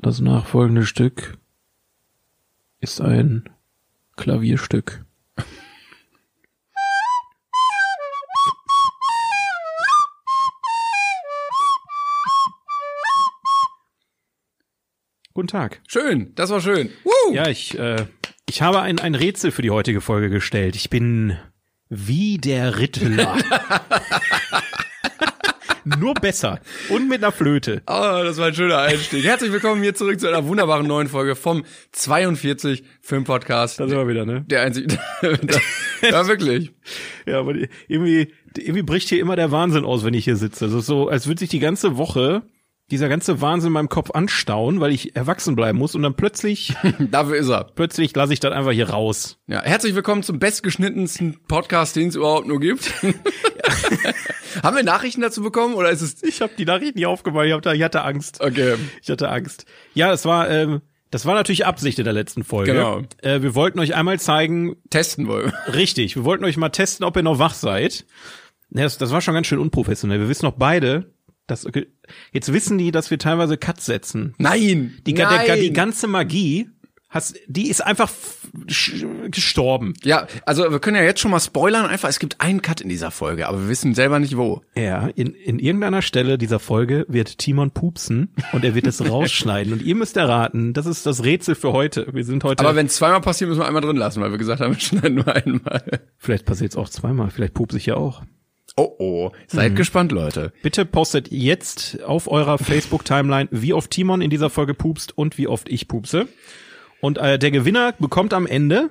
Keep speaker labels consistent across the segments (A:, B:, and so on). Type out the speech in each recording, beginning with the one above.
A: Das nachfolgende Stück ist ein Klavierstück. Guten Tag.
B: Schön, das war schön. Woo!
A: Ja, ich, äh, ich habe ein, ein Rätsel für die heutige Folge gestellt. Ich bin wie der Rittler. Nur besser. Und mit einer Flöte.
B: Oh, das war ein schöner Einstieg. Herzlich willkommen hier zurück zu einer wunderbaren neuen Folge vom 42 Film Podcast.
A: Da sind wir wieder, ne?
B: Der einzige. ja, wirklich.
A: Ja, aber die- irgendwie, irgendwie bricht hier immer der Wahnsinn aus, wenn ich hier sitze. Das ist so, als würde sich die ganze Woche dieser ganze Wahnsinn in meinem Kopf anstauen, weil ich erwachsen bleiben muss und dann plötzlich,
B: Dafür ist er.
A: plötzlich lasse ich das einfach hier raus.
B: Ja, herzlich willkommen zum bestgeschnittensten Podcast, den es überhaupt nur gibt. Haben wir Nachrichten dazu bekommen oder ist es
A: Ich habe die Nachrichten hier aufgemacht, ich, hab da, ich hatte Angst.
B: Okay.
A: Ich hatte Angst. Ja, das war, ähm, das war natürlich Absicht in der letzten Folge.
B: Genau.
A: Äh, wir wollten euch einmal zeigen,
B: testen wollen?
A: Richtig, wir wollten euch mal testen, ob ihr noch wach seid. Ja, Das, das war schon ganz schön unprofessionell. Wir wissen noch beide, dass jetzt wissen die, dass wir teilweise Cuts setzen.
B: Nein.
A: Die, ga-
B: Nein.
A: Der, die ganze Magie, hast, die ist einfach f- sch- gestorben.
B: ja, also wir können ja jetzt schon mal spoilern einfach, es gibt einen Cut in dieser Folge, aber wir wissen selber nicht wo.
A: Ja, in, in irgendeiner Stelle dieser Folge wird Timon pupsen und er wird es rausschneiden. Und ihr müsst erraten, das ist das Rätsel für heute. Wir sind heute,
B: Aber wenn zweimal passiert, müssen wir einmal drin lassen, weil wir gesagt haben, wir schneiden nur einmal.
A: vielleicht passiert es auch zweimal, vielleicht pupse ich ja auch.
B: Oh oh, seid gespannt, Leute.
A: Bitte postet jetzt auf eurer Facebook-Timeline, wie oft Timon in dieser Folge pupst und wie oft ich pupse. Und äh, der Gewinner bekommt am Ende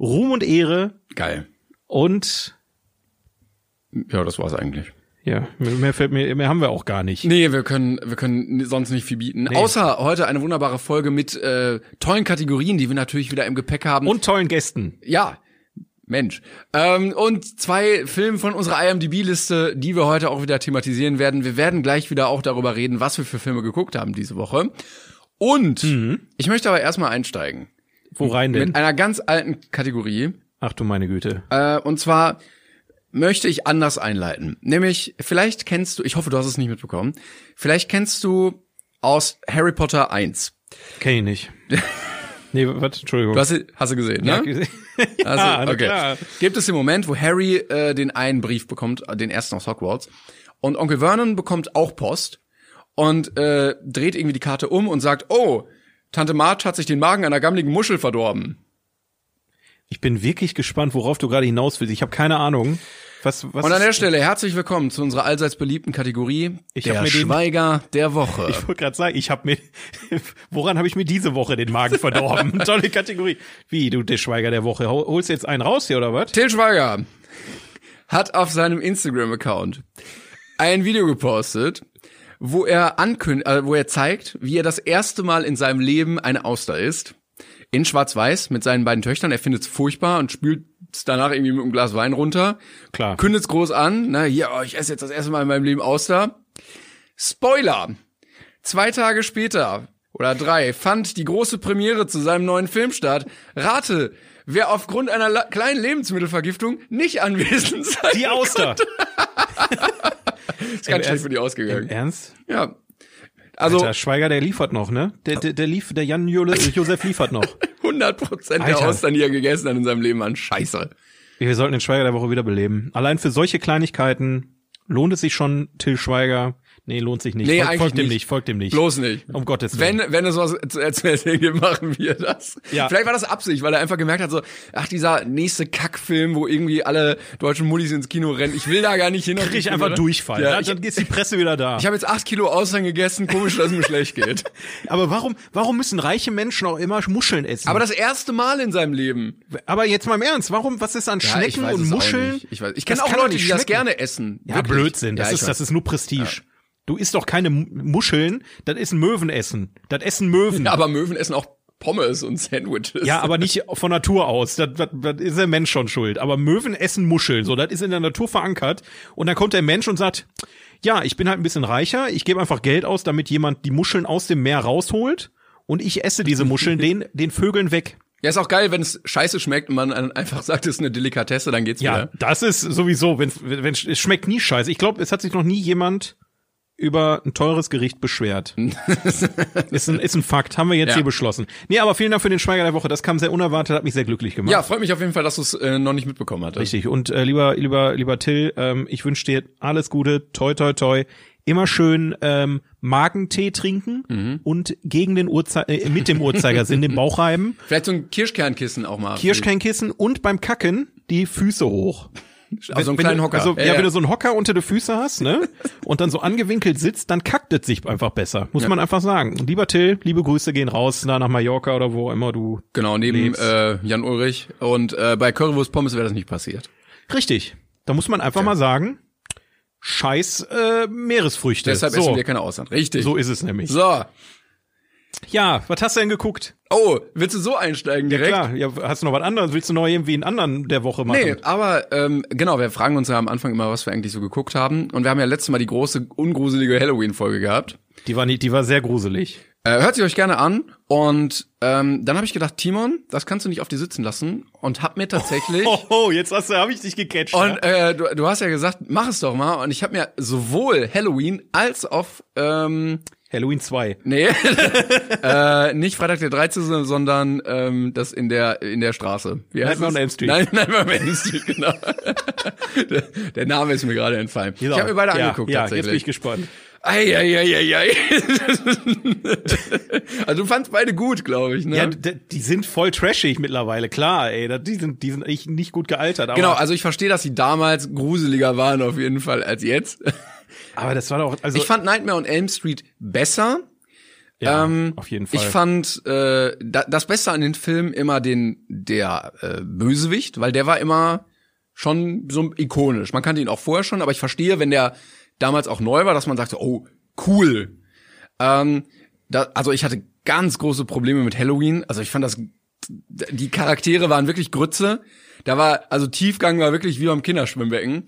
A: Ruhm und Ehre
B: Geil.
A: und
B: Ja, das war's eigentlich.
A: ja, mehr fällt mir, mehr haben wir auch gar nicht.
B: Nee, wir können, wir können sonst nicht viel bieten. Außer heute eine wunderbare Folge mit äh, tollen Kategorien, die wir natürlich wieder im Gepäck haben.
A: Und tollen Gästen.
B: ja, Mensch. Ähm, und zwei Filme von unserer IMDb-Liste, die wir heute auch wieder thematisieren werden. Wir werden gleich wieder auch darüber reden, was wir für Filme geguckt haben diese Woche. Und ich möchte aber erstmal einsteigen
A: Wo rein denn?
B: mit einer ganz alten Kategorie.
A: Ach du meine Güte.
B: Äh, und zwar möchte ich anders einleiten. Nämlich, vielleicht kennst du, ich hoffe, du hast es nicht mitbekommen, vielleicht kennst du aus Harry Potter 1.
A: Kenn ich nicht. Nee, was? Entschuldigung.
B: Du hast, sie- hast du gesehen, ne?
A: ja,
B: Also,
A: na
B: okay.
A: klar.
B: Gibt es den Moment, wo Harry äh, den einen Brief bekommt, äh, den ersten aus Hogwarts, und Onkel Vernon bekommt auch Post und äh, dreht irgendwie die Karte um und sagt, oh, Tante March hat sich den Magen einer gammeligen Muschel verdorben.
A: Ich bin wirklich gespannt, worauf du gerade hinaus willst. Ich habe keine Ahnung. Was, was
B: Und an
A: ist-
B: der Stelle herzlich willkommen zu unserer allseits beliebten Kategorie
A: Ich hab
B: der
A: mir den-
B: Schweiger der Woche.
A: Ich wollte gerade sagen, ich habe mir, woran habe ich mir diese Woche den Magen verdorben? Tolle Kategorie. Wie, du, der Schweiger der Woche, hol- holst jetzt einen raus hier oder was?
B: Till Schweiger hat auf seinem Instagram-Account ein Video gepostet, wo er ankündigt, äh, wo er zeigt, wie er das erste Mal in seinem Leben eine Auster isst. In Schwarz-Weiß mit seinen beiden Töchtern. Er findet es furchtbar und spült es danach irgendwie mit einem Glas Wein runter.
A: Klar.
B: Kündet es groß an. Na, hier, oh, ich esse jetzt das erste Mal in meinem Leben Auster. Spoiler! Zwei Tage später oder drei fand die große Premiere zu seinem neuen Film statt. Rate, wer aufgrund einer la- kleinen Lebensmittelvergiftung nicht anwesend sein
A: Die Auster.
B: ist. Ganz schlecht
A: Ernst?
B: für die
A: Im
B: ausgegangen.
A: Ernst?
B: Ja. Also
A: der Schweiger, der liefert noch, ne? Der, der, der, lief, der Jan Jule, Josef liefert noch.
B: 100% der
A: Alter.
B: Austern, die er gegessen hat in seinem Leben, waren scheiße.
A: Wir sollten den Schweiger der Woche wiederbeleben. Allein für solche Kleinigkeiten lohnt es sich schon, Till Schweiger. Nee, lohnt sich nicht.
B: Nee,
A: folgt,
B: eigentlich
A: folgt dem
B: nicht.
A: nicht, folgt dem nicht.
B: Bloß nicht.
A: Um Gottes Willen.
B: Wenn, wenn es was zu erzählen gibt, machen wir das.
A: Ja.
B: Vielleicht war das Absicht, weil er einfach gemerkt hat, so, ach, dieser nächste Kackfilm, wo irgendwie alle deutschen Mullis ins Kino rennen, ich will da gar nicht hin.
A: Krieg ich einfach Durchfall.
B: Ja,
A: dann,
B: ich
A: dann ist die Presse wieder da.
B: ich habe jetzt acht Kilo Austern gegessen, komisch, dass es mir schlecht geht.
A: Aber warum, warum müssen reiche Menschen auch immer Muscheln essen?
B: Aber das erste Mal in seinem Leben.
A: Aber jetzt mal im Ernst, warum, was ist an
B: Ja, ich
A: Schnecken
B: weiß
A: und
B: es auch
A: Muscheln?
B: nicht. Ich, weiß- ich
A: Das
B: kenne auch
A: kann doch
B: Leute, die
A: nicht
B: das
A: schmecken.
B: gerne essen.
A: Ja,
B: Wirklich.
A: Blödsinn, das,
B: Ja, ich
A: ist, das
B: weiß.
A: ist nur Prestige. Du isst doch keine Mu- Muscheln, das ist ein Möwenessen. Das essen Möwen.
B: Aber Möwen essen auch Pommes und Sandwiches.
A: Ja, aber nicht von Natur aus. Das, das, das ist der Mensch schon schuld. Aber Möwen essen Muscheln. So, das ist in der Natur verankert. Und dann kommt der Mensch und sagt, ja, ich bin halt ein bisschen reicher. Ich gebe einfach Geld aus, damit jemand die Muscheln aus dem Meer rausholt. Und ich esse diese Muscheln den, den Vögeln weg.
B: Ja, ist auch geil, wenn es scheiße schmeckt und man dann einfach sagt, es ist eine Delikatesse, dann geht's
A: Ja,
B: wieder.
A: das ist sowieso, wenn's, wenn es schmeckt nie scheiße. Ich glaube, es hat sich noch nie jemand über ein teures Gericht beschwert. ist, ein, ist ein Fakt, haben wir jetzt
B: Ja.
A: hier beschlossen. Nee, aber vielen Dank für den Schweiger der Woche. Das kam sehr unerwartet, hat mich sehr glücklich gemacht.
B: Ja, freut mich auf jeden Fall, dass du es äh, noch nicht mitbekommen hattest.
A: Richtig. Und äh, lieber, lieber, lieber Till, ähm, ich wünsche dir alles Gute, toi, toi, toi. Immer schön ähm, Magentee trinken
B: Mhm.
A: und gegen den Uhrzei äh, mit dem Uhrzeigersinn den Bauch reiben,
B: Vielleicht so ein Kirschkernkissen auch mal.
A: Kirschkernkissen und beim Kacken die Füße hoch.
B: also so einen
A: Wenn
B: kleinen
A: du,
B: Hocker.
A: Also, ja,
B: ja.
A: wenn du so einen Hocker unter den Füßen hast, ne? Und dann so angewinkelt sitzt, dann kackt es sich einfach besser. Muss man einfach sagen. Und Lieber Till, liebe Grüße gehen raus da nach Mallorca oder wo immer du.
B: Genau, neben
A: lebst.
B: äh, Jan Ulrich. Und äh, bei Currywurst Pommes wäre das nicht passiert.
A: Richtig. Da muss man einfach mal sagen, scheiß äh, Meeresfrüchte.
B: Deshalb
A: so.
B: essen wir keine Ausland. Richtig.
A: So ist es nämlich.
B: So.
A: Ja, was hast du denn geguckt?
B: Oh, willst du so einsteigen direkt?
A: Klar, ja, hast du noch was anderes? Willst du noch irgendwie einen anderen der Woche machen?
B: Nee, aber ähm, genau, wir fragen uns ja am Anfang immer, was wir eigentlich so geguckt haben. Und wir haben ja letztes Mal die große, ungruselige Halloween-Folge gehabt.
A: Die war nicht, die war sehr gruselig.
B: Äh, hört sie euch gerne an. Und ähm, dann habe ich gedacht, Timon, das kannst du nicht auf dir sitzen lassen. Und hab mir tatsächlich.
A: oh, jetzt hast du, habe ich dich gecatcht.
B: Und äh, du, du hast ja gesagt, mach es doch mal. Und ich habe mir sowohl Halloween als auch ähm,
A: Halloween 2.
B: nee, äh, nicht Freitag der 13., sondern ähm, das in der in der Straße. Wie heißt
A: Nightmare
B: es?
A: on Elm Street.
B: Nein, Nightmare on Elm Street, genau. der, der Name ist mir gerade entfallen. Ich habe mir beide
A: ja,
B: angeguckt
A: Ja, jetzt bin ich
B: tatsächlich.
A: gespannt.
B: Ei, ei, ei, ei, ei. also du fandst beide gut, glaube ich, ne?
A: Ja, d- die sind voll trashig mittlerweile, klar, ey. da- Die sind, die sind echt nicht gut gealtert. Aber,
B: Genau, also ich verstehe, dass sie damals gruseliger waren auf jeden Fall als jetzt.
A: aber das war doch, also,
B: Ich fand Nightmare on Elm Street besser,
A: ja,
B: Ähm,
A: auf jeden Fall.
B: Ich fand äh, da, das Beste an den Filmen immer den der äh, Bösewicht, weil der war immer schon so ikonisch. Man kannte ihn auch vorher schon, aber ich verstehe, wenn der damals auch neu war, dass man sagte, oh cool. Ähm, da, also ich hatte ganz große Probleme mit Halloween. Also ich fand das die Charaktere waren wirklich Grütze. Da war also Tiefgang war wirklich wie beim Kinderschwimmbecken.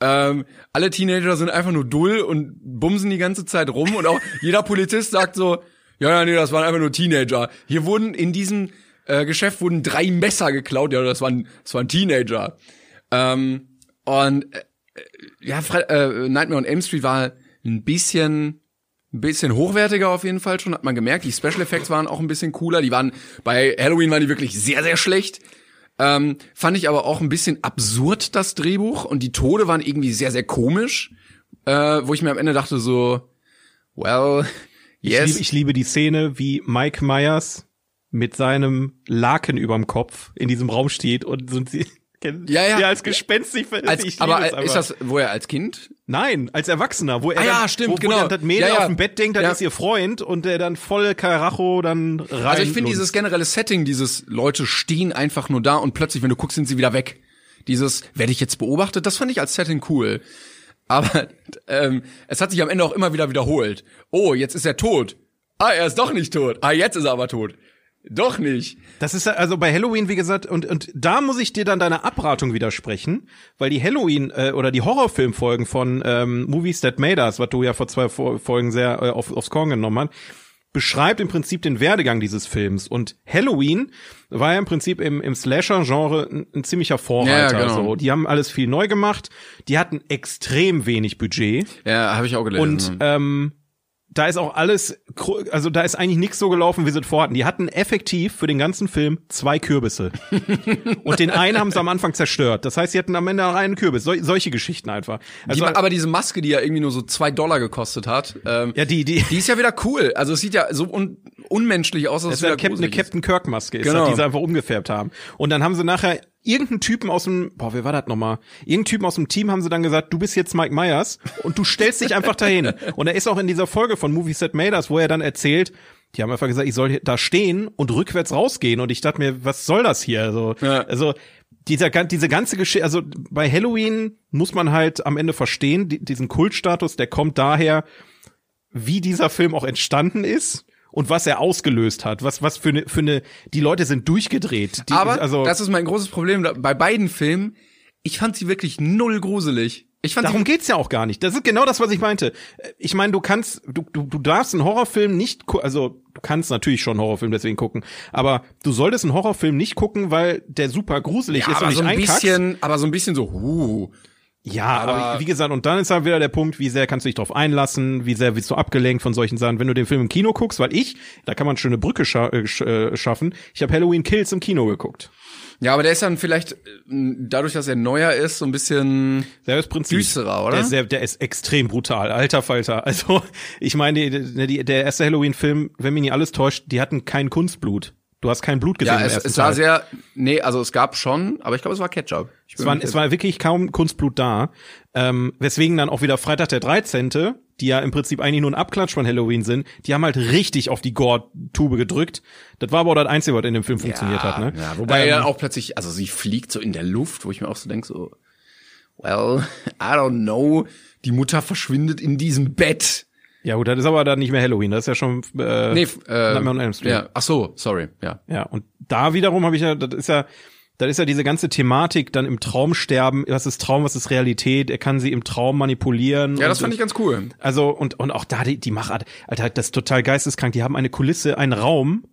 B: Ähm, alle Teenager sind einfach nur dull und bumsen die ganze Zeit rum und auch jeder Polizist sagt so, ja, ja, nee, das waren einfach nur Teenager. Hier wurden in diesem äh, Geschäft wurden drei Messer geklaut, ja, das waren, das waren Teenager. Ähm, und äh, ja, Fre äh, Nightmare on Elm Street war ein bisschen ein bisschen hochwertiger auf jeden Fall schon, hat man gemerkt. Die Special Effects waren auch ein bisschen cooler. Die waren bei Halloween waren die wirklich sehr, sehr schlecht. Ähm, fand ich aber auch ein bisschen absurd, das Drehbuch. Und die Tode waren irgendwie sehr, sehr komisch. Äh, wo ich mir am Ende dachte so, well,
A: ich,
B: yes.
A: liebe, ich liebe die Szene, wie Mike Myers mit seinem Laken überm Kopf in diesem Raum steht und so sie
B: Ja, ja.
A: der als Gespenst sich ver-
B: als,
A: ich liebe
B: aber
A: es
B: ist das, wo er als Kind?
A: Nein, als Erwachsener, wo er
B: Ah ja,
A: dann,
B: stimmt,
A: wo,
B: genau.
A: wo dann das Mädel
B: Ja, ja.
A: auf dem Bett denkt, das
B: Ja.
A: ist ihr Freund und der dann voll Karacho dann rein.
B: Also ich finde
A: lunzt.
B: dieses generelle Setting, dieses Leute stehen einfach nur da und plötzlich, wenn du guckst, sind sie wieder weg. Dieses, werde ich jetzt beobachtet, das fand ich als Setting cool. Aber ähm, es hat sich am Ende auch immer wieder wiederholt. Oh, jetzt ist er tot. Ah, er ist doch nicht tot. Ah, jetzt ist er aber tot. Doch nicht.
A: Das ist ja- also bei Halloween, wie gesagt, und, und da muss ich dir dann deine Abratung widersprechen, weil die Halloween äh, oder die Horrorfilmfolgen von ähm, Movies That Made Us, was du ja vor zwei Fo- Folgen sehr äh, auf, aufs Korn genommen hast, beschreibt im Prinzip den Werdegang dieses Films. Und Halloween war ja im Prinzip im, im Slasher-Genre ein, ein ziemlicher Vorreiter.
B: Ja, genau.
A: so. Die haben alles viel neu gemacht, die hatten extrem wenig Budget.
B: Ja, habe ich auch gelesen. Hm.
A: Und ähm, da ist auch alles, gro- also da ist eigentlich nichts so gelaufen, wie sie es vorhatten. Die hatten effektiv für den ganzen Film zwei Kürbisse. Und den einen haben sie am Anfang zerstört. Das heißt, sie hatten am Ende noch einen Kürbis. Sol solche Geschichten einfach.
B: die,
A: Also,
B: aber diese Maske, die ja irgendwie nur so zwei Dollar gekostet hat, ähm,
A: ja, die, die,
B: die ist ja wieder cool. Also es sieht ja so un unmenschlich aus, dass
A: das ist
B: es
A: ja
B: wieder
A: Cap eine
B: gruselig ist.
A: Captain Kirk-Maske ist,
B: Genau.
A: hat, die sie einfach umgefärbt haben. Und dann haben sie nachher irgendeinen Typen aus dem, boah, wer war das nochmal? Irgendeinen Typen aus dem Team haben sie dann gesagt, du bist jetzt Mike Myers und du stellst dich einfach dahin. Und er ist auch in dieser Folge von Movie Set Maders, wo er dann erzählt, die haben einfach gesagt, ich soll hier da stehen und rückwärts rausgehen. Und ich dachte mir, was soll das hier? Also,
B: Ja.
A: also dieser, gan- diese ganze Geschichte, also bei Halloween muss man halt am Ende verstehen, die, diesen Kultstatus, der kommt daher, wie dieser Film auch entstanden ist und was er ausgelöst hat. Was, was für eine, für eine, die Leute sind durchgedreht. Die,
B: Aber
A: also,
B: das ist mein großes Problem da- bei beiden Filmen. Ich fand sie wirklich null gruselig. Ich fand
A: Darum
B: sie,
A: geht's ja auch gar nicht. Das ist genau das, was ich meinte. Äh, Ich meine, du kannst, du, du, du darfst einen Horrorfilm nicht, gu- also du kannst natürlich schon einen Horrorfilm deswegen gucken, aber du solltest einen Horrorfilm nicht gucken, weil der super gruselig
B: ja,
A: ist und
B: aber
A: nicht
B: so ein
A: einkackst.
B: bisschen, aber so ein bisschen so, huh.
A: ja, aber, wie gesagt, und dann ist halt wieder der Punkt, wie sehr kannst du dich drauf einlassen, wie sehr wirst du abgelenkt von solchen Sachen, wenn du den Film im Kino guckst, weil ich, da kann man schon eine Brücke scha äh, sch äh, schaffen. Ich habe Halloween Kills im Kino geguckt.
B: Ja, aber der ist dann vielleicht, äh, dadurch, dass er neuer ist, so ein bisschen,
A: Selbes Prinzip.
B: Düsterer, oder?
A: Der, ist sehr, der ist extrem brutal. Alter Falter. Also, ich meine, die, die, der erste Halloween-Film, wenn mich nicht alles täuscht, die hatten kein Kunstblut. Du hast kein Blut gesehen
B: ja,
A: im
B: es,
A: ersten
B: es war
A: Teil.
B: sehr, nee, also es gab schon, aber ich glaube, es war Ketchup. Ich bin
A: es, war,
B: mir nicht
A: es war wirklich kaum Kunstblut da. Ähm, weswegen dann auch wieder Freitag der 13., die ja im Prinzip eigentlich nur ein Abklatsch von Halloween sind, die haben halt richtig auf die Gore-Tube gedrückt. Das war aber auch das Einzige, was in dem Film funktioniert hat. Ne?
B: Ja, wobei
A: Ähm,
B: dann auch plötzlich, also sie fliegt so in der Luft, wo ich mir auch so denke, so, well, I don't know, die Mutter verschwindet in diesem Bett.
A: ja gut, das ist aber dann nicht mehr Halloween. Das ist ja schon äh,
B: Nee, f- äh,
A: Nightmare on Elm Street.
B: ja, ach so, sorry, ja.
A: Ja, und da wiederum habe ich ja, das ist ja, das ist ja diese ganze Thematik dann im Traum sterben, was ist Traum, was ist Realität, er kann sie im Traum manipulieren.
B: Ja, das
A: und,
B: fand ich ganz cool.
A: Also, und, und auch da, die, die Machart, Alter, das ist total geisteskrank. Die haben eine Kulisse, einen Raum,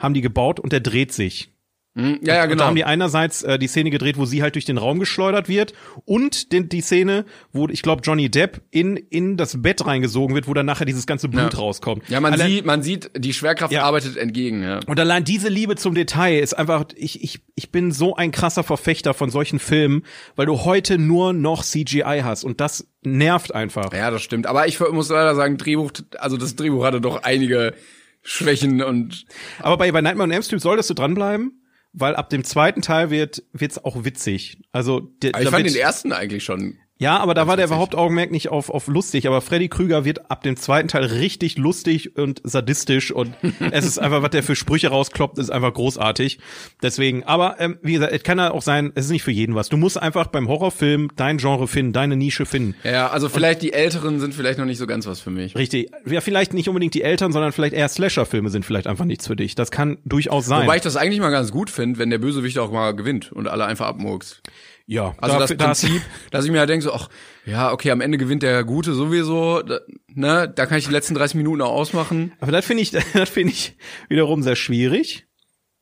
A: haben die gebaut und der dreht sich.
B: Ja, ja,
A: Und da
B: genau.
A: haben die einerseits äh, die Szene gedreht, wo sie halt durch den Raum geschleudert wird und den, die Szene, wo ich glaube Johnny Depp in in das Bett reingesogen wird, wo dann nachher dieses ganze Blut
B: Ja.
A: rauskommt.
B: Ja, man
A: Allein-
B: sieht, man sieht, die Schwerkraft
A: Ja.
B: arbeitet entgegen, ja.
A: und allein diese Liebe zum Detail ist einfach, ich, ich, ich bin so ein krasser Verfechter von solchen Filmen, weil du heute nur noch CGI hast und das nervt einfach.
B: Ja, das stimmt. Aber ich muss leider sagen, Drehbuch, also das Drehbuch hatte doch einige Schwächen und
A: Aber bei, bei Nightmare on Elm Street solltest du dranbleiben, weil ab dem zweiten Teil wird wird's auch witzig. Also der,
B: aber ich
A: da
B: fand
A: wird-
B: den ersten eigentlich schon.
A: ja, aber da war der
B: witzig.
A: Hauptaugenmerk nicht auf, auf lustig, aber Freddy Krüger wird ab dem zweiten Teil richtig lustig und sadistisch und es ist einfach, was der für Sprüche rauskloppt, ist einfach großartig. Deswegen, aber ähm, wie gesagt, es kann ja auch sein, es ist nicht für jeden was. Du musst einfach beim Horrorfilm dein Genre finden, deine Nische finden.
B: Ja, Ja, also vielleicht die Älteren sind vielleicht noch nicht so ganz was für mich.
A: Richtig. Ja, vielleicht nicht unbedingt die Eltern, sondern vielleicht eher Slasher-Filme sind vielleicht einfach nichts für dich. Das kann durchaus sein.
B: Wobei ich das eigentlich mal ganz gut finde, wenn der Bösewicht auch mal gewinnt und alle einfach abmurkst.
A: ja,
B: Also das
A: da-
B: Prinzip, dass ich mir halt denke, so, ach, ja, okay, am Ende gewinnt der Gute sowieso, da, ne, da kann ich die letzten 30 Minuten auch ausmachen.
A: Aber das finde ich, das finde ich wiederum sehr schwierig,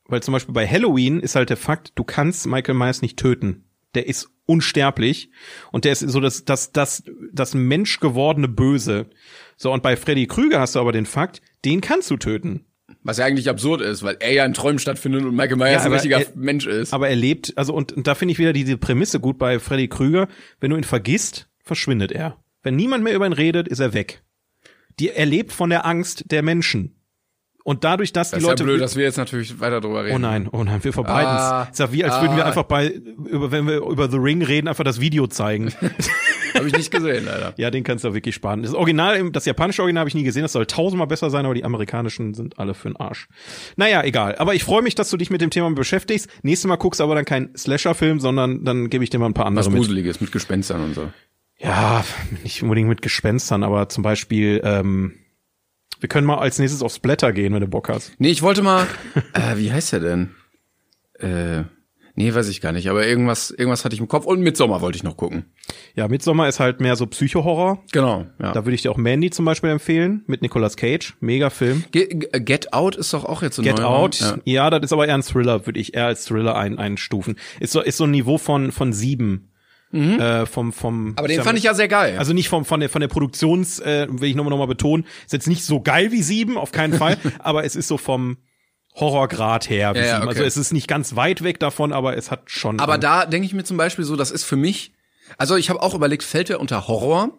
A: weil zum Beispiel bei Halloween ist halt der Fakt, du kannst Michael Myers nicht töten. Der ist unsterblich und der ist so das, das, das, das menschgewordene Böse. So, und bei Freddy Krüger hast du aber den Fakt, den kannst du töten.
B: Was ja eigentlich absurd ist, weil er ja in Träumen stattfindet und Michael Myers
A: Ja,
B: ein
A: aber
B: richtiger
A: er-
B: Mensch ist.
A: Aber er lebt, also, und, und da finde ich wieder diese Prämisse gut bei Freddy Krüger, wenn du ihn vergisst, verschwindet er. Wenn niemand mehr über ihn redet, ist er weg. Die, er lebt von der Angst der Menschen. Und dadurch, dass
B: das
A: die
B: ist ja
A: Leute
B: blöd, dass wir jetzt natürlich weiter drüber reden.
A: Oh nein, oh nein, wir verbreiten es.
B: Ah,
A: ist ja wie, als würden wir einfach bei, über, wenn wir über The Ring reden, einfach das Video zeigen.
B: Habe ich nicht gesehen, leider.
A: ja, den kannst du wirklich sparen. Das Original, das japanische Original habe ich nie gesehen, das soll tausendmal besser sein, aber die amerikanischen sind alle für den Arsch. Naja, egal. Aber ich freue mich, dass du dich mit dem Thema beschäftigst. Nächstes Mal guckst du aber dann keinen Slasher-Film, sondern dann gebe ich dir mal ein paar andere
B: Was
A: mit.
B: Gruseliges mit Gespenstern und so.
A: Ja, nicht unbedingt mit Gespenstern, aber zum Beispiel, ähm, wir können mal als nächstes auf Splatter gehen, wenn du Bock hast.
B: Nee, ich wollte mal, äh, wie heißt er denn? Äh, nee, weiß ich gar nicht, aber irgendwas, irgendwas hatte ich im Kopf und mit Sommer wollte ich noch gucken.
A: Ja, Midsommar ist halt mehr so Psycho-Horror.
B: Genau, ja.
A: Da würde ich dir auch Mandy zum Beispiel empfehlen, mit Nicolas Cage. Mega Film.
B: Get, Get Out ist doch auch jetzt so
A: Get
B: neu,
A: Out,
B: Ja.
A: ja. das ist aber eher ein Thriller, würde ich eher als Thriller ein, einstufen. Ist so, ist so ein Niveau von, von sieben. Äh, vom, vom,
B: Mhm. Aber den fand ich ja sehr geil.
A: Also nicht vom, von der, von der Produktions, äh, will ich nochmal, nochmal betonen, ist jetzt nicht so geil wie sieben, auf keinen Fall, aber es ist so vom Horrorgrad her wie
B: Ja, ja,
A: sieben. Also
B: okay.
A: es ist nicht ganz weit weg davon, aber es hat schon.
B: Aber da denke ich mir zum Beispiel so, das ist für mich, also ich habe auch überlegt, fällt er unter Horror?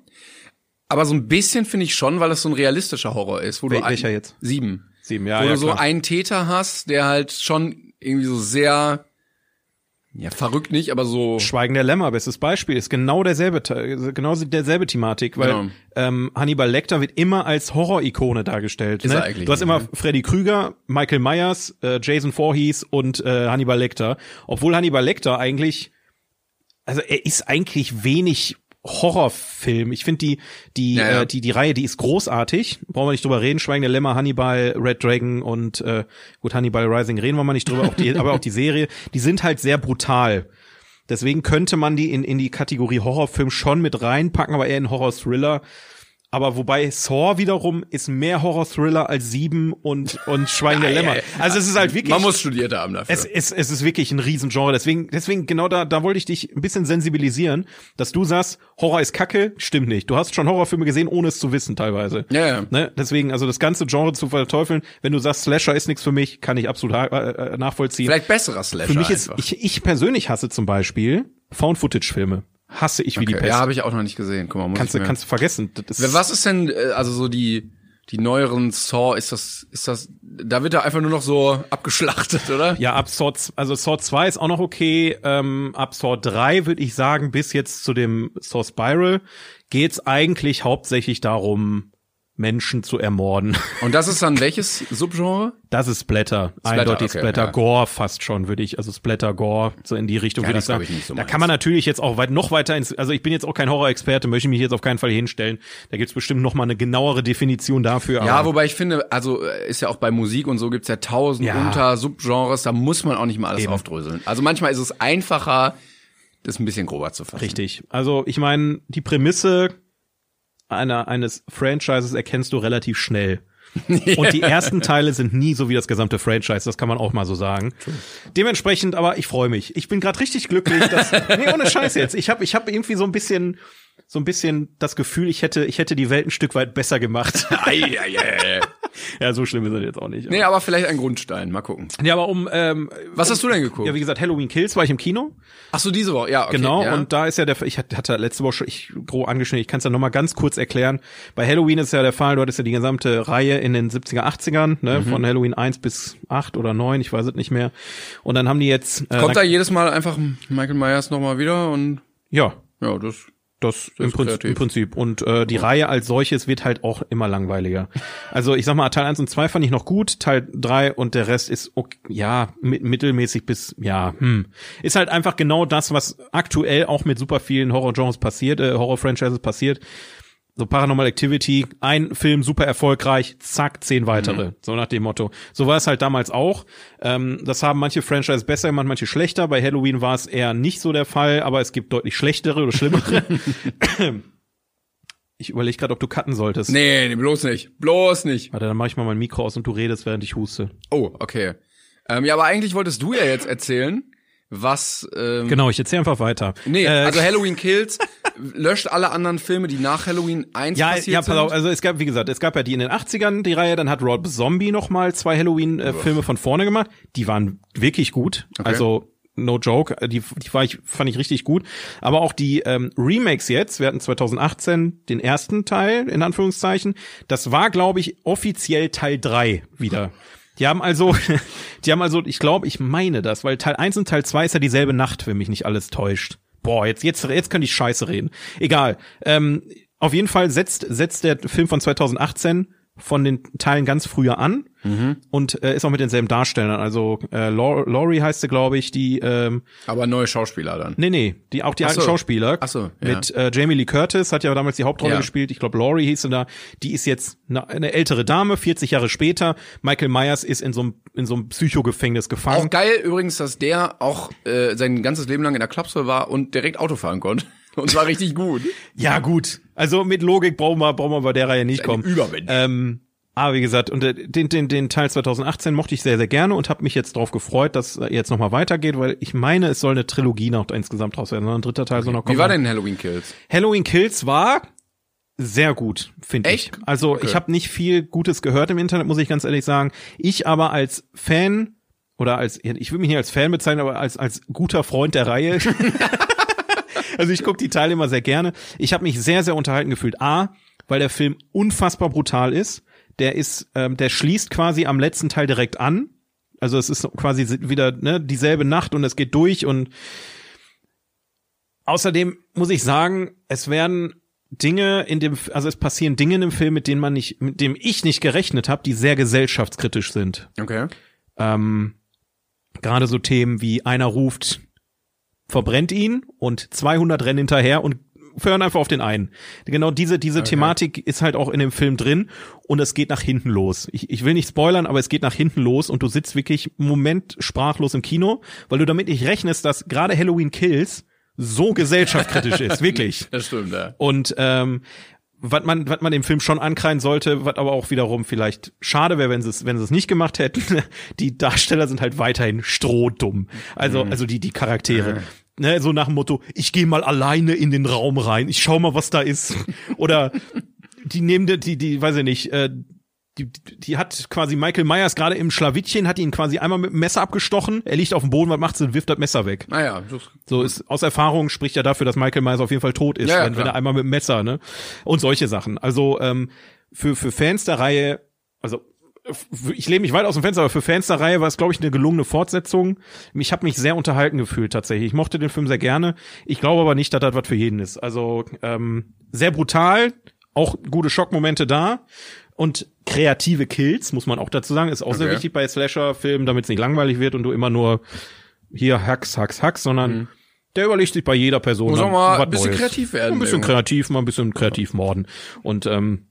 B: Aber so ein bisschen finde ich schon, weil das so ein realistischer Horror ist. Wo
A: Wel-
B: du ein-
A: welcher jetzt?
B: Sieben.
A: sieben, ja,
B: wo
A: ja,
B: du so
A: klar.
B: einen Täter hast, der halt schon irgendwie so sehr, ja, verrückt nicht, aber so.
A: Schweigen der Lämmer, bestes Beispiel, ist genau derselbe, Te- genau derselbe Thematik, weil
B: Genau.
A: ähm, Hannibal Lecter wird immer als Horror-Ikone dargestellt.
B: Ist
A: ne?
B: er eigentlich
A: du hast
B: nicht,
A: immer
B: ne?
A: Freddy Krüger, Michael Myers, äh, Jason Voorhees und äh, Hannibal Lecter. Obwohl Hannibal Lecter eigentlich, also er ist eigentlich wenig Horrorfilm. Ich finde die, die,
B: Ja, ja.
A: Äh, die, die Reihe, die ist großartig. Brauchen wir nicht drüber reden. Schweigende Lämmer, Hannibal, Red Dragon und äh, gut, Hannibal Rising reden wir mal nicht drüber, auch die, aber auch die Serie, die sind halt sehr brutal. Deswegen könnte man die in, in die Kategorie Horrorfilm schon mit reinpacken, aber eher in Horror-Thriller. Aber wobei Saw wiederum ist mehr Horror-Thriller als Sieben und, und Schweigende
B: Ja, ja,
A: Lämmer.
B: ja.
A: Also es ist halt wirklich.
B: Man muss studiert haben dafür.
A: Es, es, es ist wirklich ein Riesengenre. Deswegen, deswegen genau da, da wollte ich dich ein bisschen sensibilisieren, dass du sagst, Horror ist Kacke, stimmt nicht. Du hast schon Horrorfilme gesehen, ohne es zu wissen teilweise.
B: Ja, ja.
A: Ne? Deswegen, also das ganze Genre zu verteufeln, wenn du sagst, Slasher ist nichts für mich, kann ich absolut ha- äh, äh, nachvollziehen.
B: Vielleicht besserer Slasher
A: für mich ist,
B: einfach.
A: ich, ich persönlich hasse zum Beispiel Found-Footage-Filme. Hasse ich wie die
B: okay.
A: Pest.
B: Ja, habe ich auch noch nicht gesehen. Guck mal, muss
A: kannst,
B: ich
A: du,
B: mir-
A: kannst du vergessen. Das ist,
B: Was ist denn äh, also so die die neueren Saw ist das ist das da wird er einfach nur noch so abgeschlachtet, oder?
A: Ja, ab Saw, z- also Saw 2 ist auch noch okay. Ähm, ab Saw 3 würde ich sagen, bis jetzt zu dem Saw Spiral geht's eigentlich hauptsächlich darum, Menschen zu ermorden.
B: Und das ist dann welches Subgenre?
A: Das ist Splatter. Eindeutig
B: okay,
A: Splatter.
B: ja.
A: Gore fast schon, würde ich. Also Splatter, Gore, so in die Richtung
B: Ja,
A: würde ich
B: das glaub
A: sagen.
B: ich nicht so
A: da
B: meins.
A: kann man natürlich jetzt auch weit, noch weiter ins, also ich bin jetzt auch kein Horror-Experte, möchte mich jetzt auf keinen Fall hier hinstellen. Da gibt's bestimmt noch mal eine genauere Definition dafür.
B: Ja,
A: aber-
B: wobei ich finde, also äh, ist ja auch bei Musik und so gibt's ja tausend
A: Ja.
B: unter Subgenres, da muss man auch nicht mal alles
A: Eben.
B: aufdröseln. Also manchmal ist es einfacher, das ein bisschen grober zu fassen.
A: Richtig. Also ich meine, die Prämisse einer, eines Franchises erkennst du relativ schnell. Und die ersten Teile sind nie so wie das gesamte Franchise, das kann man auch mal so sagen. Dementsprechend, aber ich freue mich. Ich bin gerade richtig glücklich, dass nee, ohne Scheiß jetzt. Ich habe ich habe irgendwie so ein bisschen so ein bisschen das Gefühl, ich hätte ich hätte die Welt ein Stück weit besser gemacht.
B: Ei, ei, ei, ei.
A: ja, so schlimm ist es jetzt auch nicht.
B: Nee, aber vielleicht ein Grundstein, mal gucken.
A: Ja, aber um ähm,
B: Was hast du denn geguckt?
A: ja, wie gesagt, Halloween Kills war ich im Kino.
B: Ach so, diese Woche, ja, okay.
A: Genau,
B: ja.
A: und da ist ja der, ich hatte hatte letzte Woche schon ich, grob angeschnitten, ich kann es ja nochmal ganz kurz erklären. Bei Halloween ist ja der Fall, du hattest ja die gesamte Reihe in den 70er, 80ern, ne,
B: Mhm.
A: von Halloween 1 bis 8 oder 9, ich weiß es nicht mehr. Und dann haben die jetzt, äh,
B: Kommt da
A: dann,
B: jedes Mal einfach Michael Myers nochmal wieder und
A: ja,
B: ja, das
A: das im,
B: ist
A: Prinzip,
B: kreativ.
A: im Prinzip. Und äh, die Reihe als solches wird halt auch immer langweiliger. Also ich sag mal, Teil 1 und 2 fand ich noch gut, Teil 3 und der Rest ist ok- ja, mit, mittelmäßig bis, ja, hm. Ist halt einfach genau das, was aktuell auch mit super vielen Horror-Genres passiert, äh, Horror-Franchises passiert. So Paranormal Activity, ein Film super erfolgreich, zack, zehn weitere.
B: Mhm.
A: So nach dem Motto. So war es halt damals auch. Ähm, das haben manche Franchise besser gemacht, manche schlechter. Bei Halloween war es eher nicht so der Fall, aber es gibt deutlich schlechtere oder schlimmere. ich überlege gerade, ob du cutten solltest.
B: Nee, nee, bloß nicht. Bloß nicht.
A: Warte, dann mache ich mal mein Mikro aus und du redest, während ich huste.
B: Oh, okay. Ähm, ja, aber eigentlich wolltest du ja jetzt erzählen, was. Ähm,
A: Genau, ich erzähle einfach weiter.
B: Nee,
A: Äh,
B: also Halloween Kills löscht alle anderen Filme, die nach Halloween 1
A: Ja,
B: passiert
A: ja, pass auf,
B: sind.
A: also es gab, wie gesagt, es gab ja die in den 80ern, die Reihe, dann hat Rob Zombie nochmal zwei Halloween-Filme von vorne gemacht. Die waren wirklich gut. Also, no joke, äh, die, die war ich, fand ich richtig gut. Aber auch die ähm, Remakes jetzt, wir hatten 2018 den ersten Teil, in Anführungszeichen. Das war, glaube ich, offiziell Teil 3 wieder. Die haben also, die haben also, ich glaube, ich meine das, weil Teil 1 und Teil 2 ist ja dieselbe Nacht, wenn mich nicht alles täuscht. Boah, jetzt, jetzt, jetzt könnte ich scheiße reden. Egal. Ähm, auf jeden Fall setzt, setzt der Film von 2018 von den Teilen ganz früher an und äh, ist auch mit denselben Darstellern. Also äh, Lau- Laurie heißt sie, glaube ich, die ähm,
B: Aber neue Schauspieler dann.
A: Nee, nee, die, auch die alten
B: so.
A: Schauspieler.
B: Ach so, ja.
A: Mit äh, Jamie Lee Curtis hat ja damals die Hauptrolle
B: Ja.
A: gespielt. Ich glaube, Laurie hieß sie da. Die ist jetzt eine, eine ältere Dame, 40 Jahre später. Michael Myers ist in so einem in so einem Psychogefängnis gefangen.
B: Auch geil übrigens, dass der auch äh, sein ganzes Leben lang in der Klapsel war und direkt Auto fahren konnte. Und war richtig gut.
A: Ja, gut. Also mit Logik brauchen wir, brauchen wir bei der Reihe nicht kommen.
B: Übermensch.
A: Ähm, aber wie gesagt, und äh, den, den, den Teil 2018 mochte ich sehr, sehr gerne und habe mich jetzt drauf gefreut, dass äh, jetzt nochmal weitergeht, weil ich meine, es soll eine Trilogie noch insgesamt draus werden, sondern ein dritter Teil soll noch kommen.
B: Wie war denn Halloween Kills?
A: Halloween Kills war sehr gut, finde ich.
B: Echt?
A: Also
B: Okay.
A: ich habe nicht viel Gutes gehört im Internet, muss ich ganz ehrlich sagen. Ich aber als Fan oder als, ich will mich nicht als Fan bezeichnen, aber als, als guter Freund der Reihe. also ich gucke die Teile immer sehr gerne. Ich habe mich sehr, sehr unterhalten gefühlt. A, weil der Film unfassbar brutal ist. Der ist, ähm, der schließt quasi am letzten Teil direkt an. Also es ist quasi wieder ne, dieselbe Nacht und es geht durch und Außerdem muss ich sagen, es werden Dinge in dem, also es passieren Dinge in dem Film, mit denen man nicht, mit dem ich nicht gerechnet habe, die sehr gesellschaftskritisch sind.
B: Okay.
A: Ähm, Gerade so Themen wie einer ruft, verbrennt ihn und 200 rennen hinterher und hören einfach auf den einen. Genau diese, diese Thematik ist halt auch in dem Film drin und es geht nach hinten los. Ich, ich will nicht spoilern, aber es geht nach hinten los und du sitzt wirklich einen Moment sprachlos im Kino, weil du damit nicht rechnest, dass gerade Halloween Kills so gesellschaftskritisch ist, wirklich.
B: Das stimmt, ja.
A: Und ähm, was man, was man dem Film schon ankreiden sollte, was aber auch wiederum vielleicht schade wäre, wenn sie es, wenn sie es nicht gemacht hätten. Die Darsteller sind halt weiterhin strohdumm. Also, also die, die Charaktere. Ne, so nach dem Motto, ich gehe mal alleine in den Raum rein, ich schau mal, was da ist. Oder die nehmen die, die, die weiß ich nicht, äh, die, die die hat quasi Michael Myers gerade im Schlawittchen, hat ihn quasi einmal mit dem Messer abgestochen, er liegt auf dem Boden, was macht sie, wirft das Messer weg.
B: Naja, das,
A: So ist aus Erfahrung spricht ja dafür, dass Michael Myers auf jeden Fall tot ist,
B: Ja, ja,
A: wenn, wenn
B: klar.
A: er einmal mit dem Messer, ne? Und solche Sachen. Also ähm, für für Fans der Reihe, also f- ich lehne mich weit aus dem Fenster, aber für Fans der Reihe war es, glaube ich, eine gelungene Fortsetzung. Ich habe mich sehr unterhalten gefühlt tatsächlich. Ich mochte den Film sehr gerne. Ich glaube aber nicht, dass das was für jeden ist. Also ähm, sehr brutal, auch gute Schockmomente da und kreative Kills, muss man auch dazu sagen, ist auch sehr
B: Okay.
A: wichtig bei Slasher-Filmen, damit es nicht langweilig wird und du immer nur hier Hacks, Hacks, Hacks, sondern der überlegt sich bei jeder Person.
B: Mhm. Muss auch
A: dann
B: mal
A: was
B: ein bisschen kreativ werden,
A: Ein bisschen
B: Junge.
A: kreativ, mal ein bisschen kreativ morden. Und ähm,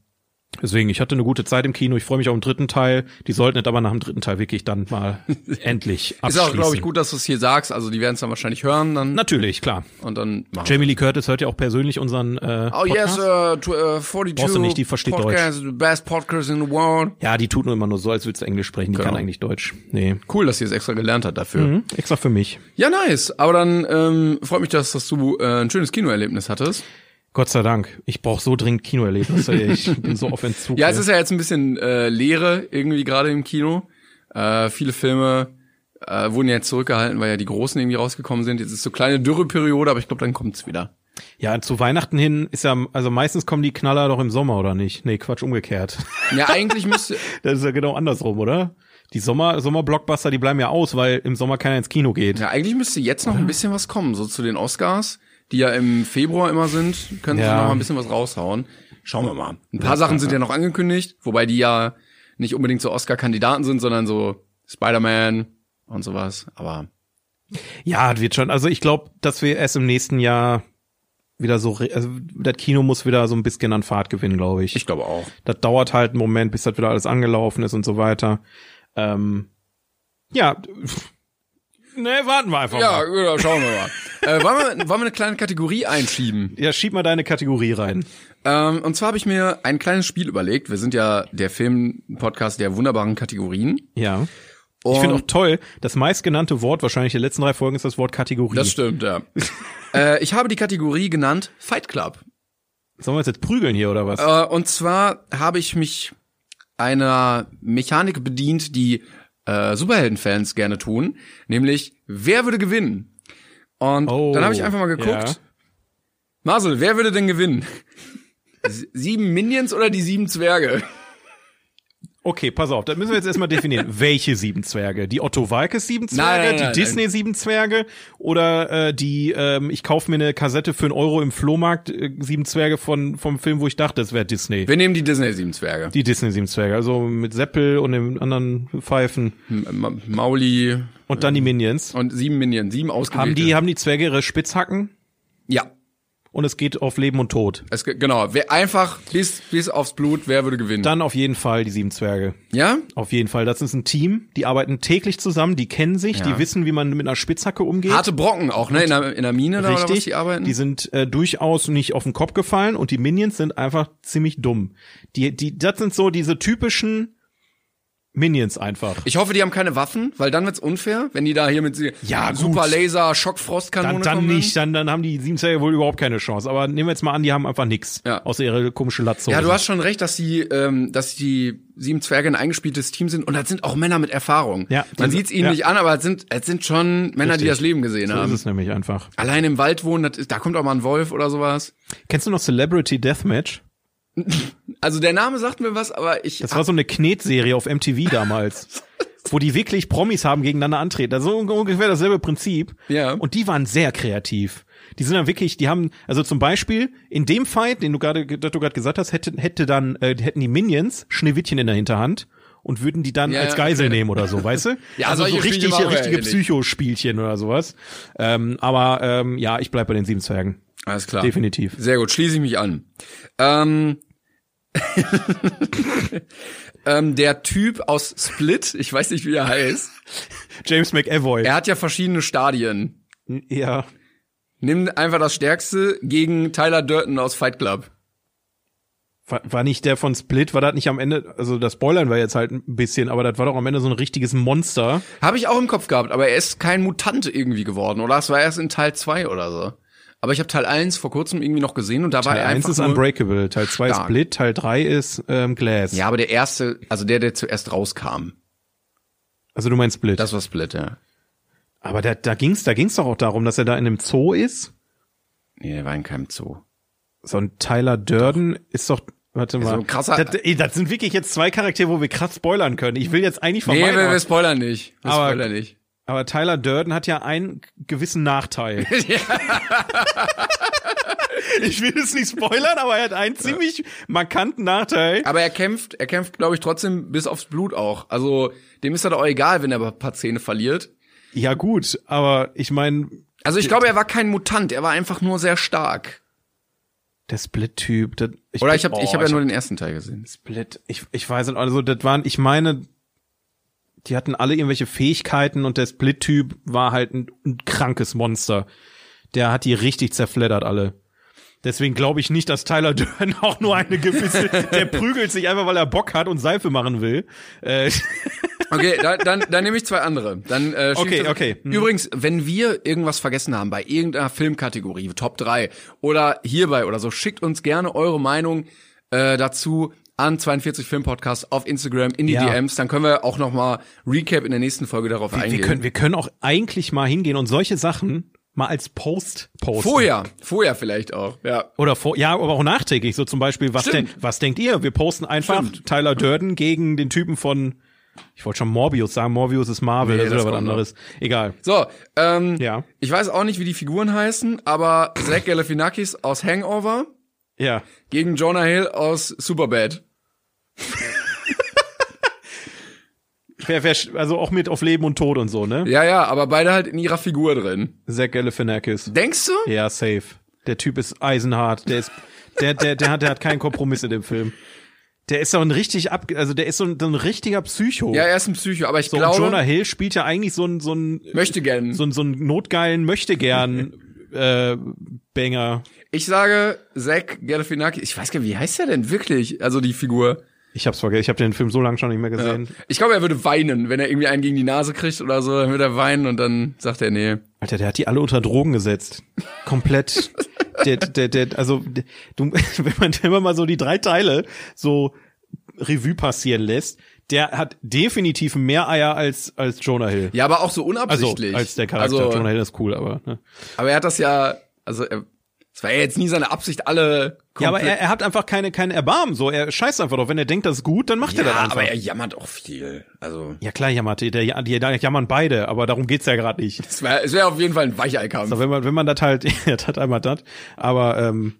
A: deswegen, ich hatte eine gute Zeit im Kino. Ich freue mich auf den dritten Teil. Die sollten es aber nach dem dritten Teil wirklich dann mal endlich
B: ist
A: abschließen.
B: auch, glaube ich, gut, dass du es hier sagst. Also die werden es dann wahrscheinlich hören dann
A: Natürlich, klar.
B: und dann machen.
A: Jamie Lee Curtis hört ja auch persönlich unseren äh,
B: Oh yes,
A: Podcast.
B: uh, to, uh, 42
A: Brauchst du nicht, die versteht
B: podcast, the best podcast in the world.
A: Ja, die tut nur immer nur so, als würde sie Englisch sprechen. Die
B: Genau.
A: kann eigentlich Deutsch. Nee.
B: Cool, dass ihr es extra gelernt hat dafür.
A: Hm? Extra für mich.
B: Ja, nice. Aber dann ähm, freut mich, dass, dass du äh, ein schönes Kinoerlebnis hattest.
A: Gott sei Dank. Ich brauche so dringend Kinoerlebnisse. ey. Ich bin so auf Entzug.
B: Ja,
A: ey.
B: es ist ja jetzt ein bisschen äh, Leere irgendwie gerade im Kino. Äh, viele Filme äh, wurden ja jetzt zurückgehalten, weil ja die großen irgendwie rausgekommen sind. Jetzt ist so kleine Dürreperiode, aber ich glaube, dann kommt's wieder.
A: Ja, zu Weihnachten hin ist ja, also meistens kommen die Knaller doch im Sommer, oder nicht? Nee, Quatsch, umgekehrt.
B: Ja, eigentlich müsste
A: Das ist ja genau andersrum, oder? Die Sommer, Sommerblockbuster, die bleiben ja aus, weil im Sommer keiner ins Kino geht.
B: ja eigentlich müsste jetzt noch ein bisschen was kommen, so zu den Oscars, die ja im Februar immer sind, können sie
A: Ja.
B: noch mal ein bisschen was raushauen. Schauen wir mal. Ein paar Sachen sind ja noch angekündigt, wobei die ja nicht unbedingt so Oscar-Kandidaten sind, sondern so Spider-Man und sowas. Aber
A: Ja, das wird schon. Also ich glaube, dass wir erst im nächsten Jahr wieder so, re- also das Kino muss wieder so ein bisschen an Fahrt gewinnen, glaube ich.
B: ich glaube auch.
A: Das dauert halt einen Moment, bis das wieder alles angelaufen ist und so weiter. Ähm, ja. Ne, warten wir einfach
B: Ja,
A: mal.
B: genau, schauen wir mal. äh, wollen, wir, wollen wir eine kleine Kategorie einschieben?
A: Ja, schieb mal deine Kategorie rein.
B: Ähm, und zwar habe ich mir ein kleines Spiel überlegt. Wir sind ja der Film-Podcast der wunderbaren Kategorien.
A: Ja.
B: Und
A: Ich finde auch toll, das meistgenannte Wort wahrscheinlich der letzten drei Folgen ist das Wort Kategorie.
B: das stimmt, ja. äh, ich habe die Kategorie genannt Fight Club.
A: Sollen wir uns jetzt prügeln hier oder was?
B: Äh, und zwar habe ich mich einer Mechanik bedient, die äh, Superheldenfans gerne tun, nämlich wer würde gewinnen? Und
A: Oh,
B: dann habe ich einfach mal geguckt.
A: ja.
B: Marcel, wer würde denn gewinnen? S- Sieben Minions oder die sieben Zwerge?
A: Okay, pass auf, da müssen wir jetzt erstmal definieren, welche sieben Zwerge? Die Otto Walkes sieben Zwerge,
B: nein,
A: die
B: nein.
A: Disney sieben Zwerge oder äh, die ähm, ich kaufe mir eine Kassette für einen Euro im Flohmarkt äh, sieben Zwerge von vom Film, wo ich dachte, es wäre Disney.
B: Wir nehmen die Disney sieben Zwerge.
A: Die Disney sieben Zwerge, also mit Seppel und den anderen Pfeifen
B: M- Ma- Mauli
A: und dann die Minions.
B: und sieben Minions, sieben ausgewählte.
A: Haben die haben die Zwerge ihre Spitzhacken
B: Ja,
A: und es geht auf Leben und Tod.
B: es, ge- genau. Wer, einfach bis, bis aufs Blut, wer würde gewinnen?
A: Dann auf jeden Fall die sieben Zwerge.
B: ja?
A: Auf jeden Fall, das ist ein Team, die arbeiten täglich zusammen, die kennen sich, die wissen, wie man mit einer Spitzhacke umgeht.
B: Harte Brocken auch, ne? In der, in der Mine da oder was die arbeiten?
A: Die sind äh, durchaus nicht auf den Kopf gefallen und die Minions sind einfach ziemlich dumm. Die, die, das sind so diese typischen Minions einfach.
B: Ich hoffe, die haben keine Waffen, weil dann wird's unfair, wenn die da hier mit sie-
A: Ja,
B: super
A: gut.
B: Laser, Schockfrostkanone
A: Dann, dann
B: kommen.
A: nicht, dann, dann haben die Siebenzeiger wohl überhaupt keine Chance. Aber nehmen wir jetzt mal an, die haben einfach nix.
B: Ja.
A: Außer ihre komische Latzhose.
B: Ja, du hast schon recht, dass die, ähm, dass die sieben Zwerge ein eingespieltes Team sind und das sind auch Männer mit Erfahrung.
A: Ja,
B: Man
A: die-
B: sieht's ihnen
A: ja.
B: nicht an, aber es sind, es sind schon Männer, die
A: Richtig.
B: das Leben gesehen
A: so ist
B: haben.
A: es nämlich einfach.
B: Allein im Wald wohnen, das ist, da kommt auch mal ein Wolf oder sowas.
A: Kennst du noch Celebrity Deathmatch?
B: Also der Name sagt mir was, aber ich
A: Das war so eine Knetserie auf MTV damals. wo die wirklich Promis haben gegeneinander antreten. Also ungefähr dasselbe Prinzip.
B: Ja.
A: Und die waren sehr kreativ. Die sind dann wirklich, die haben, also zum Beispiel in dem Fight, den du gerade, das du gerade gesagt hast, hätte, hätte dann, äh, hätten die Minions Schneewittchen in der Hinterhand und würden die dann
B: Ja,
A: als
B: ja,
A: Geisel nehmen oder so, weißt du?
B: Ja,
A: also so
B: solche Spiele
A: richtig,
B: machen wir
A: richtige
B: ja nicht.
A: Psychospielchen oder sowas. Ähm, aber ähm, ja, ich bleib bei den sieben Zwergen.
B: Alles klar.
A: Definitiv.
B: Sehr gut, schließe ich mich an. Ähm, ähm, der Typ aus Split, ich weiß nicht, wie er heißt,
A: James McAvoy.
B: er hat ja verschiedene Stadien.
A: ja.
B: Nimm einfach das Stärkste gegen Tyler Durton aus Fight Club.
A: War, war nicht der von Split, war das nicht am Ende, also das Spoilern war jetzt halt ein bisschen, aber das war doch am Ende so ein richtiges Monster.
B: Habe ich auch im Kopf gehabt, aber er ist kein Mutant irgendwie geworden, oder? Es war erst in Teil 2 oder so. Aber ich habe Teil 1 vor kurzem irgendwie noch gesehen und da war
A: Teil
B: er
A: 1
B: einfach
A: ist
B: nur,
A: Unbreakable, Teil 2 ist
B: Stark.
A: Split, Teil 3 ist ähm, Glass.
B: Ja, aber der erste, also der, der zuerst rauskam,
A: Also du meinst Split.
B: das war Split, ja.
A: aber da, da ging's, da ging's doch auch darum, dass er da in einem Zoo ist.
B: Nee, der war in keinem Zoo.
A: So ein Tyler Durden ist doch, warte mal.
B: ein krasser-
A: das, ey, das sind wirklich jetzt zwei Charaktere, wo wir krass spoilern können. Ich will jetzt eigentlich
B: Nee,
A: vermeiden.
B: wir, wir spoilern nicht. Wir
A: Oh Aber-
B: spoilern nicht.
A: aber Tyler Durden hat ja einen gewissen Nachteil. ich will es nicht spoilern, aber er hat einen ziemlich markanten Nachteil.
B: Aber er kämpft, er kämpft, glaube ich, trotzdem bis aufs Blut auch. Also dem ist das auch egal, wenn er ein paar Zähne verliert.
A: Ja gut, aber ich meine,
B: Also ich glaube, er war kein Mutant, er war einfach nur sehr stark.
A: der Split-Typ. das-
B: Oder ich habe
A: oh,
B: ich hab ja nur den ersten Teil gesehen.
A: Split. Ich, ich weiß nicht, also das waren, ich meine, die hatten alle irgendwelche Fähigkeiten und der Split-Typ war halt ein, ein krankes Monster. Der hat die richtig zerfleddert alle. Deswegen glaube ich nicht, dass Tyler Dörn auch nur eine gewisse, der prügelt sich einfach, weil er Bock hat und Seife machen will. Äh,
B: Okay, da, dann, dann nehme ich zwei andere. Dann, äh, schieb
A: Okay,
B: ich das-
A: okay. Hm.
B: Übrigens, wenn wir irgendwas vergessen haben bei irgendeiner Filmkategorie, Top 3 oder hierbei oder so, schickt uns gerne eure Meinung äh, dazu an 42 Film Podcast auf Instagram in die
A: Ja.
B: DMs. Dann können wir auch noch mal Recap in der nächsten Folge darauf eingehen.
A: wir, können, wir können auch eigentlich mal hingehen und solche Sachen mal als Post posten.
B: vorher, vorher vielleicht auch. Ja.
A: Oder vor, ja, aber auch nachträglich, so zum Beispiel, was, denn,
B: Stimmt.
A: was denkt ihr? Wir posten einfach Tyler Durden gegen den Typen von, ich wollte schon Morbius sagen, Morbius ist Marvel,
B: Nee,
A: das ist
B: das
A: oder was
B: kommt noch.
A: anderes. Egal.
B: So, ähm,
A: Ja.
B: ich weiß auch nicht, wie die Figuren heißen, aber Zach Galifianakis aus Hangover
A: Ja.
B: gegen Jonah Hill aus Superbad.
A: Wer, wer, also auch mit auf Leben und Tod und so, ne?
B: Ja, ja, aber beide halt in ihrer Figur drin.
A: Zach Galifianakis.
B: Denkst du?
A: Ja, safe. Der Typ ist eisenhart. Der ist, der, der, der hat, der hat keinen Kompromiss in dem Film. Der ist doch ein richtig ab, also der ist so ein, so ein richtiger Psycho.
B: Ja, er ist ein Psycho, aber ich
A: so, und
B: glaube,
A: Jonah Hill spielt ja eigentlich so ein, so ein,
B: möchte gern.
A: so ein, so ein notgeilen möchte gern, äh, Banger.
B: ich sage Zach Galifianakis. Ich weiß gar nicht, wie heißt er denn wirklich? Also die Figur.
A: Ich hab's vergessen, ich habe den Film so lange schon nicht mehr gesehen.
B: Ich glaube, er würde weinen, wenn er irgendwie einen gegen die Nase kriegt oder so, dann würde er weinen und dann sagt er nee.
A: Alter, der hat die alle unter Drogen gesetzt. Komplett. der, der, der, also, der, du, wenn man, wenn man mal so die drei Teile so Revue passieren lässt, der hat definitiv mehr Eier als, als Jonah Hill.
B: Ja, aber auch so
A: also,
B: unabsichtlich.
A: als der Charakter.
B: Also,
A: Jonah Hill ist cool, aber. Ne.
B: aber er hat das ja, also er- es war ja jetzt nie seine Absicht, alle
A: Ja, aber
B: komplett-
A: er, er hat einfach keine, keine Erbarmen, so. Er scheißt einfach doch. Wenn er denkt, das ist gut, dann macht er das
B: ja,
A: einfach.
B: aber er jammert auch viel. Also
A: ja, klar, jammert, der, der, der jammern beide, aber darum geht's ja gerade nicht.
B: es wäre es wär auf jeden Fall ein Weichei-Kampf.
A: So, wenn man, wenn man das halt, das hat einmal das, aber ähm,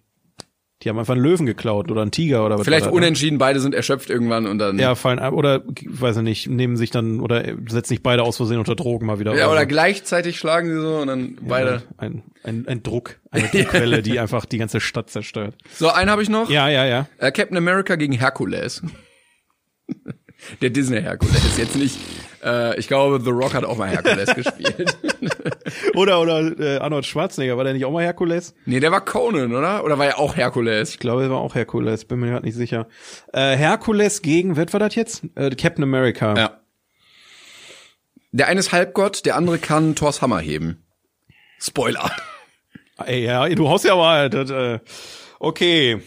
A: die haben einfach einen Löwen geklaut oder einen Tiger oder was.
B: Vielleicht
A: war das, ne?
B: unentschieden, beide sind erschöpft irgendwann und dann
A: Ja, fallen ab oder weiß ich nicht, nehmen sich dann oder setzen sich beide aus Versehen unter Drogen mal wieder.
B: Ja,
A: so.
B: oder gleichzeitig schlagen sie so und dann beide.
A: Ein, ein, ein Druck, eine Druckwelle, die einfach die ganze Stadt zerstört.
B: So, einen habe ich noch.
A: Ja, ja, ja.
B: Äh, Captain America gegen Herkules. Der Disney Herkules, jetzt nicht. Äh, ich glaube, The Rock hat auch mal Herkules gespielt.
A: Oder oder äh, Arnold Schwarzenegger, war der nicht auch mal Herkules?
B: Nee, der war Conan, oder? Oder war ja auch Herkules?
A: Ich glaube, er war auch Herkules, bin mir gerade nicht sicher. Äh, Herkules gegen, was war das jetzt? Äh, Captain America.
B: Ja. Der eine ist Halbgott, der andere kann Thors Hammer heben. Spoiler.
A: Ey, ja, du haust ja mal. Das, äh, okay.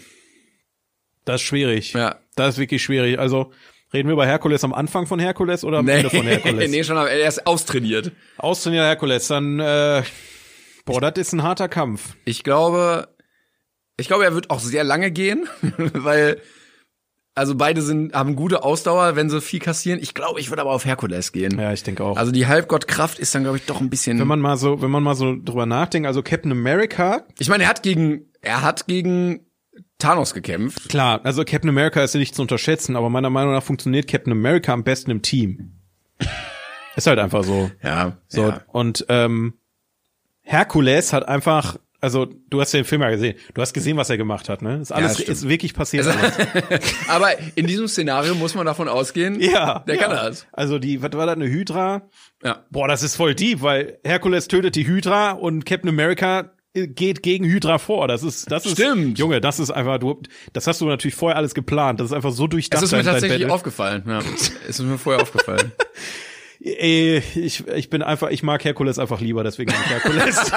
A: Das ist schwierig.
B: Ja.
A: Das ist wirklich schwierig. Also, reden wir über Herkules am Anfang von Herkules oder am Ende von Herkules?
B: nee, schon, aber er ist austrainiert.
A: Austrainierter Herkules, dann, äh, boah, das ist ein harter Kampf.
B: Ich glaube, ich glaube, er wird auch sehr lange gehen, weil also beide sind haben gute Ausdauer, wenn sie viel kassieren. Ich glaube, ich würde aber auf Herkules gehen.
A: Ja, ich denke auch.
B: Also die Halbgottkraft ist dann glaube ich doch ein bisschen.
A: wenn man mal so, wenn man mal so drüber nachdenkt, also Captain America,
B: ich meine, er hat gegen er hat gegen Thanos gekämpft.
A: klar, also Captain America ist ja nicht zu unterschätzen, aber meiner Meinung nach funktioniert Captain America am besten im Team. ist halt einfach so.
B: Ja,
A: So,
B: ja.
A: und ähm, Herkules hat einfach also du hast ja den Film ja gesehen. Du hast gesehen, was er gemacht hat, ne? Ist alles
B: stimmt.
A: ist wirklich passiert. alles.
B: Aber in diesem Szenario muss man davon ausgehen,
A: ja,
B: der
A: ja.
B: kann das.
A: Also die, was war das, eine Hydra?
B: Ja.
A: Boah, das ist voll deep, weil Herkules tötet die Hydra und Captain America äh, geht gegen Hydra vor. Das ist, das ist,
B: Stimmt.
A: Junge, das ist einfach, du, das hast du natürlich vorher alles geplant. Das ist einfach so durchdacht.
B: Das ist mir
A: dein- dein
B: tatsächlich
A: Battle.
B: aufgefallen. Ja. Es ist mir vorher aufgefallen.
A: Äh, ich, ich bin einfach, ich mag Herkules einfach lieber, deswegen mag ich Herkules.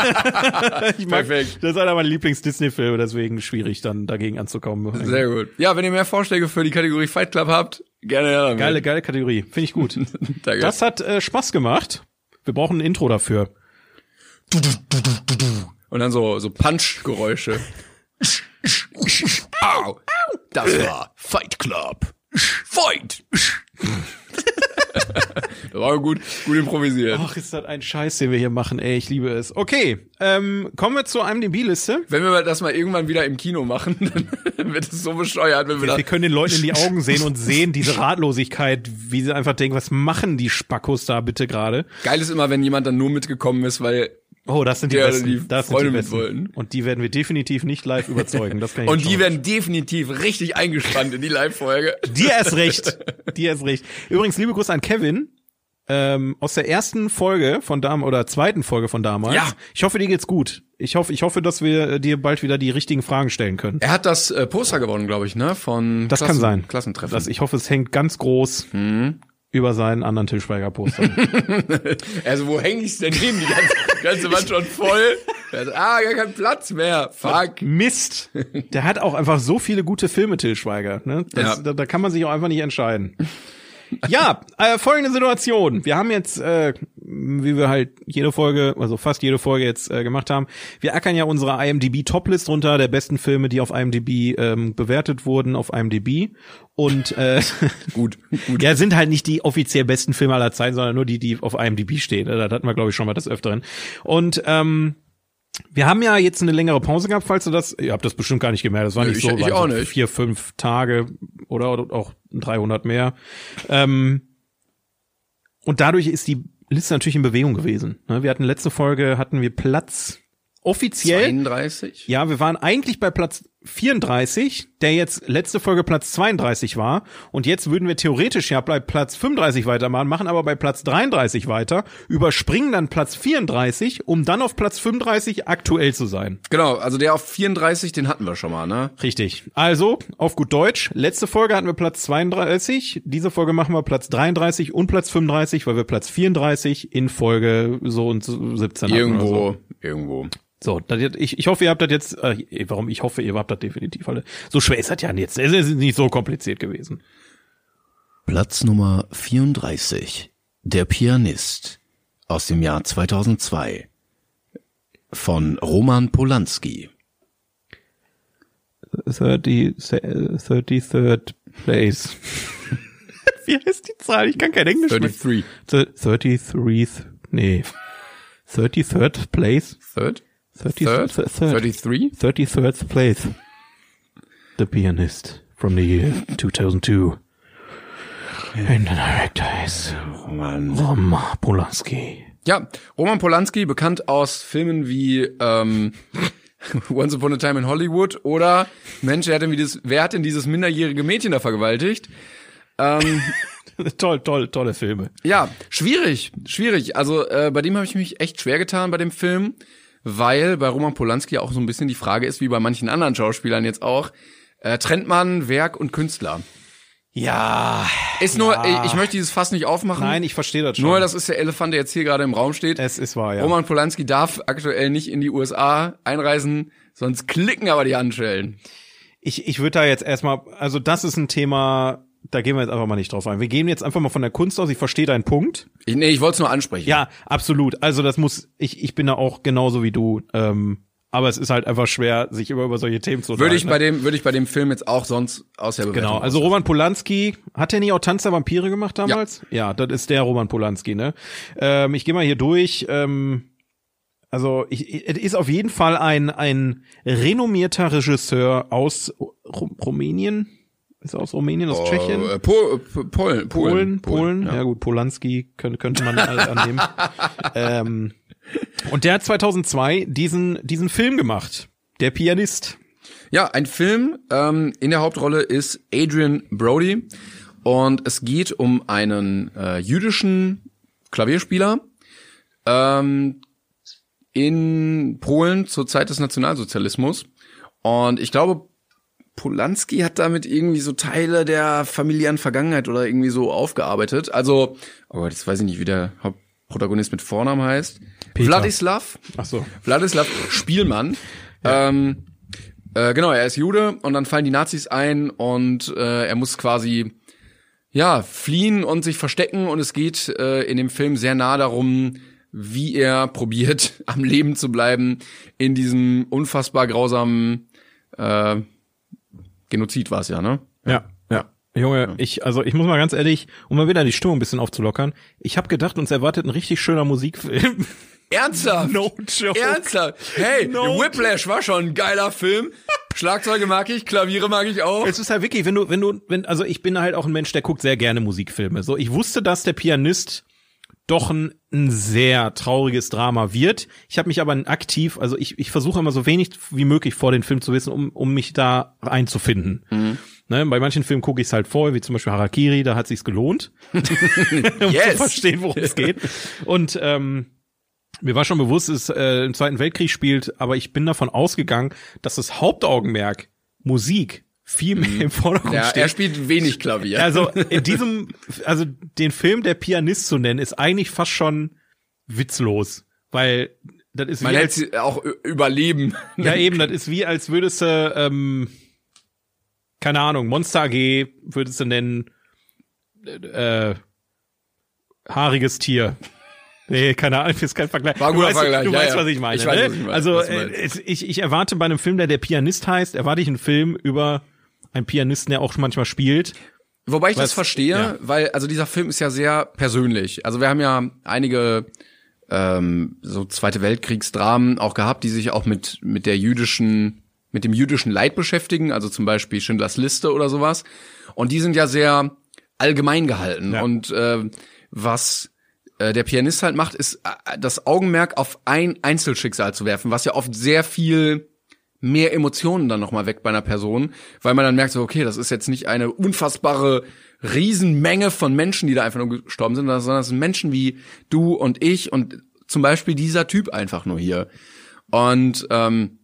A: ich mag,
B: Perfekt.
A: Das ist einer meiner Lieblings-Disney-Filme, deswegen schwierig, dann dagegen anzukommen.
B: Sehr gut. Ja, wenn ihr mehr Vorschläge für die Kategorie Fight Club habt, gerne her damit.
A: Geile, geile Kategorie. Finde ich gut.
B: Danke.
A: Das hat äh, Spaß gemacht. Wir brauchen ein Intro dafür.
B: Und dann so, so Punch-Geräusche. Au. Das war Fight Club. Fight. das war gut, gut improvisiert.
A: Ach, ist das ein Scheiß, den wir hier machen, ey, ich liebe es. Okay, ähm, kommen wir zur IMDb-Liste.
B: Wenn wir das mal irgendwann wieder im Kino machen, dann wird es so bescheuert, wenn wir
A: Wir
B: das.
A: können den Leuten in die Augen sehen und sehen diese Ratlosigkeit, wie sie einfach denken, was machen die Spackos da bitte gerade?
B: Geil ist immer, wenn jemand dann nur mitgekommen ist, weil
A: Oh, das sind die
B: Ja,
A: besten.
B: die
A: das
B: Freunde
A: sind die besten.
B: mitwollten.
A: Und die werden wir definitiv nicht live überzeugen. Das kann ich
B: und
A: jetzt
B: die
A: schon
B: werden definitiv richtig eingespannt in die Live-Folge.
A: Dir erst recht. Dir erst recht. Übrigens, liebe Grüße an Kevin. Ähm, aus der ersten Folge von damals oder zweiten Folge von damals.
B: Ja.
A: Ich hoffe, dir geht's gut. Ich hoffe, ich hoffe, dass wir äh, dir bald wieder die richtigen Fragen stellen können.
B: Er hat das äh, Poster gewonnen, glaube ich, ne? Von
A: Das kann sein.
B: Klassentreffen. Mhm.
A: Das, ich hoffe, es hängt ganz groß über seinen anderen Tischweiger-Poster.
B: Also wo hänge ich's denn hin? Die ganze, ganze Wand schon voll. Also, ah, gar kein Platz mehr. Fuck.
A: Mist! Der hat auch einfach so viele gute Filme, Tischweiger. Ne? Das,
B: Ja.
A: da, da kann man sich auch einfach nicht entscheiden. Ja, äh, folgende Situation. Wir haben jetzt, äh, wie wir halt jede Folge, also fast jede Folge jetzt äh, gemacht haben, wir ackern ja unsere IMDb-Toplist runter, der besten Filme, die auf IMDb ähm, bewertet wurden, auf IMDb. Und äh,
B: Gut, gut.
A: Ja, sind halt nicht die offiziell besten Filme aller Zeiten, sondern nur die, die auf IMDb stehen. Das hatten wir, glaube ich, schon mal des Öfteren. Und ähm, wir haben ja jetzt eine längere Pause gehabt, falls du das, ihr habt das bestimmt gar nicht gemerkt, das war
B: Nö,
A: nicht
B: ich-
A: so,
B: ich
A: waren
B: auch
A: so
B: nicht.
A: vier, fünf Tage oder, oder auch 300 mehr. Ähm, und dadurch ist die Liste natürlich in Bewegung gewesen. ne? Wir hatten letzte Folge, hatten wir Platz offiziell.
B: 31.
A: Ja, wir waren eigentlich bei Platz 34, der jetzt letzte Folge Platz 32 war. Und jetzt würden wir theoretisch ja bei Platz 35 weitermachen, machen aber bei Platz 33 weiter, überspringen dann Platz 34, um dann auf Platz 35 aktuell zu sein.
B: Genau, also der auf 34, den hatten wir schon mal, ne?
A: Richtig. Also, auf gut Deutsch, letzte Folge hatten wir Platz 32, diese Folge machen wir Platz 33 und Platz 35, weil wir Platz 34 in Folge so und so 17 hatten oder so.
B: Irgendwo, irgendwo.
A: So, das, jetzt- ich, ich hoffe, ihr habt das jetzt, äh, warum ich hoffe, ihr habt das definitiv alle. So schwer ist das ja jetzt. Es ist nicht so kompliziert gewesen.
C: Platz Nummer 34. Der Pianist aus dem Jahr 2002 von Roman Polanski.
A: 30, 33rd place. Wie heißt die Zahl? Ich kann kein Englisch
B: 33.
A: mehr. 33th, nee. 33rd place.
B: Third?
A: 30,
B: Third?
A: 30,
B: 33?
A: 33rd place. The Pianist from the year 2002. And the director is
C: Roman.
A: Roman Polanski.
B: Ja, Roman Polanski, bekannt aus Filmen wie ähm, Once Upon a Time in Hollywood oder Mensch, wer hat denn, wie das, wer hat denn dieses minderjährige Mädchen da vergewaltigt? Ähm,
A: Toll, toll, tolle Filme.
B: Ja, schwierig, schwierig. Also äh, bei dem habe ich mich echt schwer getan bei dem Film, weil bei Roman Polanski auch so ein bisschen die Frage ist, wie bei manchen anderen Schauspielern jetzt auch, äh, trennt man Werk und Künstler.
A: Ja.
B: Ist nur, ich, ich möchte dieses Fass nicht aufmachen.
A: Nein, ich verstehe das schon.
B: nur das ist der Elefant, der jetzt hier gerade im Raum steht.
A: es ist wahr, ja.
B: Roman Polanski darf aktuell nicht in die USA einreisen, sonst klicken aber die Handschellen.
A: Ich, ich würde da jetzt erstmal, also das ist ein Thema, da gehen wir jetzt einfach mal nicht drauf ein. Wir gehen jetzt einfach mal von der Kunst aus. Ich verstehe deinen Punkt.
B: Ich, nee, ich wollte es nur ansprechen.
A: Ja, absolut. Also das muss, ich, ich bin da auch genauso wie du. Ähm, aber es ist halt einfach schwer, sich immer über solche Themen zu
B: Würde ich
A: unterhalten.
B: bei dem, würde ich bei dem Film jetzt auch sonst aus der Bewertung.
A: ne. Genau, also Roman Polanski, hat er nicht auch Tanz der Vampire gemacht damals? Ja, das ist der Roman Polanski, ne? Ähm, ich gehe mal hier durch. Ähm, also, ich, ich- es ist auf jeden Fall ein, ein renommierter Regisseur aus Ru Rumänien. Ist er aus Rumänien, aus Tschechien?
B: Äh, Pol, Pol, Polen,
A: Polen, Polen, ja. gut, Polanski könnte, könnte man halt annehmen. ähm, Und der hat 2002 diesen, diesen Film gemacht. Der Pianist.
B: Ja, ein Film. Ähm, in der Hauptrolle ist Adrian Brody. Und es geht um einen äh, jüdischen Klavierspieler ähm, in Polen zur Zeit des Nationalsozialismus. Und ich glaube, Polanski hat damit irgendwie so Teile der familiären Vergangenheit oder irgendwie so aufgearbeitet. Also, oh Gott, jetzt weiß ich nicht, wie der Hauptprotagonist mit Vornamen heißt.
A: Peter.
B: Vladislav.
A: Ach so.
B: Vladislav Spielmann. Ähm, äh, genau, er ist Jude und dann fallen die Nazis ein und äh, er muss quasi ja fliehen und sich verstecken und es geht äh, in dem Film sehr nah darum, wie er probiert am Leben zu bleiben in diesem unfassbar grausamen äh, Genozid war es ja, ne?
A: Ja, ja. Junge, ich, also ich muss mal ganz ehrlich, um mal wieder die Stimmung ein bisschen aufzulockern, ich habe gedacht, uns erwartet ein richtig schöner Musikfilm.
B: Ernsthaft?
A: No joke.
B: Ernsthaft? Hey,
A: No
B: Whiplash war schon ein geiler Film. Schlagzeuge mag ich, Klaviere mag ich auch.
A: Es ist halt wirklich, wenn du, wenn du, wenn, also ich bin halt auch ein Mensch, der guckt sehr gerne Musikfilme. So, ich wusste, dass der Pianist doch ein, ein sehr trauriges Drama wird. Ich habe mich aber aktiv, also ich, ich versuche immer so wenig wie möglich vor den Film zu wissen, um, um mich da einzufinden. Ne, bei manchen Filmen gucke ich es halt vorher, wie zum Beispiel Harakiri, da hat sich's gelohnt zu verstehen, worum es geht. Und ähm, mir war schon bewusst, dass es äh, im Zweiten Weltkrieg spielt, aber ich bin davon ausgegangen, dass das Hauptaugenmerk Musik viel mehr im Vordergrund
B: Ja, er
A: steht.
B: spielt wenig Klavier.
A: Also in diesem, also den Film der Pianist zu nennen, ist eigentlich fast schon witzlos, weil das ist
B: Man
A: wie
B: hält
A: als,
B: sie auch ü- überleben.
A: ja eben, das ist wie als würdest du ähm, keine Ahnung Monster AG würdest du nennen äh, haariges Tier. Nee, keine Ahnung, ist kein Vergleich.
B: War ein
A: du
B: guter
A: weißt,
B: Vergleich,
A: du
B: ja,
A: weißt
B: ja.
A: was ich meine.
B: Ich weiß,
A: ne?
B: was ich meine,
A: Also
B: was du meinst.
A: äh, es- ich, ich erwarte bei einem Film, der der Pianist heißt, erwarte ich einen Film über einen Pianisten, der auch manchmal spielt.
B: Wobei ich
A: Was-
B: das verstehe,
A: ja.
B: weil also dieser Film ist ja sehr persönlich. Also wir haben ja einige ähm, so Zweite Weltkriegsdramen auch gehabt, die sich auch mit mit der jüdischen mit dem jüdischen Leid beschäftigen, also zum Beispiel Schindlers Liste oder sowas. Und die sind ja sehr allgemein gehalten.
A: Ja.
B: Und äh, was äh, der Pianist halt macht, ist äh, das Augenmerk auf ein Einzelschicksal zu werfen, was ja oft sehr viel mehr Emotionen dann nochmal weg bei einer Person, weil man dann merkt so, okay, das ist jetzt nicht eine unfassbare Riesenmenge von Menschen, die da einfach nur gestorben sind, sondern es sind Menschen wie du und ich und zum Beispiel dieser Typ einfach nur hier. Und ähm,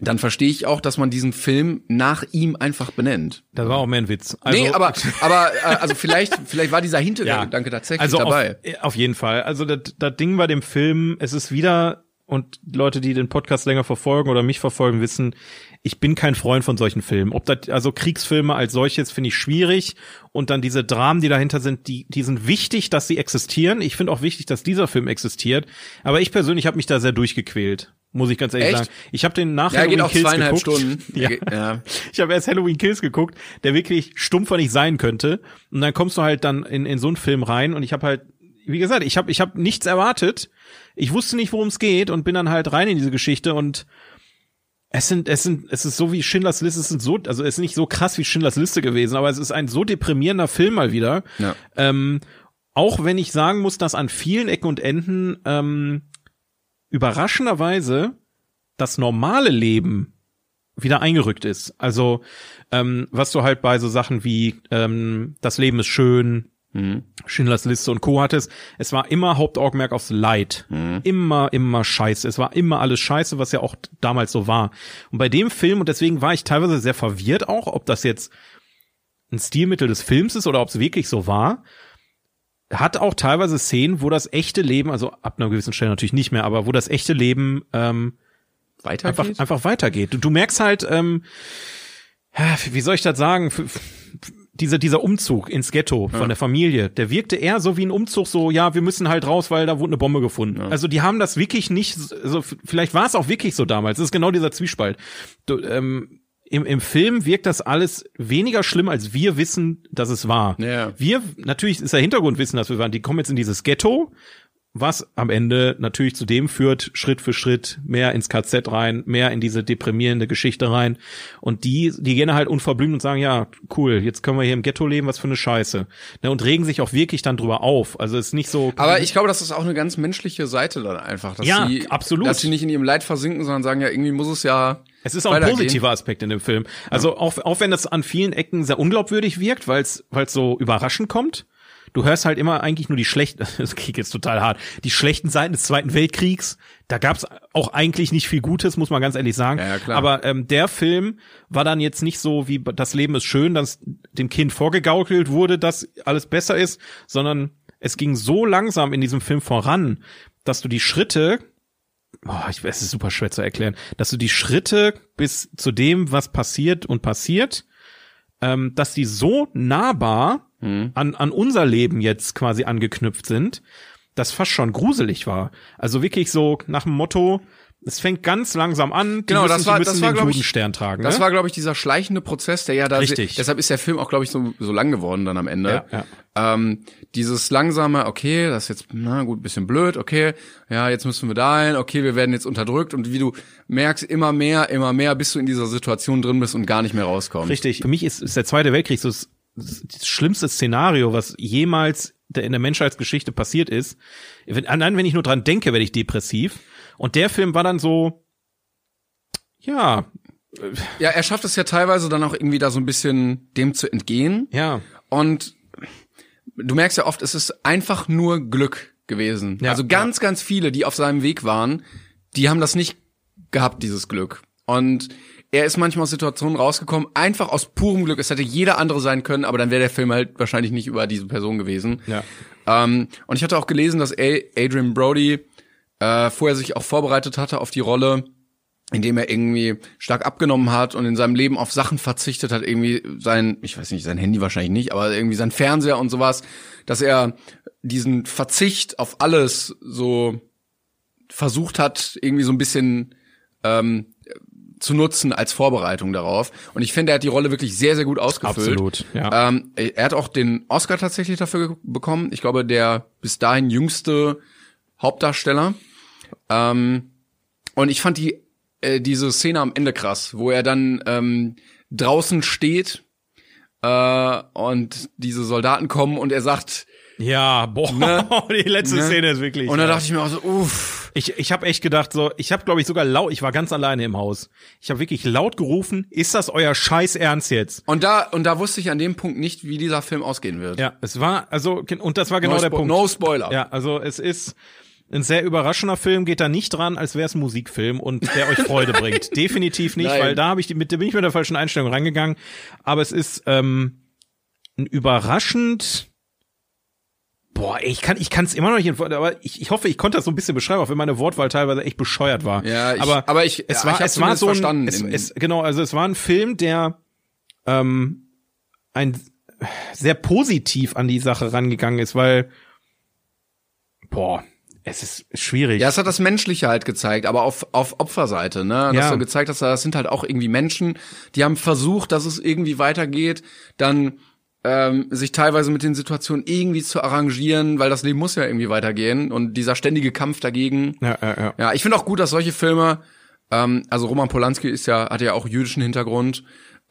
B: dann verstehe ich auch, dass man diesen Film nach ihm einfach benennt.
A: Das war auch mehr ein Witz. Also,
B: nee, aber aber äh, also vielleicht vielleicht war dieser Hintergedanke tatsächlich
A: also
B: dabei.
A: Auf, auf jeden Fall. Also das, das Ding bei dem Film, es ist wieder, und Leute, die den Podcast länger verfolgen oder mich verfolgen, wissen, ich bin kein Freund von solchen Filmen. Ob das, also Kriegsfilme als solches finde ich schwierig. Und dann diese Dramen, die dahinter sind, die, die sind wichtig, dass sie existieren. Ich finde auch wichtig, dass dieser Film existiert. Aber ich persönlich habe mich da sehr durchgequält. Muss ich ganz ehrlich
B: Echt?
A: sagen. Ich habe den nachher
B: Ja, geht auch
A: Kills
B: zweieinhalb
A: geguckt.
B: Stunden.
A: Ja.
B: Geht- ja.
A: Ich habe erst Halloween Kills geguckt, der wirklich stumpfer nicht sein könnte. Und dann kommst du halt dann in, in so einen Film rein und ich habe halt, wie gesagt, ich habe ich hab nichts erwartet. Ich wusste nicht, worum es geht und bin dann halt rein in diese Geschichte und es sind, es sind, es ist so wie Schindlers Liste, es sind so, also es ist nicht so krass wie Schindlers Liste gewesen, aber es ist ein so deprimierender Film mal wieder.
B: Ja.
A: Ähm, auch wenn ich sagen muss, dass an vielen Ecken und Enden ähm, überraschenderweise das normale Leben wieder eingerückt ist. Also ähm, was du halt bei so Sachen wie ähm, das Leben ist schön, Schindlers Liste und Co. hattest, es war immer Hauptaugenmerk aufs Leid. Immer, immer Scheiße. Es war immer alles Scheiße, was ja auch damals so war. Und bei dem Film, und deswegen war ich teilweise sehr verwirrt auch, ob das jetzt ein Stilmittel des Films ist oder ob es wirklich so war, hat auch teilweise Szenen, wo das echte Leben, also ab einer gewissen Stelle natürlich nicht mehr, aber wo das echte Leben ähm,
B: Weiter
A: einfach,
B: geht's?
A: einfach weitergeht. Du, du merkst halt, ähm, ja, wie soll ich das sagen? F- f- Dieser, dieser Umzug ins Ghetto von der Familie, der wirkte eher so wie ein Umzug, so, ja, wir müssen halt raus, weil da wurde eine Bombe gefunden. Also die haben das wirklich nicht, so- also f- vielleicht war es auch wirklich so damals. Das ist genau dieser Zwiespalt. Du, ähm, im, Im Film wirkt das alles weniger schlimm, als wir wissen, dass es war.
B: Ja.
A: Wir, natürlich ist der Hintergrundwissen, dass wir waren, die kommen jetzt in dieses Ghetto, was am Ende natürlich zu dem führt, Schritt für Schritt mehr ins KZ rein, mehr in diese deprimierende Geschichte rein. Und die, die gehen halt unverblümt und sagen, ja, cool, jetzt können wir hier im Ghetto leben, was für eine Scheiße. Ne, und regen sich auch wirklich dann drüber auf. Also ist nicht so.
B: Aber ich glaube, das ist auch eine ganz menschliche Seite dann einfach, dass
A: Ja,
B: sie,
A: absolut.
B: dass sie nicht in ihrem Leid versinken, sondern sagen, ja, irgendwie muss es ja.
A: Es ist auch ein
B: weitergehen.
A: positiver ne? Aspekt in dem Film. Also auch, auch wenn das an vielen Ecken sehr unglaubwürdig wirkt, weil es so überraschend kommt. Du hörst halt immer eigentlich nur die schlechten, das klingt jetzt total hart, die schlechten Seiten des Zweiten Weltkriegs. Da gab's auch eigentlich nicht viel Gutes, muss man ganz ehrlich sagen.
B: Ja, ja, klar.
A: Aber ähm, der Film war dann jetzt nicht so wie das Leben ist schön, dass dem Kind vorgegaukelt wurde, dass alles besser ist, sondern es ging so langsam in diesem Film voran, dass du die Schritte oh, ich, es ist super schwer zu erklären, dass du die Schritte bis zu dem, was passiert und passiert, ähm, dass die so nahbar
B: Mhm.
A: an, an unser Leben jetzt quasi angeknüpft sind, dass fast schon gruselig war. Also wirklich so nach dem Motto, es fängt ganz langsam an, die
B: Genau,
A: müssen,
B: das war-
A: die müssen
B: das war,
A: den
B: glaub ich,
A: Judenstern tragen.
B: Das
A: ne?
B: war, glaube ich, dieser schleichende Prozess, der ja da.
A: Richtig.
B: Deshalb ist der Film auch, glaube ich, so, so lang geworden dann am Ende.
A: Ja,
B: Ähm, dieses langsame, okay, das ist jetzt, na gut, bisschen blöd, okay, ja, jetzt müssen wir dahin, okay, wir werden jetzt unterdrückt und wie du merkst, immer mehr, immer mehr, bis du in dieser Situation drin bist und gar nicht mehr rauskommst.
A: Richtig. Für mich ist, ist der Zweite Weltkrieg so das, das schlimmste Szenario, was jemals der, in der Menschheitsgeschichte passiert ist. Wenn, allein wenn ich nur dran denke, werde ich depressiv. Und der Film war dann so, ja,
B: Ja, er schafft es ja teilweise dann auch irgendwie da so ein bisschen dem zu entgehen.
A: ja,
B: Und du merkst ja oft, es ist einfach nur Glück gewesen.
A: Ja,
B: also ganz, ganz viele, die auf seinem Weg waren, die haben das nicht gehabt, dieses Glück. Und er ist manchmal aus Situationen rausgekommen, einfach aus purem Glück. Es hätte jeder andere sein können, aber dann wäre der Film halt wahrscheinlich nicht über diese Person gewesen.
A: ja.
B: Ähm, und ich hatte auch gelesen, dass A- Adrian Brody äh, vorher sich auch vorbereitet hatte auf die Rolle, indem er irgendwie stark abgenommen hat und in seinem Leben auf Sachen verzichtet hat, irgendwie sein, ich weiß nicht, sein Handy wahrscheinlich nicht, aber irgendwie sein Fernseher und sowas, dass er diesen Verzicht auf alles so versucht hat, irgendwie so ein bisschen ähm, zu nutzen als Vorbereitung darauf. Und ich finde, er hat die Rolle wirklich sehr, sehr gut ausgefüllt.
A: Absolut, ja.
B: Ähm, er hat auch den Oscar tatsächlich dafür ge- bekommen. Ich glaube, der bis dahin jüngste Hauptdarsteller. Ähm, und ich fand die äh, diese Szene am Ende krass, wo er dann ähm, draußen steht äh, und diese Soldaten kommen und er sagt,
A: Ja, boah, die letzte
B: Ne?
A: Szene ist wirklich.
B: und da
A: ja.
B: dachte ich mir auch so, uff,
A: Ich, ich habe echt gedacht, so, ich habe, glaube ich, sogar laut, ich war ganz alleine im Haus. Ich habe wirklich laut gerufen, ist das euer Scheiß Ernst jetzt?
B: Und da, und da wusste ich an dem Punkt nicht, wie dieser Film ausgehen wird.
A: Ja, es war, also, und das war genau
B: no,
A: der
B: Spo-
A: Punkt.
B: no Spoiler.
A: Ja, also es ist ein sehr überraschender Film, geht da nicht dran, als wäre es ein Musikfilm und der euch Freude bringt. Definitiv nicht,
B: Nein.
A: weil da habe ich die, mit, bin ich mit der falschen Einstellung rangegangen. Aber es ist ähm, ein überraschend. Boah, ey, ich kann ich kann es immer noch nicht, in Worte- aber ich, ich hoffe, ich konnte das so ein bisschen beschreiben, auch wenn meine Wortwahl teilweise echt bescheuert war.
B: Ja, ich-
A: aber
B: aber ich-
A: es
B: ja,
A: war
B: ich hab's
A: es war
B: zumindest
A: so ein,
B: verstanden
A: es,
B: in-
A: es, genau, also es war ein Film, der ähm, ein sehr positiv an die Sache rangegangen ist, weil boah, es ist schwierig.
B: Ja, es hat das Menschliche halt gezeigt, aber auf, auf Opferseite, ne? Das
A: Ja.
B: ja. so gezeigt, dass das sind halt auch irgendwie Menschen, die haben versucht, dass es irgendwie weitergeht, dann ähm, sich teilweise mit den Situationen irgendwie zu arrangieren, weil das Leben muss ja irgendwie weitergehen und dieser ständige Kampf dagegen.
A: Ja, ja, ja.
B: Ja, ich finde auch gut, dass solche Filme, ähm, also Roman Polanski ist ja, hat ja auch jüdischen Hintergrund,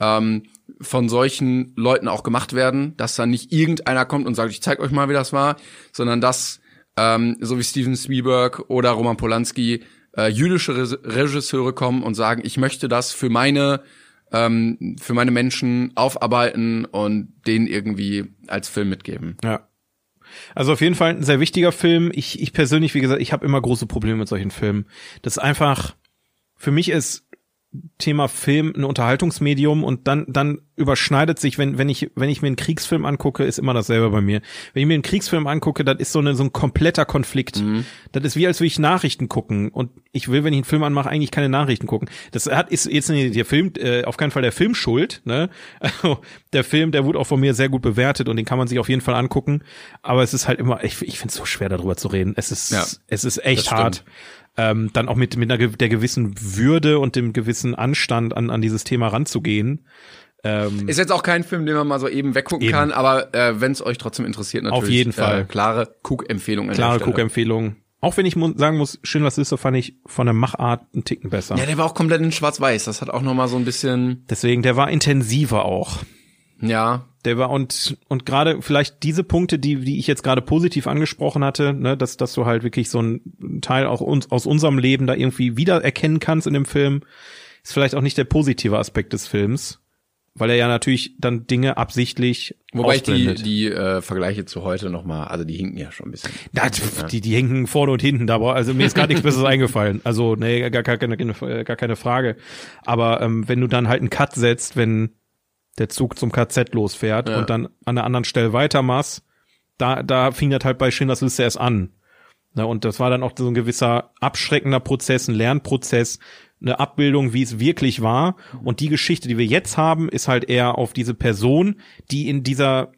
B: ähm, von solchen Leuten auch gemacht werden, dass dann nicht irgendeiner kommt und sagt, ich zeig euch mal, wie das war, sondern dass, ähm, so wie Steven Spielberg oder Roman Polanski, äh, jüdische Re Regisseure kommen und sagen, ich möchte das für meine ähm, für meine Menschen aufarbeiten und den irgendwie als Film mitgeben.
A: Ja. Also auf jeden Fall ein sehr wichtiger Film. Ich, ich persönlich, wie gesagt, ich habe immer große Probleme mit solchen Filmen. Das ist einfach, für mich ist Thema Film ein Unterhaltungsmedium und dann, dann überschneidet sich, wenn, wenn ich, wenn ich mir einen Kriegsfilm angucke, ist immer dasselbe bei mir. Wenn ich mir einen Kriegsfilm angucke, das ist so, eine, so ein kompletter Konflikt. Das ist wie, als würde ich Nachrichten gucken und ich will, wenn ich einen Film anmache, eigentlich keine Nachrichten gucken. Das hat, ist jetzt nicht der Film, äh, auf keinen Fall der Film schuld, ne? Also, der Film, der wurde auch von mir sehr gut bewertet und den kann man sich auf jeden Fall angucken. Aber es ist halt immer, ich, ich finde es so schwer, darüber zu reden. Es ist,
B: Ja,
A: es ist echt
B: das stimmt.
A: hart ähm, dann auch mit, mit einer, ge- der gewissen Würde und dem gewissen Anstand an, an dieses Thema ranzugehen. Ähm,
B: Ist jetzt auch kein Film, den man mal so eben weggucken
A: Eben.
B: kann, aber äh, wenn es euch trotzdem interessiert, natürlich.
A: Auf jeden Fall.
B: Äh, klare Cook-Empfehlung. an
A: klare
B: der Stelle.
A: Guckempfehlung. Auch wenn ich mu- sagen muss, Schindlers Liste fand ich von der Machart einen Ticken besser.
B: Ja, der war auch komplett in schwarz-weiß. Das hat auch nochmal so ein bisschen,
A: Deswegen, der war intensiver auch.
B: ja,
A: Der war und und gerade vielleicht diese Punkte, die die ich jetzt gerade positiv angesprochen hatte, ne, dass dass du halt wirklich so einen Teil auch uns, aus unserem Leben da irgendwie wiedererkennen kannst in dem Film, ist vielleicht auch nicht der positive Aspekt des Films, weil er ja natürlich dann Dinge absichtlich
B: Wobei ich die,
A: ausblendet.
B: die äh, Vergleiche zu heute nochmal, also die hinken ja schon ein bisschen.
A: Ja, pf, die, die hängen vorne und hinten, da brauch- also mir ist gar nichts Besseres eingefallen. Also, nee, gar, gar, keine, äh, gar keine Frage. Aber ähm, wenn du dann halt einen Cut setzt, wenn der Zug zum KZ losfährt und dann an einer anderen Stelle weitermachst, da, da fing das halt bei Schindlers Liste erst an. Na, und das war dann auch so ein gewisser abschreckender Prozess, ein Lernprozess, eine Abbildung, wie es wirklich war. Und die Geschichte, die wir jetzt haben, ist halt eher auf diese Person, die in dieser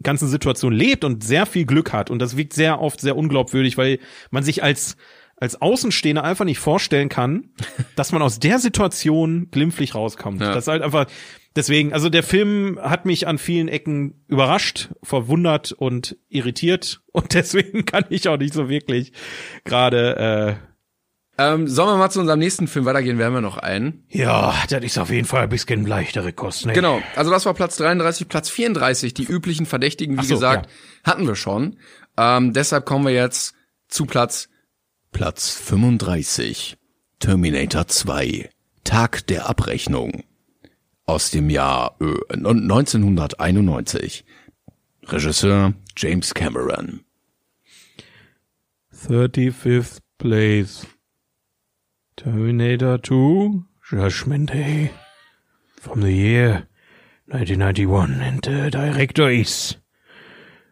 A: ganzen Situation lebt und sehr viel Glück hat. Und das wirkt sehr oft sehr unglaubwürdig, weil man sich als, als Außenstehender einfach nicht vorstellen kann, dass man aus der Situation glimpflich rauskommt. Das ist halt einfach, deswegen, also der Film hat mich an vielen Ecken überrascht, verwundert und irritiert. Und deswegen kann ich auch nicht so wirklich gerade, äh,
B: Ähm, sollen wir mal zu unserem nächsten Film weitergehen? Wir haben ja noch einen.
A: äh, ja, das ist auf jeden Fall ein bisschen leichtere Kost. Ne?
B: Genau, also das war Platz 33, Platz 34, die üblichen Verdächtigen, wie
A: so,
B: gesagt, hatten wir schon. Ähm, deshalb kommen wir jetzt zu Platz
C: Platz 35. Terminator 2. Tag der Abrechnung. Aus dem Jahr äh, 1991. Regisseur James Cameron.
A: 35th place. Terminator 2, Judgment Day. From the year 1991. And the director is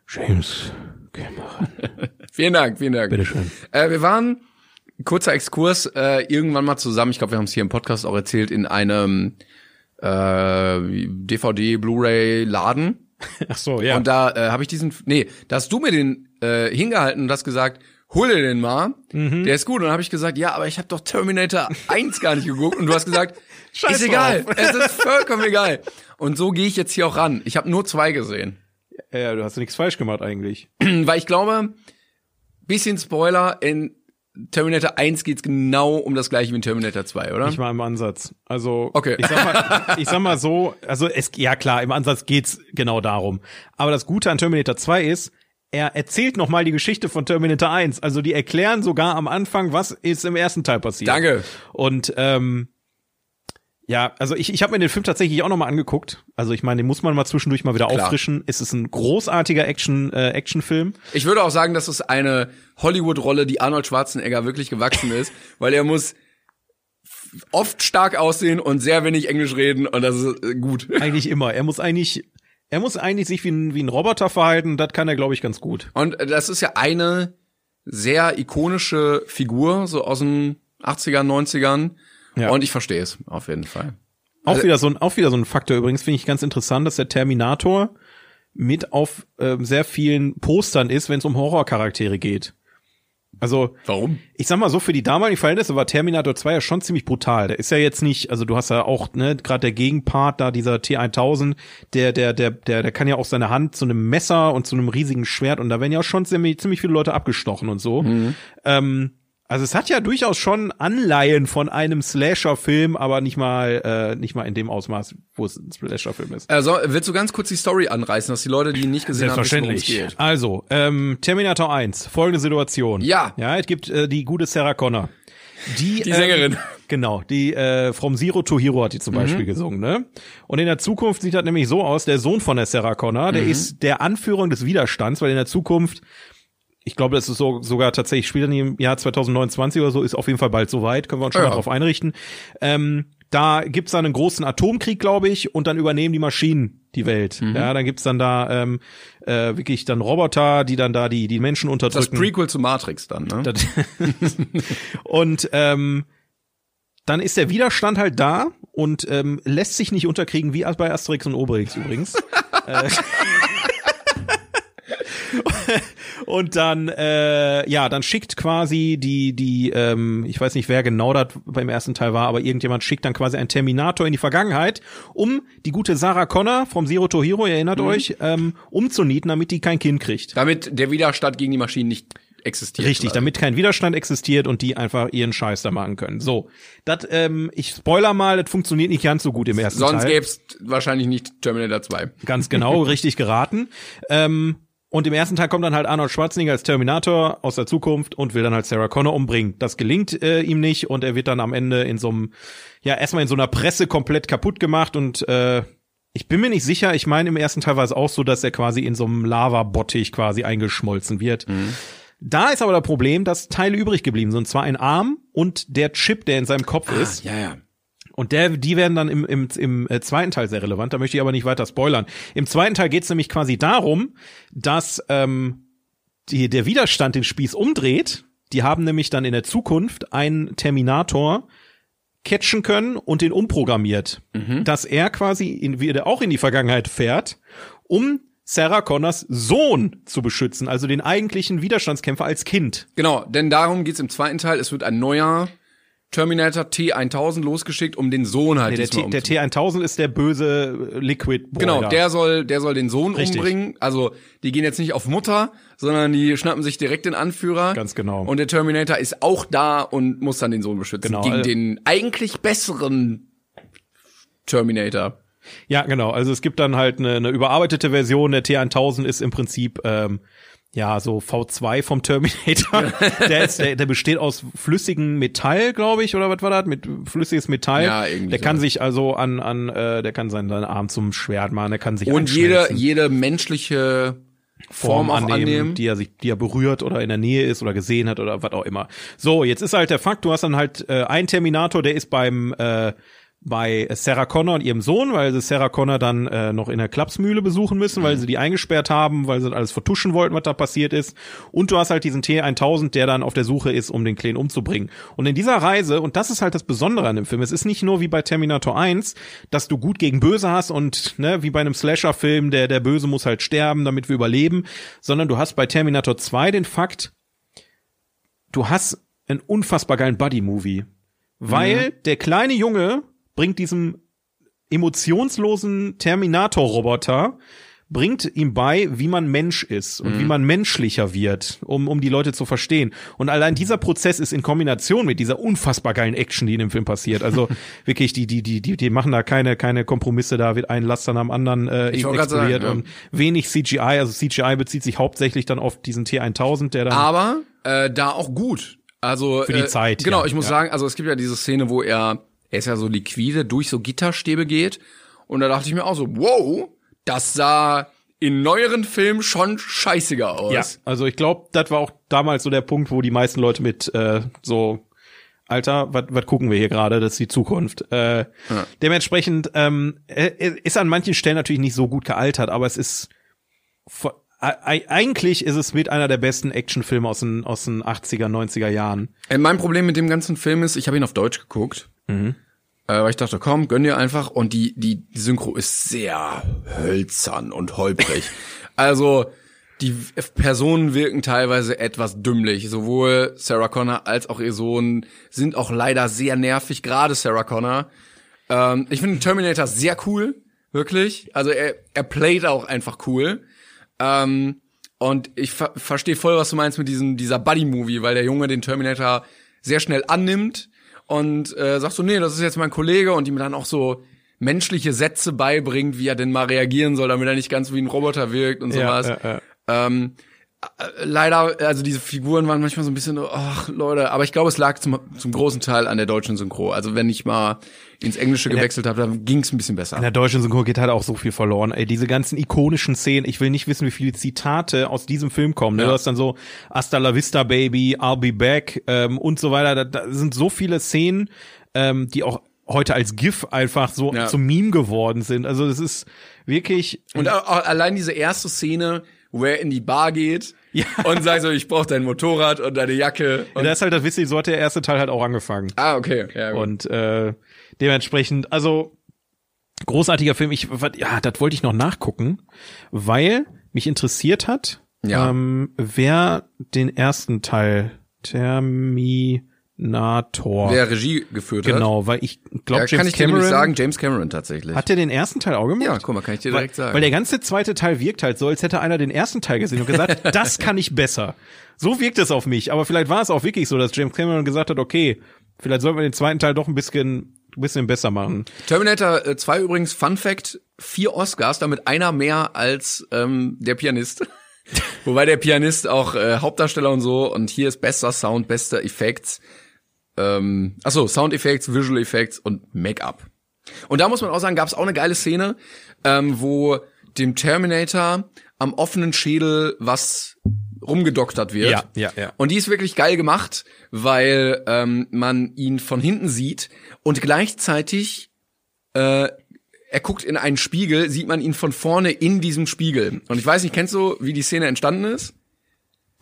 A: James Cameron.
B: Vielen Dank, vielen Dank.
A: Bitteschön.
B: Äh, wir waren, kurzer Exkurs, äh, irgendwann mal zusammen, ich glaube, wir haben es hier im Podcast auch erzählt, in einem äh, DVD, Blu-ray-Laden.
A: Ach so, ja.
B: Und da äh, habe ich diesen, nee, da hast du mir den äh, hingehalten und hast gesagt, hol dir den mal,
A: Mhm.
B: der ist gut. Und dann habe ich gesagt, ja, aber ich habe doch Terminator 1 gar nicht geguckt. Und du hast gesagt,
A: Scheiß
B: ist egal,
A: drauf.
B: es ist vollkommen egal. Und so gehe ich jetzt hier auch ran. Ich habe nur zwei gesehen.
A: ja, du hast nichts falsch gemacht eigentlich.
B: Weil ich glaube, bisschen Spoiler, in Terminator 1 geht's genau um das gleiche wie in Terminator 2, oder?
A: Nicht mal im Ansatz. Also,
B: Okay.
A: ich, sag mal, ich sag mal so, also es, ja klar, im Ansatz geht's genau darum. Aber das Gute an Terminator 2 ist, er erzählt nochmal die Geschichte von Terminator 1. Also die erklären sogar am Anfang, was ist im ersten Teil passiert.
B: Danke.
A: Und ähm, ja, also ich, ich habe mir den Film tatsächlich auch nochmal angeguckt. Also ich meine, den muss man mal zwischendurch mal wieder
B: Klar.
A: auffrischen. Es ist ein großartiger Action, äh, Actionfilm.
B: Ich würde auch sagen, das ist eine Hollywood-Rolle, die Arnold Schwarzenegger wirklich gewachsen ist, weil er muss oft stark aussehen und sehr wenig Englisch reden und das ist äh, gut.
A: Eigentlich immer. Er muss eigentlich, er muss eigentlich sich wie ein, wie ein Roboter verhalten. Das kann er, glaube ich, ganz gut.
B: Und äh, das ist ja eine sehr ikonische Figur, so aus den 80ern, 90ern.
A: Ja.
B: Und ich verstehe es, auf jeden Fall.
A: Auch wieder so ein, auch wieder so ein Faktor übrigens finde ich ganz interessant, dass der Terminator mit auf ähm, sehr vielen Postern ist, wenn es um Horrorcharaktere geht. Also
B: Warum?
A: ich sag mal so, für die damaligen Verhältnisse war Terminator 2 ja schon ziemlich brutal. Der ist ja jetzt nicht, also du hast ja auch, ne, gerade der Gegenpart da, dieser T1000, der, der, der, der, der kann ja auch seine Hand zu einem Messer und zu einem riesigen Schwert und da werden ja auch schon ziemlich, ziemlich viele Leute abgestochen und so. Ähm, also es hat ja durchaus schon Anleihen von einem Slasher-Film, aber nicht mal, äh, nicht mal in dem Ausmaß, wo es ein Slasher-Film ist.
B: Also, willst du ganz kurz die Story anreißen, dass die Leute, die ihn nicht gesehen haben, wissen, worum es geht?
A: Also, ähm, Terminator 1, folgende Situation.
B: Ja.
A: Ja, es gibt äh, die gute Sarah Connor. Die, die
B: Sängerin. Mhm.
A: Genau, die äh, From Zero to Hero hat die zum Beispiel gesungen, ne? Und in der Zukunft sieht das nämlich so aus, der Sohn von der Sarah Connor,
B: Mhm.
A: der ist der Anführer des Widerstands, weil in der Zukunft ich glaube, das ist so, sogar tatsächlich später im Jahr 2029 oder so, ist auf jeden Fall bald soweit, können wir uns schon
B: Ja.
A: mal drauf einrichten. Ähm, da gibt's dann einen großen Atomkrieg, glaube ich, und dann übernehmen die Maschinen die Welt. Ja, dann gibt's dann da ähm, äh, wirklich dann Roboter, die dann da die, die Menschen
B: Das
A: unterdrücken.
B: Prequel zu Matrix dann, ne?
A: Das- und ähm, dann ist der Widerstand halt da und ähm, lässt sich nicht unterkriegen, wie bei Asterix und Obelix übrigens. Äh, Und dann, äh, ja, dann schickt quasi die, die, ähm, ich weiß nicht, wer genau das beim ersten Teil war, aber irgendjemand schickt dann quasi einen Terminator in die Vergangenheit, um die gute Sarah Connor vom Zero to Hero, ihr erinnert euch, ähm, umzunieten, damit die kein Kind kriegt.
B: Damit der Widerstand gegen die Maschinen nicht existiert. ne?
A: Richtig,
B: quasi.
A: damit kein Widerstand existiert und die einfach ihren Scheiß da machen können. So, das, ähm, ich spoiler mal, das funktioniert nicht ganz so gut im ersten
B: Sonst
A: Teil.
B: gäb's wahrscheinlich nicht Terminator 2.
A: Ganz genau, richtig geraten. Ähm, und im ersten Teil kommt dann halt Arnold Schwarzenegger als Terminator aus der Zukunft und will dann halt Sarah Connor umbringen. Das gelingt äh, ihm nicht und er wird dann am Ende in so einem, ja, erstmal in so einer Presse komplett kaputt gemacht und äh, ich bin mir nicht sicher, ich meine, im ersten Teil war es auch so, dass er quasi in so einem Lavabottich quasi eingeschmolzen wird. Da ist aber das Problem, dass Teile übrig geblieben sind, und zwar ein Arm und der Chip, der in seinem Kopf ist.
B: Ja, ja.
A: Und der, die werden dann im, im, im äh, zweiten Teil sehr relevant, da möchte ich aber nicht weiter spoilern. Im zweiten Teil geht es nämlich quasi darum, dass ähm, die, der Widerstand den Spieß umdreht. Die haben nämlich dann in der Zukunft einen Terminator catchen können und den umprogrammiert, dass er quasi in, wieder auch in die Vergangenheit fährt, um Sarah Connors Sohn zu beschützen, also den eigentlichen Widerstandskämpfer als Kind.
B: Genau, denn darum geht's im zweiten Teil. Es wird ein neuer Terminator T1000 losgeschickt, um den Sohn halt
A: Der,
B: diesmal
A: T, der
B: umzubringen.
A: T1000 ist der böse äh, Liquid Boy.
B: Genau,
A: da.
B: der soll, der soll den Sohn
A: Richtig.
B: umbringen. Also die gehen jetzt nicht auf Mutter, sondern die schnappen sich direkt den Anführer.
A: Ganz genau.
B: Und der Terminator ist auch da und muss dann den Sohn beschützen
A: Genau,
B: gegen
A: äh,
B: den eigentlich besseren Terminator.
A: Ja, genau. Also es gibt dann halt eine, eine überarbeitete Version. Der T1000 ist im Prinzip ähm, ja so V2 vom Terminator. der, ist, der, der besteht aus flüssigem Metall, glaube ich, oder was war das? Mit flüssiges Metall.
B: Ja, irgendwie
A: Der kann
B: so.
A: sich also an an äh, der kann seinen, seinen Arm zum Schwert machen. Der kann sich
B: Und jede,
A: einschmelzen,
B: jede menschliche Form, auch annehmen.
A: die er sich, die er berührt oder in der Nähe ist oder gesehen hat oder was auch immer. So, jetzt ist halt der Fakt, du hast dann halt äh, einen Terminator, der ist beim äh, bei Sarah Connor und ihrem Sohn, weil sie Sarah Connor dann äh, noch in der Klapsmühle besuchen müssen, weil sie die eingesperrt haben, weil sie das alles vertuschen wollten, was da passiert ist. Und du hast halt diesen T1000, der dann auf der Suche ist, um den Kleen umzubringen. Und in dieser Reise, und das ist halt das Besondere an dem Film, es ist nicht nur wie bei Terminator 1, dass du gut gegen Böse hast und ne, wie bei einem Slasher-Film, der, der Böse muss halt sterben, damit wir überleben, sondern du hast bei Terminator 2 den Fakt, du hast einen unfassbar geilen Buddy-Movie. Weil der kleine Junge bringt diesem emotionslosen Terminator-Roboter, bringt ihm bei, wie man Mensch ist und wie
B: Mhm.
A: man menschlicher wird, um, um die Leute zu verstehen. Und allein dieser Prozess ist in Kombination mit dieser unfassbar geilen Action, die in dem Film passiert. Also wirklich, die, die, die, die, die machen da keine, keine Kompromisse, da wird ein Laster am anderen äh,
B: Ich
A: eben
B: wollte grad sagen,
A: explodiert
B: ja.
A: und wenig CGI. Also CGI bezieht sich hauptsächlich dann auf diesen T1000, der dann
B: aber äh, da auch gut. Also für
A: die
B: äh,
A: Zeit,
B: Genau,
A: ja,
B: ich muss
A: ja.
B: sagen, also es gibt ja diese Szene, wo er, er ist ja so liquide durch so Gitterstäbe geht und da dachte ich mir auch so, wow, das sah in neueren Filmen schon scheißiger aus.
A: Ja, also ich glaube, das war auch damals so der Punkt, wo die meisten Leute mit äh, so Alter, was gucken wir hier gerade? Das ist die Zukunft. Äh, Dementsprechend ähm, äh, ist an manchen Stellen natürlich nicht so gut gealtert, aber es ist vo- ei- eigentlich ist es mit einer der besten Actionfilme aus den, aus den 80er, 90er Jahren.
B: Äh, mein Problem mit dem ganzen Film ist, ich habe ihn auf Deutsch geguckt. Äh, weil ich dachte, komm, gönn dir einfach. Und die, die Synchro ist sehr hölzern und holprig. also, die F- Personen wirken teilweise etwas dümmlich. Sowohl Sarah Connor als auch ihr Sohn sind auch leider sehr nervig, gerade Sarah Connor. Ähm, ich finde Terminator sehr cool, wirklich. Also er, er playt auch einfach cool. Ähm, und ich ver verstehe voll, was du meinst mit diesem dieser Buddy-Movie, weil der Junge den Terminator sehr schnell annimmt und äh, sagt so, nee, das ist jetzt mein Kollege und ihm dann auch so menschliche Sätze beibringt, wie er denn mal reagieren soll, damit er nicht ganz wie ein Roboter wirkt und
A: Ja,
B: sowas.
A: ja, ja.
B: Ähm, äh, leider, also diese Figuren waren manchmal so ein bisschen, ach Leute, aber ich glaube, es lag zum, zum großen Teil an der deutschen Synchro. Also wenn ich mal ins Englische gewechselt habe, dann ging es ein bisschen besser.
A: In der deutschen Synchro geht halt auch so viel verloren. Ey, diese ganzen ikonischen Szenen, ich will nicht wissen, wie viele Zitate aus diesem Film kommen. Ne?
B: Ja.
A: Du hast dann so Hasta la vista, baby, I'll be back ähm, und so weiter. Da, da sind so viele Szenen, ähm, die auch heute als GIF einfach so
B: Ja.
A: zum Meme geworden sind. Also das ist wirklich
B: Und a- a- allein diese erste Szene, wo er in die Bar geht
A: Ja.
B: und sagt so, ich brauche dein Motorrad und deine Jacke. Und,
A: das ist halt das Witzige, so hat der erste Teil halt auch angefangen.
B: ah, okay. Ja, gut.
A: Und äh, dementsprechend, also großartiger Film. Ich, wat- ja, das wollte ich noch nachgucken, weil mich interessiert hat,
B: Ja.
A: Ähm, wer den ersten Teil Terminator.
B: Wer Regie geführt hat.
A: genau, weil ich
B: Da
A: glaube, James
B: kann ich dir
A: Cameron
B: nämlich sagen, James Cameron tatsächlich.
A: hat der den ersten Teil auch gemacht.
B: Ja, guck mal, kann ich dir direkt
A: weil,
B: sagen.
A: Weil der ganze zweite Teil wirkt halt so, als hätte einer den ersten Teil gesehen und gesagt, das kann ich besser. So wirkt es auf mich. Aber vielleicht war es auch wirklich so, dass James Cameron gesagt hat, okay, vielleicht sollten wir den zweiten Teil doch ein bisschen, bisschen besser machen.
B: Terminator äh, 2 übrigens, Fun Fact, vier Oscars, damit einer mehr als ähm, der Pianist. Wobei der Pianist auch äh, Hauptdarsteller und so und hier ist bester Sound, bester Effekts. Ähm, achso, Sound Effects, Visual Effects und Make-up. Und da muss man auch sagen, gab es auch eine geile Szene, ähm, wo dem Terminator am offenen Schädel was rumgedoktert wird.
A: Ja, ja, ja.
B: Und die ist wirklich geil gemacht, weil ähm, man ihn von hinten sieht und gleichzeitig äh, er guckt in einen Spiegel, sieht man ihn von vorne in diesem Spiegel. Und ich weiß nicht, kennst du, wie die Szene entstanden ist?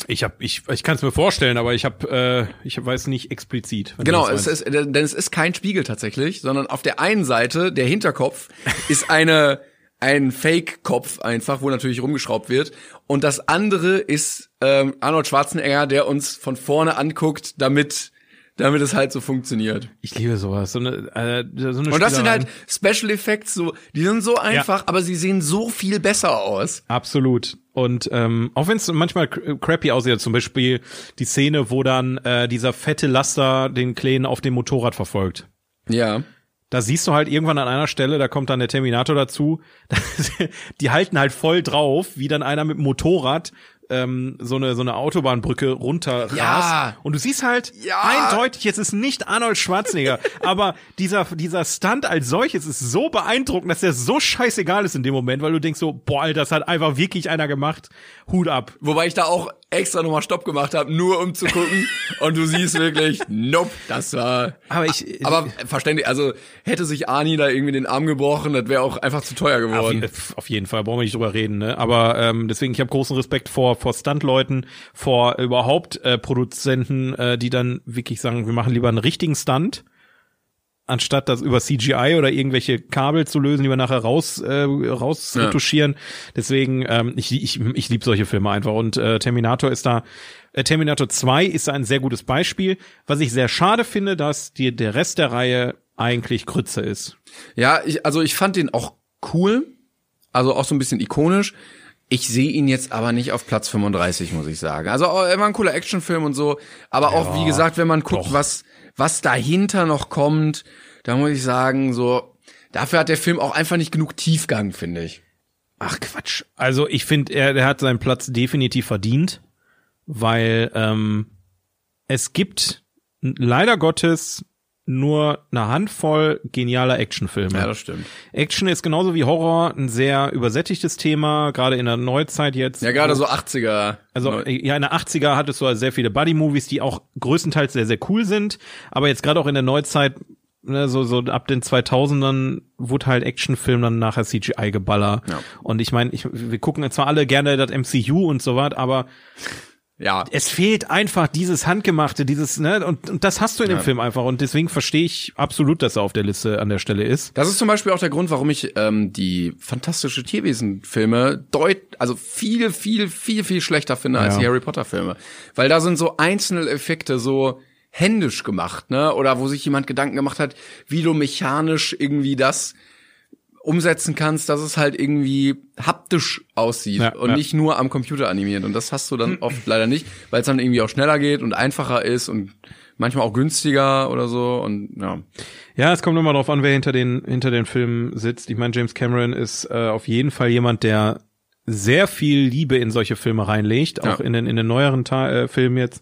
A: Ich hab, ich, ich kann es mir vorstellen, aber ich hab, äh, ich weiß nicht explizit. wenn du
B: Genau,
A: das meinst.
B: es ist, denn es ist kein Spiegel tatsächlich, sondern auf der einen Seite, der Hinterkopf, ist eine, ein Fake-Kopf einfach, wo natürlich rumgeschraubt wird. Und das andere ist ähm, Arnold Schwarzenegger, der uns von vorne anguckt, damit, damit es halt so funktioniert.
A: ich liebe sowas. So eine, äh, so eine
B: Und das sind
A: Spielereien.
B: halt Special Effects, so, die sind so einfach, aber sie sehen so viel besser aus.
A: Absolut. Und ähm, auch wenn es manchmal cr- crappy aussieht, zum Beispiel die Szene, wo dann äh, dieser fette Laster den Kleen auf dem Motorrad verfolgt.
B: Ja.
A: Da siehst du halt irgendwann an einer Stelle, da kommt dann der Terminator dazu, die halten halt voll drauf, wie dann einer mit dem Motorrad ähm, so eine so eine Autobahnbrücke runterrast
B: Ja.
A: und du siehst halt
B: Ja.
A: eindeutig, jetzt ist nicht Arnold Schwarzenegger, aber dieser dieser Stunt als solches ist so beeindruckend, dass der so scheißegal ist in dem Moment, weil du denkst so, boah, Alter, das hat einfach wirklich einer gemacht. Hut ab.
B: Wobei ich da auch extra nochmal Stopp gemacht habe, nur um zu gucken. Und du siehst wirklich, nope, das war. Ah,
A: Aber ich-
B: Aber verständlich, also hätte sich Ani da irgendwie den Arm gebrochen, das wäre auch einfach zu teuer
A: Auf,
B: geworden.
A: je- auf jeden Fall, brauchen wir nicht drüber reden. Ne? Aber ähm, deswegen, ich habe großen Respekt vor, vor Stuntleuten, vor überhaupt äh, Produzenten, äh, die dann wirklich sagen, wir machen lieber einen richtigen Stunt, anstatt das über CGI oder irgendwelche Kabel zu lösen, die wir nachher raus, äh, rausretuschieren. Deswegen, ähm, ich, ich, ich liebe solche Filme einfach. Und äh, Terminator ist da, äh, Terminator 2 ist ein sehr gutes Beispiel. Was ich sehr schade finde, dass die, der Rest der Reihe eigentlich Krütze ist.
B: Ja, ich, also ich fand den auch cool. Also auch so ein bisschen ikonisch. Ich sehe ihn jetzt aber nicht auf Platz 35, muss ich sagen. Also oh, er war ein cooler Actionfilm und so. Aber auch, wie gesagt, wenn man guckt, was, was dahinter noch kommt, da muss ich sagen, so, dafür hat der Film auch einfach nicht genug Tiefgang, finde ich.
A: Ach Quatsch. Also ich finde, er, er hat seinen Platz definitiv verdient, weil ähm, es gibt n- leider Gottes nur eine Handvoll genialer Actionfilme.
B: stimmt.
A: Action ist genauso wie Horror ein sehr übersättigtes Thema, gerade in der Neuzeit jetzt.
B: Ja, gerade so 80er.
A: Also ja, in der 80er hattest du also sehr viele Buddy-Movies, die auch größtenteils sehr, sehr cool sind. Aber jetzt gerade auch in der Neuzeit, ne, so, so ab den 2000ern wurde halt Actionfilm dann nachher CGI-Geballer.
B: Ja.
A: Und ich meine, ich, wir gucken zwar alle gerne das MCU und so was, aber
B: ja.
A: es fehlt einfach dieses Handgemachte, dieses, ne, und, und das hast du in dem Film einfach. Und deswegen verstehe ich absolut, dass er auf der Liste an der Stelle ist.
B: Das ist zum Beispiel auch der Grund, warum ich ähm, die fantastische Tierwesen-Filme deut, also viel, viel, viel, viel schlechter finde als
A: Ja.
B: die Harry Potter-Filme. Weil da sind so einzelne Effekte so händisch gemacht, ne? Oder wo sich jemand Gedanken gemacht hat, wie du mechanisch irgendwie das umsetzen kannst, dass es halt irgendwie haptisch aussieht
A: Ja,
B: und
A: ja.
B: nicht nur am Computer animiert. Und das hast du dann oft leider nicht, weil es dann irgendwie auch schneller geht und einfacher ist und manchmal auch günstiger oder so. Und ja.
A: Ja, es kommt immer darauf an, wer hinter den, hinter den Filmen sitzt. Ich meine, James Cameron ist äh, auf jeden Fall jemand, der sehr viel Liebe in solche Filme reinlegt, auch
B: Ja.
A: in den, in den neueren Ta äh, Filmen jetzt.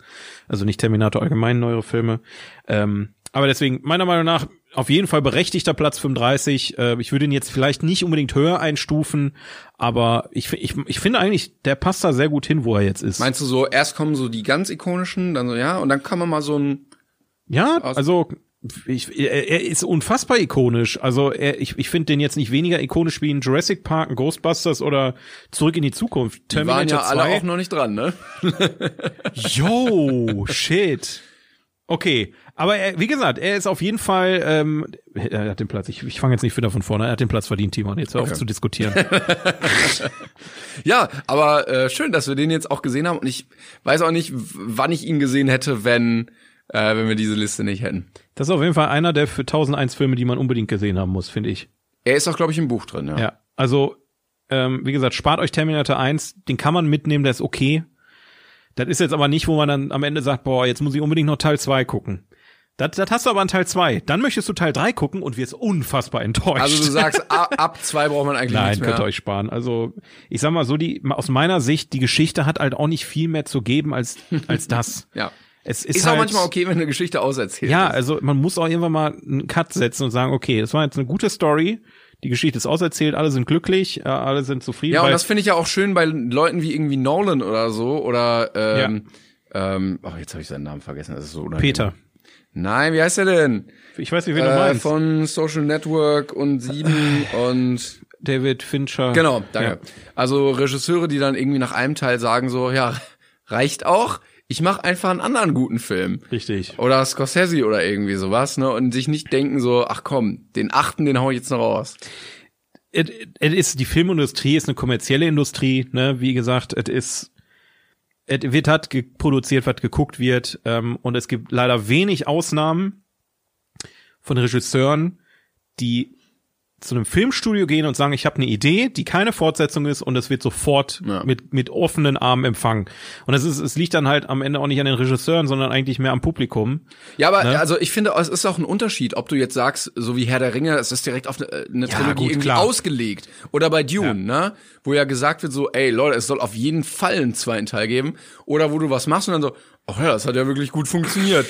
A: Also nicht Terminator allgemein, neuere Filme. Ähm, aber deswegen, meiner Meinung nach, auf jeden Fall berechtigter Platz 35. Äh, ich würde ihn jetzt vielleicht nicht unbedingt höher einstufen, aber ich, fi- ich, ich finde eigentlich, der passt da sehr gut hin, wo er jetzt ist.
B: Meinst du so, erst kommen so die ganz ikonischen, dann so, ja, und dann kann man mal so ein,
A: Ja,
B: Aus-
A: also ich, er, er ist unfassbar ikonisch. Also er, ich, ich finde den jetzt nicht weniger ikonisch wie in Jurassic Park, in Ghostbusters oder Zurück in die Zukunft.
B: die waren ja alle auch noch nicht dran, ne?
A: Yo, shit. Okay, aber er, wie gesagt, er ist auf jeden Fall, ähm, er hat den Platz. Ich, ich fange jetzt nicht wieder von vorne. Er hat den Platz verdient, Timon. Jetzt hör auf zu diskutieren.
B: Ja, aber äh, schön, dass wir den jetzt auch gesehen haben. Und ich weiß auch nicht, w- wann ich ihn gesehen hätte, wenn, äh, wenn wir diese Liste nicht hätten.
A: Das ist auf jeden Fall einer der für 1001 Filme, die man unbedingt gesehen haben muss, finde ich.
B: Er ist auch, glaube ich, im Buch drin, ja.
A: Ja, also ähm, wie gesagt, spart euch Terminator 1, den kann man mitnehmen, der ist okay. Das ist jetzt aber nicht, wo man dann am Ende sagt, boah, jetzt muss ich unbedingt noch Teil 2 gucken. Das, das hast du aber an Teil 2. Dann möchtest du Teil 3 gucken und wirst unfassbar enttäuscht.
B: Also du sagst, ab, ab zwei braucht man eigentlich
A: Nein,
B: nichts mehr.
A: könnt ihr euch sparen. Also, ich sag mal so, die, aus meiner Sicht, die Geschichte hat halt auch nicht viel mehr zu geben als, als das.
B: Ja.
A: Es ist,
B: Ist
A: halt,
B: auch manchmal okay, wenn eine Geschichte auserzählt.
A: Ja,
B: ist.
A: also man muss auch irgendwann mal einen Cut setzen und sagen, okay, das war jetzt eine gute Story, die Geschichte ist auserzählt, alle sind glücklich, äh, alle sind zufrieden.
B: Ja, und
A: weil-
B: das finde ich ja auch schön bei Leuten wie irgendwie Nolan oder so oder ähm, ähm, oh, jetzt habe ich seinen Namen vergessen, das ist so unangenehm.
A: Peter.
B: Nein, wie heißt er denn?
A: Ich weiß nicht, wen du
B: Äh,
A: meinst.
B: von Social Network und Sieben und
A: David Fincher.
B: Genau, danke. Also Regisseure, die dann irgendwie nach einem Teil sagen so, ja, reicht auch. Ich mache einfach einen anderen guten Film.
A: Richtig.
B: Oder Scorsese oder irgendwie sowas, ne? Und sich nicht denken so, ach komm, den achten, den hau ich jetzt noch raus.
A: Es es ist, die Filmindustrie ist eine kommerzielle Industrie, ne? Wie gesagt, es ist, es wird hat ge- produziert, was geguckt wird, ähm, und es gibt leider wenig Ausnahmen von Regisseuren, die zu einem Filmstudio gehen und sagen, ich habe eine Idee, die keine Fortsetzung ist und es wird sofort
B: Ja.
A: mit, mit offenen Armen empfangen. Und das ist, es liegt dann halt am Ende auch nicht an den Regisseuren, sondern eigentlich mehr am Publikum.
B: Ja, aber
A: Ne?
B: also ich finde, es ist auch ein Unterschied, ob du jetzt sagst, so wie Herr der Ringe, es ist direkt auf eine, äh, eine Trilogie
A: gut,
B: irgendwie
A: klar.
B: ausgelegt. Oder bei Dune, ne? Wo ja gesagt wird so, ey Leute, es soll auf jeden Fall einen zweiten Teil geben. Oder wo du was machst und dann so, ach ja, das hat ja wirklich gut funktioniert.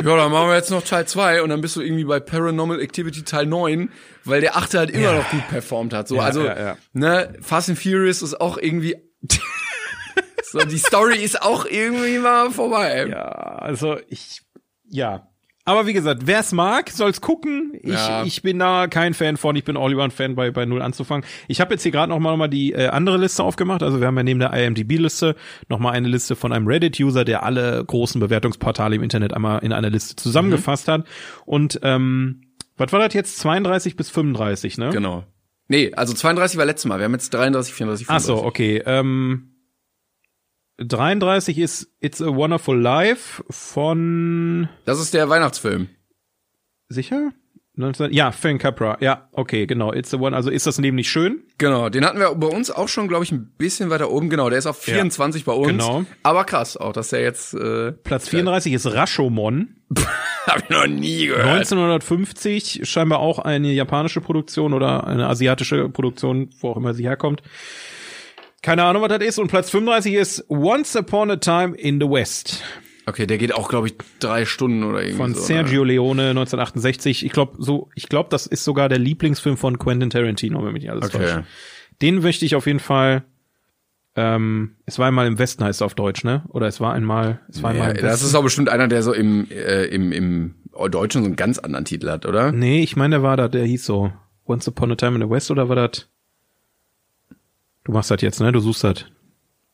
B: ja, dann machen wir jetzt noch Teil 2 und dann bist du irgendwie bei Paranormal Activity Teil 9, weil der achte halt immer noch gut performt hat. So, also,
A: ja, ja.
B: ne, Fast and Furious ist auch irgendwie. so, die Story ist auch irgendwie mal vorbei.
A: Ja, also ich, ja. Aber wie gesagt, wer es mag, soll's gucken. Ich,
B: Ja.
A: ich bin da kein Fan von. Ich bin auch lieber ein Fan bei, bei Null anzufangen. Ich habe jetzt hier gerade noch mal, noch mal die äh, andere Liste aufgemacht. Also wir haben ja neben der IMDb-Liste noch mal eine Liste von einem Reddit-User, der alle großen Bewertungsportale im Internet einmal in einer Liste zusammengefasst
B: Mhm.
A: hat. Und ähm, was war das jetzt? 32 bis 35, ne?
B: Genau. Nee, also 32 war letztes Mal. Wir haben jetzt 33, 34,
A: Ach so, okay. Ähm, 33 ist It's a Wonderful Life von
B: Das ist der Weihnachtsfilm.
A: Sicher? 19, ja, Finn Capra. Ja, okay, genau. It's the one. Also ist das Leben nicht schön?
B: Genau, den hatten wir bei uns auch schon, glaube ich, ein bisschen weiter oben. Genau, der ist auf 24 bei uns.
A: Genau.
B: Aber krass auch, dass der jetzt äh,
A: Platz 34 ist Rashomon.
B: habe ich noch nie gehört.
A: 1950, scheinbar auch eine japanische Produktion oder eine asiatische Produktion, wo auch immer sie herkommt. Keine Ahnung, was das ist. Und Platz 35 ist Once Upon a Time in the West
B: Okay, der geht auch, glaube ich, drei Stunden oder irgendwie
A: von
B: so. ne?
A: Sergio Leone 1968. Ich glaube, so, ich glaube, das ist sogar der Lieblingsfilm von Quentin Tarantino, wenn mich nicht alles
B: Okay.
A: täuscht. Den möchte ich auf jeden Fall. Ähm, es war einmal im Westen heißt es auf Deutsch, ne? Oder es war einmal, es war
B: Ja,
A: einmal im
B: das
A: Westen.
B: ist auch bestimmt einer, der so im, äh, im, im Deutschen so einen ganz anderen Titel hat, oder?
A: Nee, ich meine, der war da, der hieß so Once Upon a Time in the West oder war das? Du machst das jetzt, ne? Du suchst das.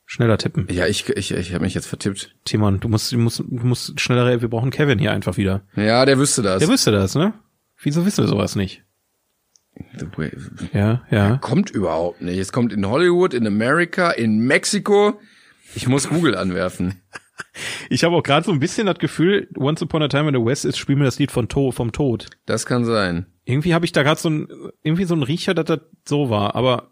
A: Schneller tippen.
B: Ja, ich, ich, ich habe mich jetzt vertippt.
A: Timon, du musst, du musst, du musst schneller, wir brauchen Kevin hier einfach wieder.
B: Ja, der wüsste das.
A: Der wüsste das, ne? Wieso wissen wir sowas nicht? Ja, ja.
B: Kommt überhaupt nicht. Es kommt in Hollywood, in Amerika, in Mexiko. Ich muss Google anwerfen.
A: Ich habe auch gerade so ein bisschen das Gefühl, Once Upon a Time in the West ist, spiel mir das Lied von to vom Tod.
B: Das kann sein.
A: Irgendwie habe ich da gerade so ein, irgendwie so ein Riecher, dass das so war, aber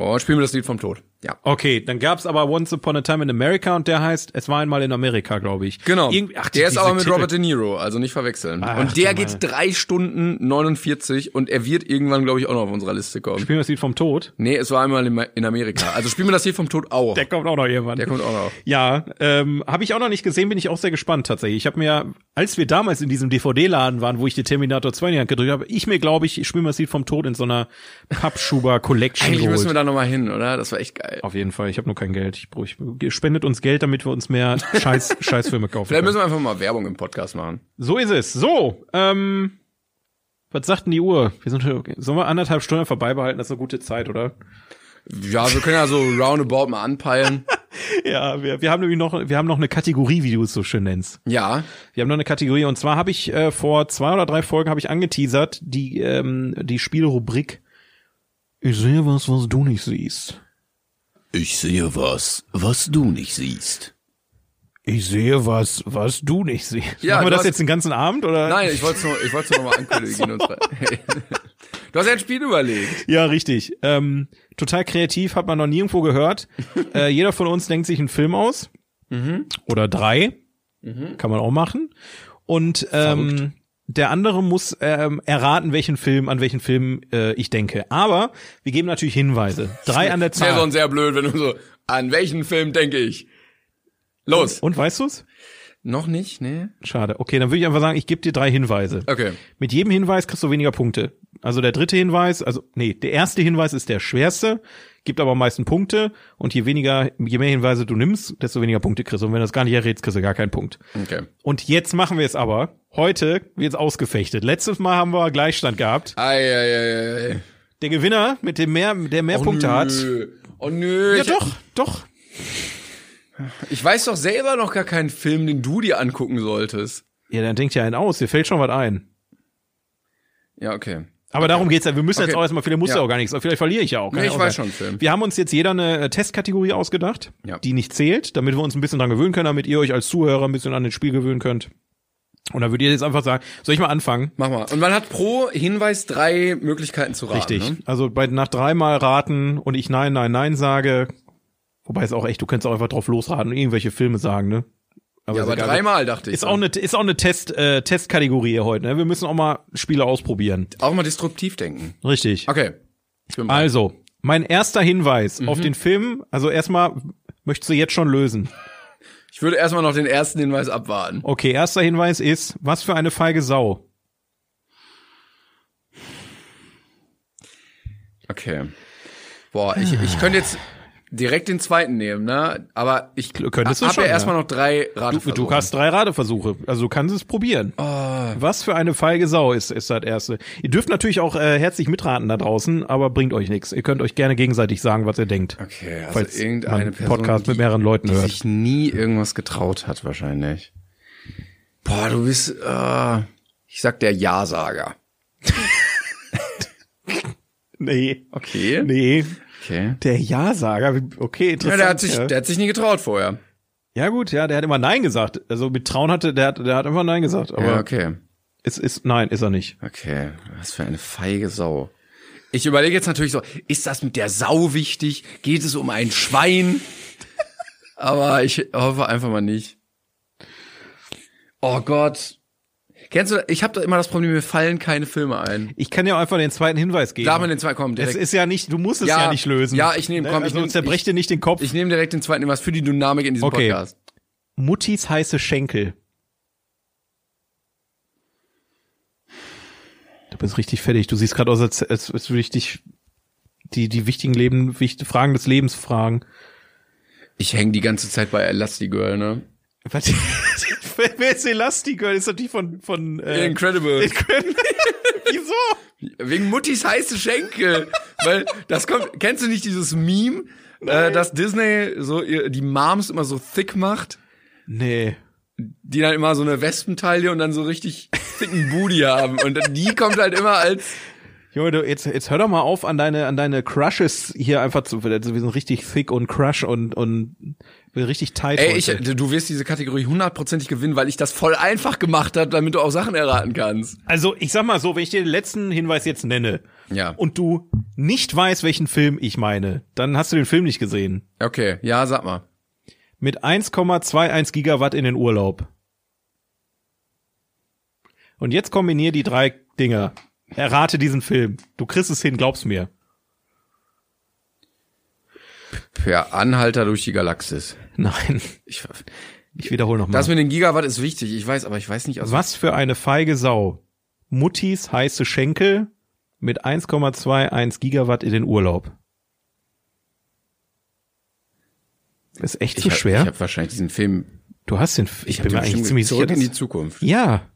B: Oh, spielen wir das Lied vom Tod. Ja.
A: Okay, dann gab's aber Once Upon a Time in America und der heißt Es war einmal in Amerika, glaube ich.
B: Genau.
A: Irgendwie- ach,
B: der ist
A: diese
B: aber mit
A: Titel.
B: Robert De Niro, also nicht verwechseln.
A: Ach,
B: und der
A: du
B: geht
A: meine.
B: drei Stunden 49 und er wird irgendwann, glaube ich, auch noch auf unserer Liste kommen.
A: Spielen wir das Lied vom Tod?
B: Nee, es war einmal in- in Amerika. Also spielen wir das Lied vom Tod auch.
A: Der kommt auch noch irgendwann.
B: Der kommt auch noch.
A: Ja, ähm, habe ich auch noch nicht gesehen, bin ich auch sehr gespannt tatsächlich. Ich habe mir, als wir damals in diesem DVD-Laden waren, wo ich die Terminator 2 in die Hand gedrückt habe, ich mir glaube ich, ich spiele mir das Lied vom Tod in so einer Pappschuber-Collection
B: Eigentlich müssen wir
A: geholt.
B: da nochmal hin, oder? Das war echt geil.
A: Auf jeden Fall, ich habe nur kein Geld. Ich, brauch- ich, spendet uns Geld, damit wir uns mehr Scheiß, Scheißfilme kaufen
B: Vielleicht
A: können.
B: müssen wir einfach mal Werbung im Podcast machen.
A: So ist es. So, ähm, was sagt denn die Uhr? Wir sind, okay. Sollen wir anderthalb Stunden vorbeibehalten? Das ist eine gute Zeit, oder?
B: Ja, wir können ja so roundabout mal anpeilen.
A: Ja, wir, wir haben nämlich noch, wir haben noch eine Kategorie, wie du es so schön nennst.
B: Ja,
A: Wir haben noch eine Kategorie und zwar habe ich äh, vor zwei oder drei Folgen habe ich angeteasert die ähm, die Spielrubrik. Ich sehe was, was du nicht siehst.
C: Ich sehe was, was du nicht siehst.
A: Ich sehe was, was du nicht siehst.
B: Ja,
A: Machen wir
B: du
A: das
B: hast-
A: jetzt den ganzen Abend oder?
B: nein, ich wollte es nur, ich wollt's nur noch mal ankündigen. und zwar- du hast ja ein Spiel überlegt.
A: Ja, richtig. Ähm, total kreativ, hat man noch nirgendwo gehört. äh, jeder von uns denkt sich einen Film aus. Oder drei. Kann man auch machen. Und ähm, der andere muss ähm, erraten, welchen Film, an welchen Film äh, ich denke. Aber wir geben natürlich Hinweise. Drei an der
B: Das wäre
A: Zahl.
B: sonst sehr blöd, wenn du so, an welchen Film denke ich? Los.
A: Und weißt du's?
B: Noch nicht, ne?
A: Schade. Okay, dann würde ich einfach sagen, ich gebe dir drei Hinweise.
B: Okay.
A: Mit jedem Hinweis kriegst du weniger Punkte. Also der dritte Hinweis, also nee, der erste Hinweis ist der schwerste, gibt aber am meisten Punkte und je weniger, je mehr Hinweise du nimmst, desto weniger Punkte kriegst du. Und wenn du das gar nicht errätst, kriegst du gar keinen Punkt.
B: Okay.
A: Und jetzt machen wir es aber. Heute wird's ausgefechtet. Letztes Mal haben wir Gleichstand gehabt.
B: Ei, ei, ei, ei.
A: Der Gewinner mit dem mehr, der mehr Punkte hat.
B: Oh, nö. Oh nö.
A: Ja
B: ich,
A: doch, doch.
B: ich weiß doch selber noch gar keinen Film, den du dir angucken solltest.
A: Ja, dann denkt ja einen aus. Dir fällt schon was ein.
B: Ja, okay.
A: Aber darum geht's ja. Wir müssen jetzt
B: Okay.
A: auch erstmal, vielleicht muss ja.
B: Ja.
A: auch gar nichts. Vielleicht verliere ich ja auch. Kann
B: Nee,
A: ja
B: ich
A: auch
B: weiß
A: sein.
B: schon Film.
A: Wir haben uns jetzt jeder eine äh, Testkategorie ausgedacht,
B: Ja.
A: die nicht zählt, damit wir uns ein bisschen dran gewöhnen können, damit ihr euch als Zuhörer ein bisschen an das Spiel gewöhnen könnt. Und dann würdet ihr jetzt einfach sagen, soll ich mal anfangen?
B: Mach mal. Und man hat pro Hinweis drei Möglichkeiten zu raten.
A: Richtig.
B: Ne?
A: Also bei nach dreimal raten und ich nein, nein, nein sage, wobei es auch echt, du kannst auch einfach drauf losraten und irgendwelche Filme sagen, ne?
B: Ja,
A: ist
B: aber
A: egal.
B: dreimal dachte ich.
A: Ist auch eine, ist auch eine Test, äh, Testkategorie hier heute, ne? Wir müssen auch mal Spiele ausprobieren.
B: Auch mal disruptiv denken.
A: Richtig.
B: Okay. Ich bin bereit.
A: Also, mein erster Hinweis
B: Mhm.
A: auf den Film, also erstmal möchtest du jetzt schon lösen.
B: Ich würde erstmal noch den ersten Hinweis abwarten.
A: Okay, erster Hinweis ist, was für eine feige Sau.
B: Okay. Boah, ich, ich könnte jetzt direkt den zweiten nehmen, ne? Aber ich
A: könntest du
B: hab
A: schon,
B: ja
A: ja.
B: erstmal noch drei
A: Du,
B: Rateversuche.
A: du hast drei Rateversuche, also du kannst es probieren.
B: Ah.
A: Was für eine feige Sau ist, ist das erste. Ihr dürft natürlich auch äh, herzlich mitraten da draußen, aber bringt euch nichts. Ihr könnt euch gerne gegenseitig sagen, was ihr denkt.
B: Okay, also
A: falls
B: irgendeine
A: man
B: Person,
A: Podcast
B: die-
A: mit mehreren Leuten
B: die
A: hört.
B: sich nie irgendwas getraut hat wahrscheinlich. Boah, du bist äh, ich sag der Ja-Sager.
A: Nee,
B: Okay.
A: nee.
B: Okay.
A: Der Ja-Sager, okay,
B: Ja,
A: interessant.
B: der hat sich
A: ja.
B: der hat sich nie getraut vorher.
A: ja gut, ja, der hat immer Nein gesagt. Also mit Trauen hatte, der hat, der hat einfach Nein gesagt. Aber
B: Ja, okay.
A: es ist, nein, ist er nicht.
B: Okay, was für eine feige Sau. Ich überlege jetzt natürlich so, ist das mit der Sau wichtig? Geht es um ein Schwein? Aber ich hoffe einfach mal nicht. Oh Gott. Kennst du, ich habe da immer das Problem, mir fallen keine Filme ein.
A: Ich kann ja auch einfach den zweiten Hinweis geben.
B: Darf man den zwei kommen?
A: Es
B: Direkt.
A: ist ja nicht, du musst es ja,
B: Ja,
A: nicht lösen.
B: ja, ich nehm,
A: Ne?
B: komm, ich
A: also
B: nehm-
A: zerbrech dir nicht den Kopf.
B: ich nehme direkt den zweiten, was für die Dynamik in diesem
A: Okay.
B: Podcast.
A: Muttis heiße Schenkel. Du bist richtig fertig. Du siehst gerade aus, als, als, als würde ich dich die, die wichtigen Leben, wicht- Fragen des Lebens fragen.
B: Ich hänge die ganze Zeit bei Elastigirl, ne?
A: Was? Wer ist Elastigirl? Ist das die von, von äh,
B: Incredible.
A: Wieso?
B: Wegen Muttis heiße Schenkel. Weil das kommt. Kennst du nicht dieses Meme, äh, dass Disney so ihr, die Moms immer so thick macht,
A: Nee.
B: die dann immer so eine Wespenteile und dann so richtig thicken Booty haben. Und dann- die kommt halt immer als.
A: Junge, du, jetzt, jetzt hör doch mal auf, an deine, an deine Crushes hier einfach zu, wir sind richtig thick und crush und, und, wir sind richtig tight.
B: Ey,
A: heute.
B: ich, du wirst diese Kategorie hundertprozentig gewinnen, weil ich das voll einfach gemacht habe, damit du auch Sachen erraten kannst.
A: Also ich sag mal so, wenn ich dir den letzten Hinweis jetzt nenne
B: Ja.
A: und du nicht weißt, welchen Film ich meine, dann hast du den Film nicht gesehen.
B: Okay, ja, sag mal.
A: Mit 1,21 Gigawatt in den Urlaub. Und jetzt kombinier die drei Dinger. Errate diesen Film. Du kriegst es hin, glaub's mir.
B: Per Anhalter durch die Galaxis.
A: Nein,
B: Ich,
A: ich wiederhole nochmal.
B: das mit den Gigawatt ist wichtig, ich weiß, aber ich weiß nicht also aus.
A: Was für eine feige Sau. Muttis heiße Schenkel mit 1,21 Gigawatt in den Urlaub. Ist echt zu
B: ich hab-
A: schwer.
B: Ich habe wahrscheinlich diesen Film
A: Du hast den. F- Ich,
B: hab
A: bin
B: den
A: mir eigentlich
B: bestimmt
A: ziemlich sicher.
B: zurück in die
A: Dass,
B: Zukunft.
A: ja.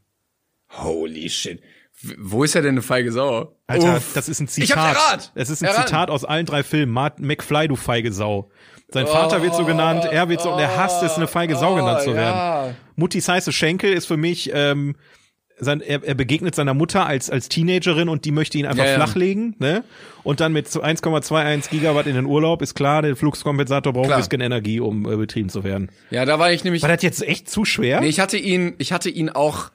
B: Holy shit. W- Wo ist ja denn eine feige Sau?
A: Alter,
B: Uff.
A: das ist ein
B: Ich hab's erraten.
A: Zitat. Es ist ein
B: Erraten.
A: Zitat aus allen drei Filmen. Martin McFly, du feige Sau.
B: Oh.
A: Sein Vater wird so genannt, er wird so, und er hasst es, eine feige Sau genannt zu
B: Oh, ja.
A: werden. Muttis heiße Schenkel ist für mich, ähm, sein, er, er begegnet seiner Mutter als, als Teenagerin und die möchte ihn einfach
B: Ja, ja.
A: flachlegen, ne? Und dann mit so 1,21 Gigawatt in den Urlaub, ist klar, der Flugskompensator braucht
B: Klar.
A: ein bisschen Energie, um äh, betrieben zu werden.
B: Ja, da war ich nämlich.
A: War das jetzt echt zu schwer?
B: Nee, ich hatte ihn, ich hatte ihn auch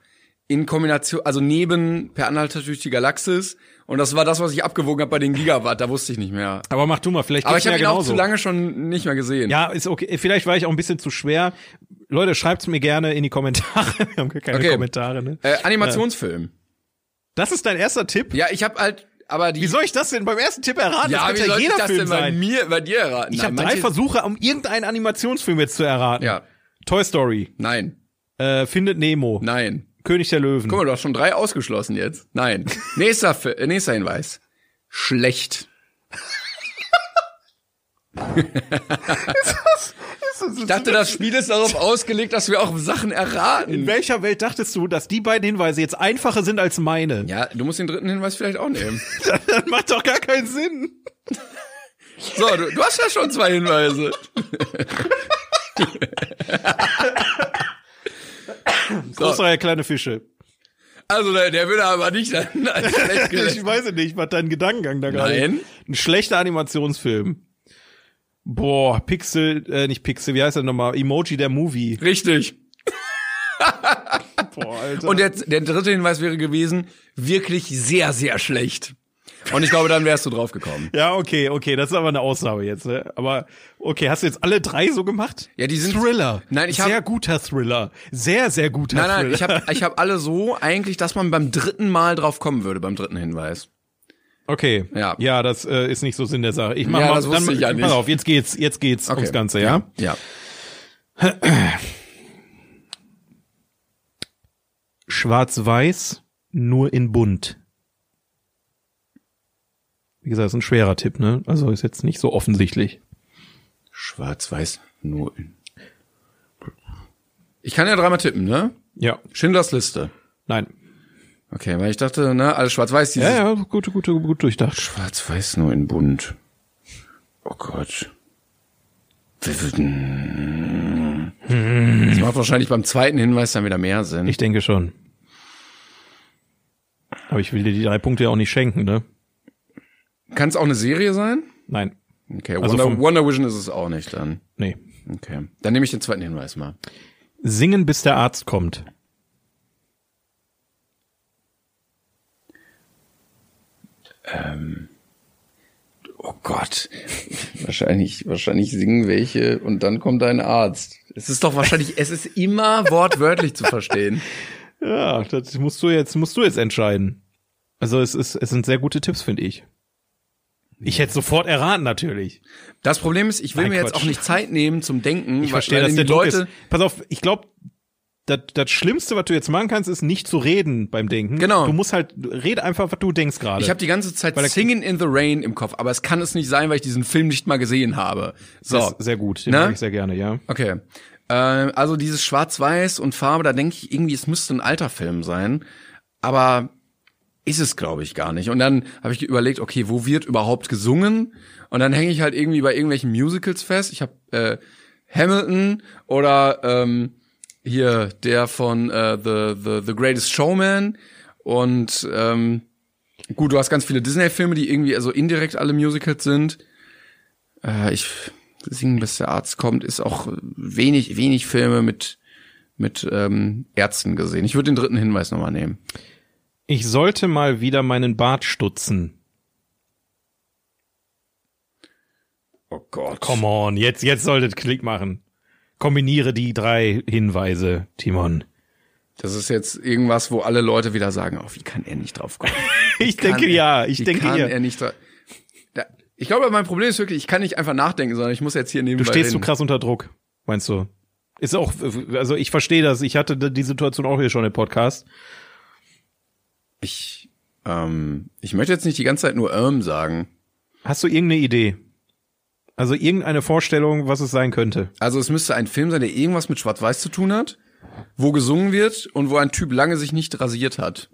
B: in Kombination, also neben Per Anhalter durch die Galaxis. Und das war das, was ich abgewogen habe bei den Gigawatt. Da wusste ich nicht mehr.
A: Aber mach du mal, vielleicht
B: Aber
A: geht's
B: ich habe
A: mir
B: ihn
A: ja
B: auch
A: genauso.
B: zu lange schon nicht mehr gesehen.
A: Ja, ist okay. Vielleicht war ich auch ein bisschen zu schwer. Leute, schreibt's mir gerne in die Kommentare. Wir haben keine
B: Okay.
A: Kommentare, ne?
B: Äh, Animationsfilm.
A: Das ist dein erster Tipp?
B: Ja, ich habe halt, aber die.
A: Wie soll ich das denn beim ersten Tipp erraten?
B: ja,
A: das
B: wie
A: kann ja
B: soll ich
A: jeder
B: das
A: Film
B: denn bei
A: sein.
B: mir, bei dir erraten?
A: Ich
B: Na,
A: habe drei
B: manche-
A: Versuche, um irgendeinen Animationsfilm jetzt zu erraten.
B: Ja.
A: Toy Story,
B: Nein,
A: äh, Findet Nemo,
B: nein.
A: König der Löwen.
B: Guck mal, du hast schon drei ausgeschlossen jetzt. Nein. Nächster, Fi- äh, nächster Hinweis. Schlecht. Ich dachte, das Spiel ist darauf ausgelegt, dass wir auch Sachen
A: In
B: erraten.
A: welcher Welt dachtest du, dass die beiden Hinweise jetzt einfacher sind als meine?
B: Ja, du musst den dritten Hinweis vielleicht auch nehmen.
A: Das macht doch gar keinen Sinn.
B: So, du, du hast ja schon zwei Hinweise.
A: Großer kleine Fische.
B: Also der, der würde aber nicht dann als schlecht
A: Ich
B: gelesen.
A: weiß nicht, was dein Gedankengang da gerade
B: Nein.
A: ist. Ein schlechter Animationsfilm. Boah, Pixel, äh, nicht Pixel, wie heißt der nochmal? Emoji der Movie.
B: Richtig.
A: Boah, Alter.
B: Und der, der dritte Hinweis wäre gewesen, wirklich sehr, sehr schlecht. Und ich glaube, dann wärst du drauf gekommen.
A: ja, okay, okay, das ist aber eine Ausnahme jetzt. Ne? Aber okay, hast du jetzt alle drei so gemacht?
B: Ja, die sind-
A: Thriller.
B: Nein, ich hab-
A: sehr guter Thriller. Sehr, sehr guter
B: Nein, nein,
A: Thriller.
B: ich habe ich hab alle so eigentlich, dass man beim dritten Mal drauf kommen würde, beim dritten Hinweis.
A: Okay.
B: Ja.
A: ja, das äh, ist nicht so Sinn der Sache. Ich mach
B: Ja,
A: mal,
B: das wusste
A: dann,
B: ich ja nicht.
A: pass auf, jetzt geht's, jetzt geht's ums Ganze, ja?
B: Ja.
A: Schwarz-Weiß, nur in Bunt. Wie gesagt, ist ein schwerer Tipp, ne? Also ist jetzt nicht so offensichtlich.
B: Schwarz-Weiß, nur in. Ich kann ja dreimal tippen, ne?
A: Ja,
B: Schindlers Liste.
A: nein.
B: Okay, weil ich dachte, ne, alles schwarz-weiß, dieses
A: Ja, ja, gut, gut, gut durchdacht.
B: Schwarz-Weiß nur in bunt. Oh Gott. Wir würden- Das macht wahrscheinlich beim zweiten Hinweis dann wieder mehr Sinn.
A: Ich denke schon. Aber ich will dir die drei Punkte ja auch nicht schenken, ne?
B: Kann es auch eine Serie sein?
A: Nein.
B: Okay,
A: Also
B: Wonder,
A: vom-
B: Wonder Vision ist es auch nicht dann.
A: Nee.
B: Okay. Dann nehme ich den zweiten Hinweis mal.
A: Singen, bis der Arzt kommt.
B: Oh Gott. Wahrscheinlich, wahrscheinlich singen welche und dann kommt ein Arzt. Es ist doch wahrscheinlich, es ist immer wortwörtlich zu verstehen.
A: Ja, das musst du jetzt, musst du jetzt entscheiden. Also es ist, es sind sehr gute Tipps, finde ich. Ich hätte sofort erraten, natürlich.
B: Das Problem ist, ich will
A: Nein,
B: mir jetzt
A: Quatsch.
B: auch nicht Zeit nehmen zum Denken.
A: Ich verstehe, dass
B: die
A: der Druck
B: Leute,
A: ist. Pass auf, ich glaube, das, das Schlimmste, was du jetzt machen kannst, ist nicht zu reden beim Denken.
B: Genau.
A: Du musst halt, red einfach, was du denkst gerade.
B: Ich habe die ganze Zeit
A: Weil er-
B: Singing in the Rain im Kopf, aber es kann es nicht sein, weil ich diesen Film nicht mal gesehen habe. So.
A: Das ist sehr gut, den
B: Ne?
A: mag ich sehr gerne, ja.
B: Okay. Äh, also dieses Schwarz-Weiß und Farbe, da denke ich irgendwie, es müsste ein alter Film sein. Aber ist es, glaube ich, gar nicht. Und dann habe ich überlegt, okay, wo wird überhaupt gesungen? Und dann hänge ich halt irgendwie bei irgendwelchen Musicals fest. Ich habe äh, Hamilton oder ähm, hier der von äh, the, the, the Greatest Showman. Und ähm, gut, du hast ganz viele Disney-Filme, die irgendwie also indirekt alle Musicals sind. Äh, ich singen, bis der Arzt kommt, ist auch wenig, wenig Filme mit mit ähm, Ärzten gesehen. Ich würde den dritten Hinweis nochmal nehmen.
A: Ich sollte mal wieder meinen Bart stutzen.
B: Oh Gott.
A: Come on, jetzt, jetzt solltet Klick machen. Kombiniere die drei Hinweise, Timon.
B: Das ist jetzt irgendwas, wo alle Leute wieder sagen, oh, wie kann er nicht drauf kommen?
A: Ich
B: Kann
A: denke
B: er-
A: ja, ich
B: wie
A: denke
B: kann
A: ja.
B: er nicht drauf. Da, ich glaube, mein Problem ist wirklich, ich kann nicht einfach nachdenken, sondern ich muss jetzt hier nebenbei
A: Du stehst zu
B: reden.
A: krass unter Druck, meinst du? Ist auch, also ich verstehe das. Ich hatte die Situation auch hier schon im Podcast.
B: Ich, ähm, ich möchte jetzt nicht die ganze Zeit nur ähm sagen.
A: Hast du irgendeine Idee? Also irgendeine Vorstellung, was es sein könnte?
B: Also es müsste ein Film sein, der irgendwas mit Schwarz-Weiß zu tun hat, wo gesungen wird und wo ein Typ lange sich nicht rasiert hat.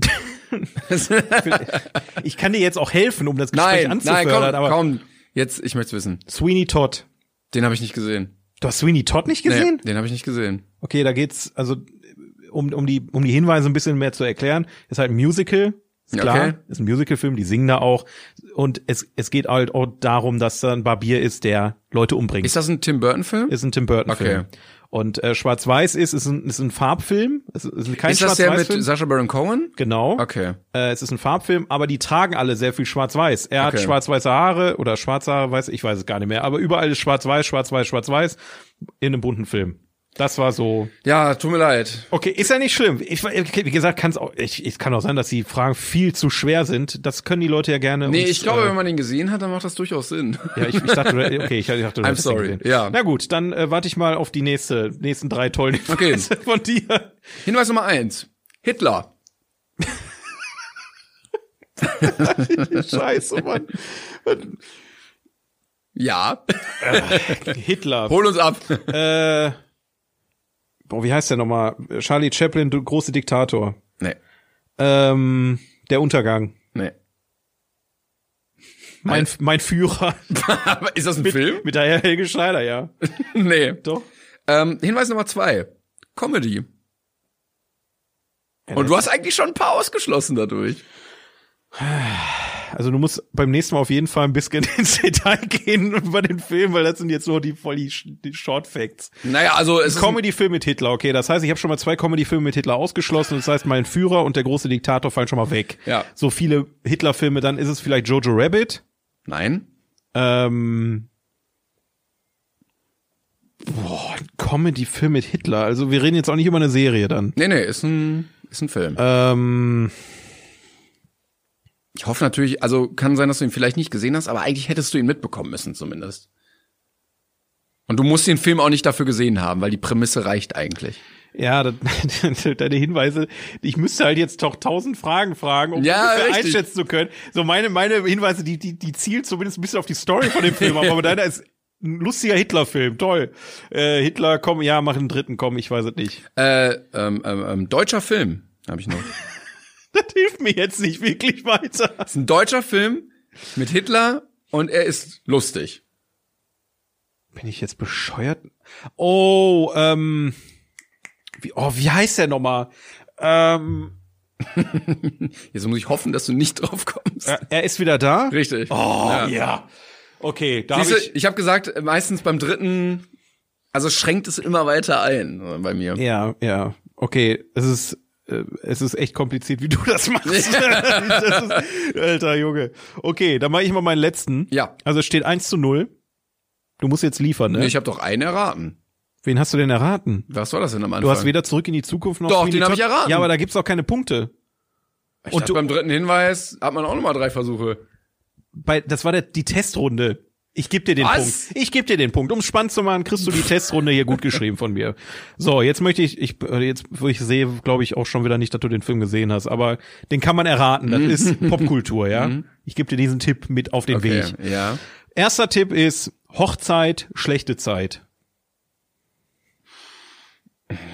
A: Ich kann dir jetzt auch helfen, um das Gespräch
B: Nein, nein,
A: anzufördern,
B: komm,
A: aber
B: komm. Jetzt, ich möchte wissen.
A: Sweeney Todd.
B: Den habe ich nicht gesehen.
A: Du hast Sweeney Todd nicht
B: Nee,
A: gesehen?
B: den habe ich nicht gesehen.
A: Okay, da geht's, also um, um, die, um die Hinweise ein bisschen mehr zu erklären, ist halt ein Musical, ist
B: Ja,
A: klar,
B: okay.
A: ist ein Musicalfilm, die singen da auch. Und es, es geht halt auch darum, dass da ein Barbier ist, der Leute umbringt.
B: Ist das ein Tim Burton-Film?
A: ist ein Tim Burton-Film.
B: Okay.
A: Und äh, Schwarz-Weiß ist, ist, ein, ist ein Farbfilm. Es ist, ist kein
B: Ist das der mit
A: Schwarz-Weiß-Film.
B: Sascha Baron Cohen?
A: Genau.
B: Okay.
A: Äh, es ist ein Farbfilm, aber die tragen alle sehr viel Schwarz-Weiß. Er hat
B: Okay.
A: schwarz-weiße Haare oder schwarze Haare, weiß ich weiß es gar nicht mehr. Aber überall ist Schwarz-Weiß, Schwarz-Weiß, Schwarz-Weiß in einem bunten Film. Das war so.
B: Ja, tut mir leid.
A: Okay, ist ja nicht schlimm. Ich, wie gesagt, kann's auch, ich, ich kann auch sein, dass die Fragen viel zu schwer sind. Das können die Leute ja gerne.
B: Nee,
A: uns,
B: ich glaube,
A: äh,
B: wenn man den gesehen hat, dann macht das durchaus Sinn.
A: ja, ich, ich dachte, du- okay, ich dachte, du
B: I'm
A: hättest den
B: sorry,
A: gesehen.
B: ja.
A: Na gut, dann äh, warte ich mal auf die nächste, nächsten drei tollen
B: Okay.
A: Hinweise von dir.
B: Hinweis Nummer eins. Hitler.
A: Scheiße, Mann.
B: Ja.
A: Hitler.
B: Hol uns ab.
A: Äh, boah, wie heißt der nochmal? Charlie Chaplin, du große Diktator.
B: nee.
A: Ähm, der Untergang.
B: Nee.
A: Mein, mein Führer.
B: Aber ist das ein Film?
A: Mit der Helge Schneider, ja.
B: Nee.
A: Doch.
B: Ähm, Hinweis Nummer zwei. Comedy. Und du hast eigentlich schon ein paar ausgeschlossen dadurch.
A: Also du musst beim nächsten Mal auf jeden Fall ein bisschen ins Detail gehen über den Film, weil das sind jetzt nur die voll die, Sch- die Short Facts.
B: Naja, also es ist
A: Comedy-Film mit Hitler, okay. Das heißt, ich habe schon mal zwei Comedy-Filme mit Hitler ausgeschlossen. Das heißt, mein Führer und der große Diktator fallen schon mal weg.
B: Ja.
A: So viele Hitler-Filme, dann ist es vielleicht Jojo Rabbit.
B: Nein.
A: Ähm, boah, ein Comedy-Film mit Hitler. Also wir reden jetzt auch nicht über eine Serie dann.
B: Nee, nee, ist ein, ist ein Film.
A: Ähm,
B: Ich hoffe natürlich, also kann sein, dass du ihn vielleicht nicht gesehen hast, aber eigentlich hättest du ihn mitbekommen müssen zumindest. Und du musst den Film auch nicht dafür gesehen haben, weil die Prämisse reicht eigentlich.
A: ja, das, deine Hinweise. Ich müsste halt jetzt doch tausend Fragen fragen, um
B: Ja,
A: ungefähr
B: richtig.
A: einschätzen zu können. So meine meine Hinweise, die die die zielt zumindest ein bisschen auf die Story von dem Film, ab, aber deiner ist ein lustiger Hitler-Film, toll. Äh, Hitler, komm, ja, mach einen dritten, komm, ich weiß es nicht.
B: Äh, ähm, ähm, ähm, deutscher Film, habe ich noch.
A: Das hilft mir jetzt nicht wirklich weiter.
B: ist ein deutscher Film mit Hitler und er ist lustig.
A: Bin ich jetzt bescheuert? Oh, ähm, wie, oh, wie heißt der nochmal? Ähm,
B: Jetzt muss ich hoffen, dass du nicht drauf kommst.
A: er, er ist wieder da?
B: Richtig.
A: Oh, ja. Okay, da habe
B: Siehst du,
A: ich,
B: ich habe gesagt, meistens beim dritten, also schränkt es immer weiter ein äh, bei mir.
A: ja, ja, okay, es ist, äh, es ist echt kompliziert, wie du das machst. das ist, alter Junge. Okay, dann mache ich mal meinen letzten.
B: Ja.
A: Also es steht 1 zu 0. Du musst jetzt liefern, ne?
B: Nee, ich habe doch einen erraten.
A: Wen hast du denn erraten?
B: Was war das denn am Anfang?
A: Du hast weder zurück in die Zukunft noch
B: Doch,
A: Sweeney
B: den hab
A: Todd-
B: ich erraten.
A: Ja, aber da gibt's auch keine Punkte.
B: ich
A: und
B: dachte,
A: du-
B: beim dritten Hinweis hat man auch nochmal drei Versuche.
A: bei, das war der, die Testrunde. Ich geb dir den
B: Was?
A: Punkt. Ich geb dir den Punkt. Um spannend zu machen, kriegst du die Testrunde hier gut geschrieben von mir. So, jetzt möchte ich, ich äh, jetzt, wo ich sehe, glaube ich auch schon wieder nicht, dass du den Film gesehen hast, aber den kann man erraten.
B: Mhm.
A: Das ist Popkultur, ja. Ich geb dir diesen Tipp mit auf den
B: Okay,
A: Weg.
B: ja.
A: Erster Tipp ist Hochzeit, schlechte Zeit.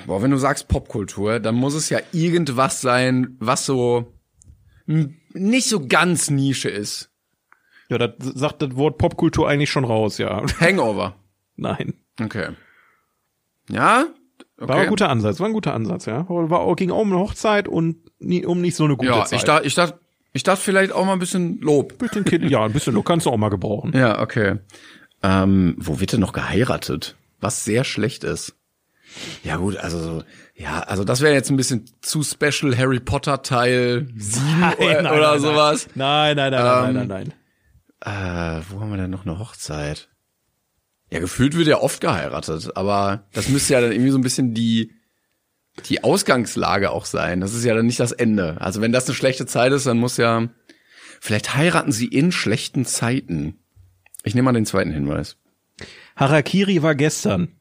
B: Boah, wenn du sagst Popkultur, dann muss es ja irgendwas sein, was so m, nicht so ganz Nische ist.
A: Ja, das sagt das Wort Popkultur eigentlich schon raus, ja.
B: Hangover.
A: Nein.
B: Okay. Ja? Okay.
A: War ein guter Ansatz, war ein guter Ansatz, ja. War auch, ging auch um eine Hochzeit und nie, um nicht so eine gute
B: ja,
A: Zeit.
B: ich dachte, ich dachte, ich dachte vielleicht auch mal ein bisschen Lob.
A: bisschen Kind, ja, ein bisschen Look kannst du auch mal gebrauchen.
B: Ja, okay. Ähm, wo wird denn noch geheiratet? Was sehr schlecht ist. Ja gut, also so- ja, also das wäre jetzt ein bisschen zu special Harry Potter Teil 7 oder, oder sowas.
A: Nein, nein, nein, nein, nein, nein, nein.
B: Äh, wo haben wir denn noch eine Hochzeit? Ja, gefühlt wird ja oft geheiratet, aber das müsste ja dann irgendwie so ein bisschen die die Ausgangslage auch sein. Das ist ja dann nicht das Ende. Also wenn das eine schlechte Zeit ist, dann muss ja vielleicht heiraten sie in schlechten Zeiten. Ich nehme mal den zweiten Hinweis.
A: Harakiri war gestern.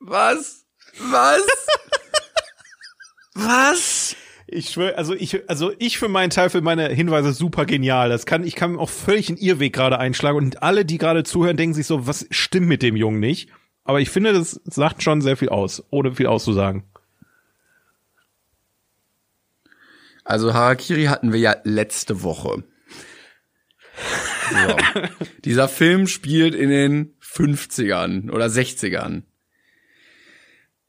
B: Was? Was? Was?
A: Ich schwöre, also ich, also ich für meinen Teil, für meine Hinweise super genial. Das kann, ich kann auch völlig einen Irrweg gerade einschlagen und alle, die gerade zuhören, denken sich so, was stimmt mit dem Jungen nicht? Aber ich finde, das sagt schon sehr viel aus, ohne viel auszusagen.
B: Also Harakiri hatten wir ja letzte Woche. So. Dieser Film spielt in den 50ern oder 60ern.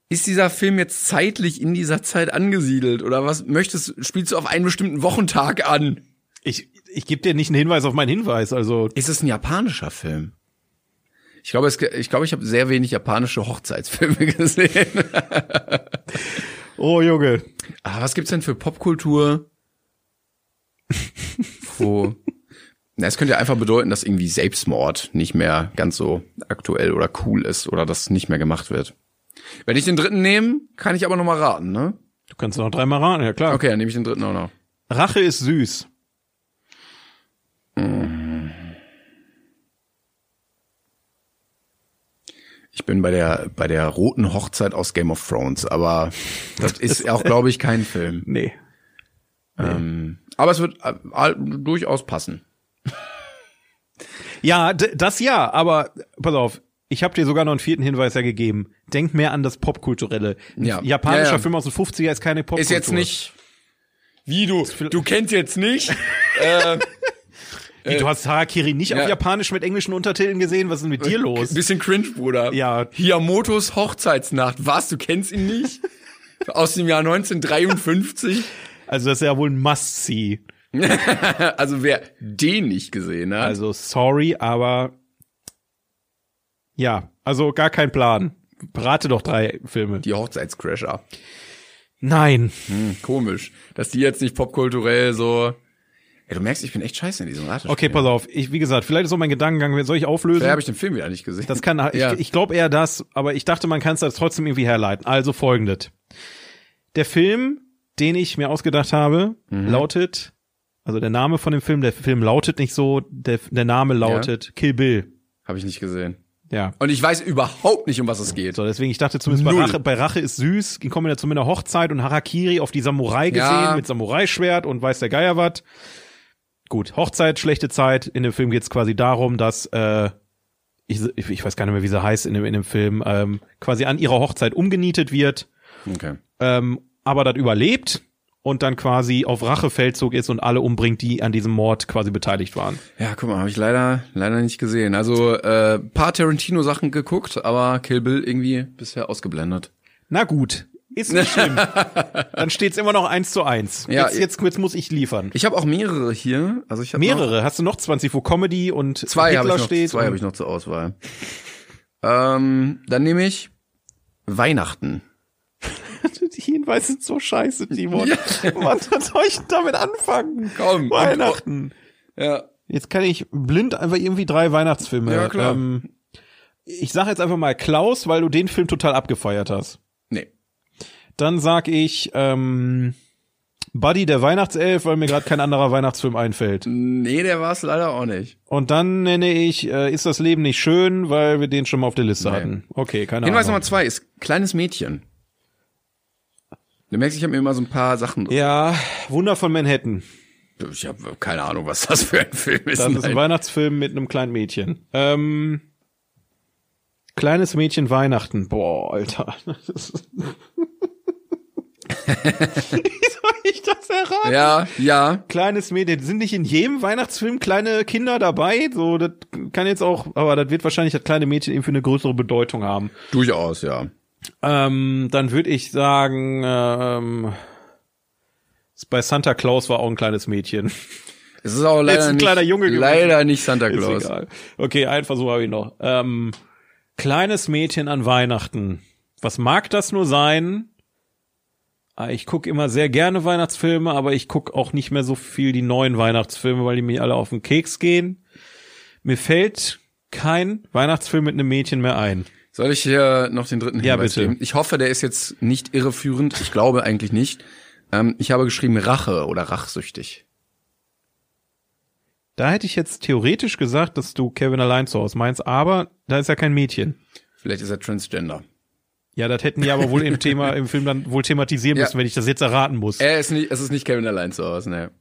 B: Ist dieser Film jetzt zeitlich in dieser Zeit angesiedelt oder was möchtest spielst du auf einen bestimmten Wochentag an?
A: Ich, ich gebe dir nicht einen Hinweis auf meinen Hinweis, also
B: Ist es ein japanischer Film? Ich glaube, es, ich, glaube, ich habe sehr wenig japanische Hochzeitsfilme gesehen.
A: oh Junge.
B: Ah, was gibt's denn für Popkultur? Wo? Na, es könnte ja einfach bedeuten, dass irgendwie Selbstmord nicht mehr ganz so aktuell oder cool ist oder das nicht mehr gemacht wird. Wenn ich den dritten nehme, kann ich aber noch mal raten, ne?
A: Du kannst noch dreimal raten, ja klar.
B: Okay, dann nehme ich den dritten auch noch.
A: Rache ist süß.
B: Ich bin bei der bei der roten Hochzeit aus Game of Thrones, aber das ist auch, glaube ich, kein Film.
A: Nee.
B: Ähm, aber es wird äh, äh, durchaus passen.
A: Ja, d- das ja, aber pass auf, ich habe dir sogar noch einen vierten Hinweis ja gegeben. Denk mehr an das Popkulturelle. Ein
B: Ja.
A: Japanischer
B: Ja, ja.
A: Film aus den 50er ist keine Popkultur.
B: Ist jetzt nicht. Wie du? Du kennst jetzt nicht? äh,
A: Wie, Äh, du hast Harakiri nicht
B: ja. Äh,
A: auf Japanisch mit englischen Untertiteln gesehen? Was ist denn mit dir los?
B: Bisschen cringe, Bruder.
A: Ja.
B: Hiamotos Hochzeitsnacht. Was? Du kennst ihn nicht? Aus dem Jahr 1953?
A: Also das ist ja wohl ein Must-See.
B: also wer den nicht gesehen hat.
A: Also sorry, aber ja, also gar kein Plan. Rate doch drei Filme.
B: die Hochzeitscrasher.
A: Nein.
B: Hm, komisch. Dass die jetzt nicht popkulturell so. Ja, du merkst, ich bin echt scheiße in diesem Rat.
A: Okay, pass auf. Ich, wie gesagt, vielleicht ist auch mein Gedankengang, soll ich auflösen?
B: Vielleicht habe ich den Film wieder nicht gesehen.
A: Das kann, ich,
B: Ja.
A: ich glaube eher das, aber ich dachte, man kann es das trotzdem irgendwie herleiten. Also folgendes. Der Film, den ich mir ausgedacht habe, lautet, also der Name von dem Film, der Film lautet nicht so, der, der Name lautet Kill Bill.
B: Habe ich nicht gesehen.
A: Ja.
B: Und ich weiß überhaupt nicht, um was es geht.
A: So, deswegen, ich dachte zumindest bei
B: Null.
A: Rache, bei Rache ist süß, in Kombination mit einer Hochzeit und Harakiri auf die Samurai gesehen,
B: Ja.
A: mit Samurai-Schwert und weiß der Geier was. Gut, Hochzeit, schlechte Zeit. In dem Film geht's quasi darum, dass, äh, ich, ich, ich weiß gar nicht mehr, wie sie heißt in dem, in dem Film, ähm, quasi an ihrer Hochzeit umgenietet wird,
B: Okay.
A: ähm, aber das überlebt und dann quasi auf Rachefeldzug ist und alle umbringt, die an diesem Mord quasi beteiligt waren.
B: Ja, guck mal, habe ich leider leider nicht gesehen. Also äh, paar Tarantino Sachen geguckt, aber Kill Bill irgendwie bisher ausgeblendet.
A: Na gut. Ist nicht schlimm. Dann steht's immer noch eins zu eins.
B: Ja,
A: jetzt, jetzt, jetzt muss ich liefern.
B: Ich habe auch mehrere hier, also ich habe noch,
A: Mehrere. Hast du noch 20, wo Comedy und
B: zwei habe
A: Hitler
B: ich noch,
A: steht?
B: zwei habe ich noch zur Auswahl. ähm, dann nehme ich Weihnachten.
A: Die Hinweise sind so scheiße, Timon. Was soll ich denn damit anfangen?
B: Komm.
A: Weihnachten.
B: Ja,
A: Jetzt kann ich blind einfach irgendwie drei Weihnachtsfilme.
B: Ja, klar.
A: Ähm, ich sag jetzt einfach mal Klaus, weil du den Film total abgefeiert hast.
B: nee.
A: Dann sag ich ähm, Buddy der Weihnachtself, weil mir gerade kein anderer Weihnachtsfilm einfällt.
B: Nee, der war es leider auch nicht.
A: Und dann nenne ich äh, Ist das Leben nicht schön, weil wir den schon mal auf der Liste
B: Nee.
A: hatten. Okay, keine
B: Hinweis
A: Ahnung.
B: Nummer zwei ist kleines Mädchen. Du merkst, ich habe mir immer so ein paar Sachen.
A: ja, Wunder von Manhattan.
B: Ich habe keine Ahnung, was das für ein Film ist.
A: Das ist ein
B: Nein.
A: Weihnachtsfilm mit einem kleinen Mädchen. Ähm, kleines Mädchen Weihnachten. Boah, Alter. Das ist- Wie soll ich das erraten?
B: ja, ja.
A: Kleines Mädchen. Sind nicht in jedem Weihnachtsfilm kleine Kinder dabei? So, das kann jetzt auch, aber das wird wahrscheinlich das kleine Mädchen eben für eine größere Bedeutung haben.
B: Durchaus, ja.
A: Ähm, dann würde ich sagen, ähm, bei Santa Claus war auch ein kleines Mädchen.
B: Es ist auch leider
A: ein
B: nicht,
A: kleiner Junge gewesen.
B: leider nicht Santa
A: Ist
B: Claus.
A: egal. Okay, einen Versuch habe ich noch. Ähm, kleines Mädchen an Weihnachten. Was mag das nur sein? Ah, Ich gucke immer sehr gerne Weihnachtsfilme, aber ich gucke auch nicht mehr so viel die neuen Weihnachtsfilme, weil die mir alle auf den Keks gehen. Mir fällt kein Weihnachtsfilm mit einem Mädchen mehr ein.
B: Soll ich hier noch den dritten
A: Ja,
B: Hinweis
A: bitte.
B: geben? Ich hoffe, der ist jetzt nicht irreführend. Ich glaube eigentlich nicht. Ähm, ich habe geschrieben Rache oder rachsüchtig.
A: Da hätte ich jetzt theoretisch gesagt, dass du Kevin allein zu Hause meinst, aber da ist ja kein Mädchen.
B: Vielleicht ist er Transgender.
A: Ja, das hätten die aber wohl im Thema, im Film dann wohl thematisieren
B: Ja.
A: müssen, wenn ich das jetzt erraten muss.
B: Er ist nicht, es ist nicht Kevin allein zu Hause, ne.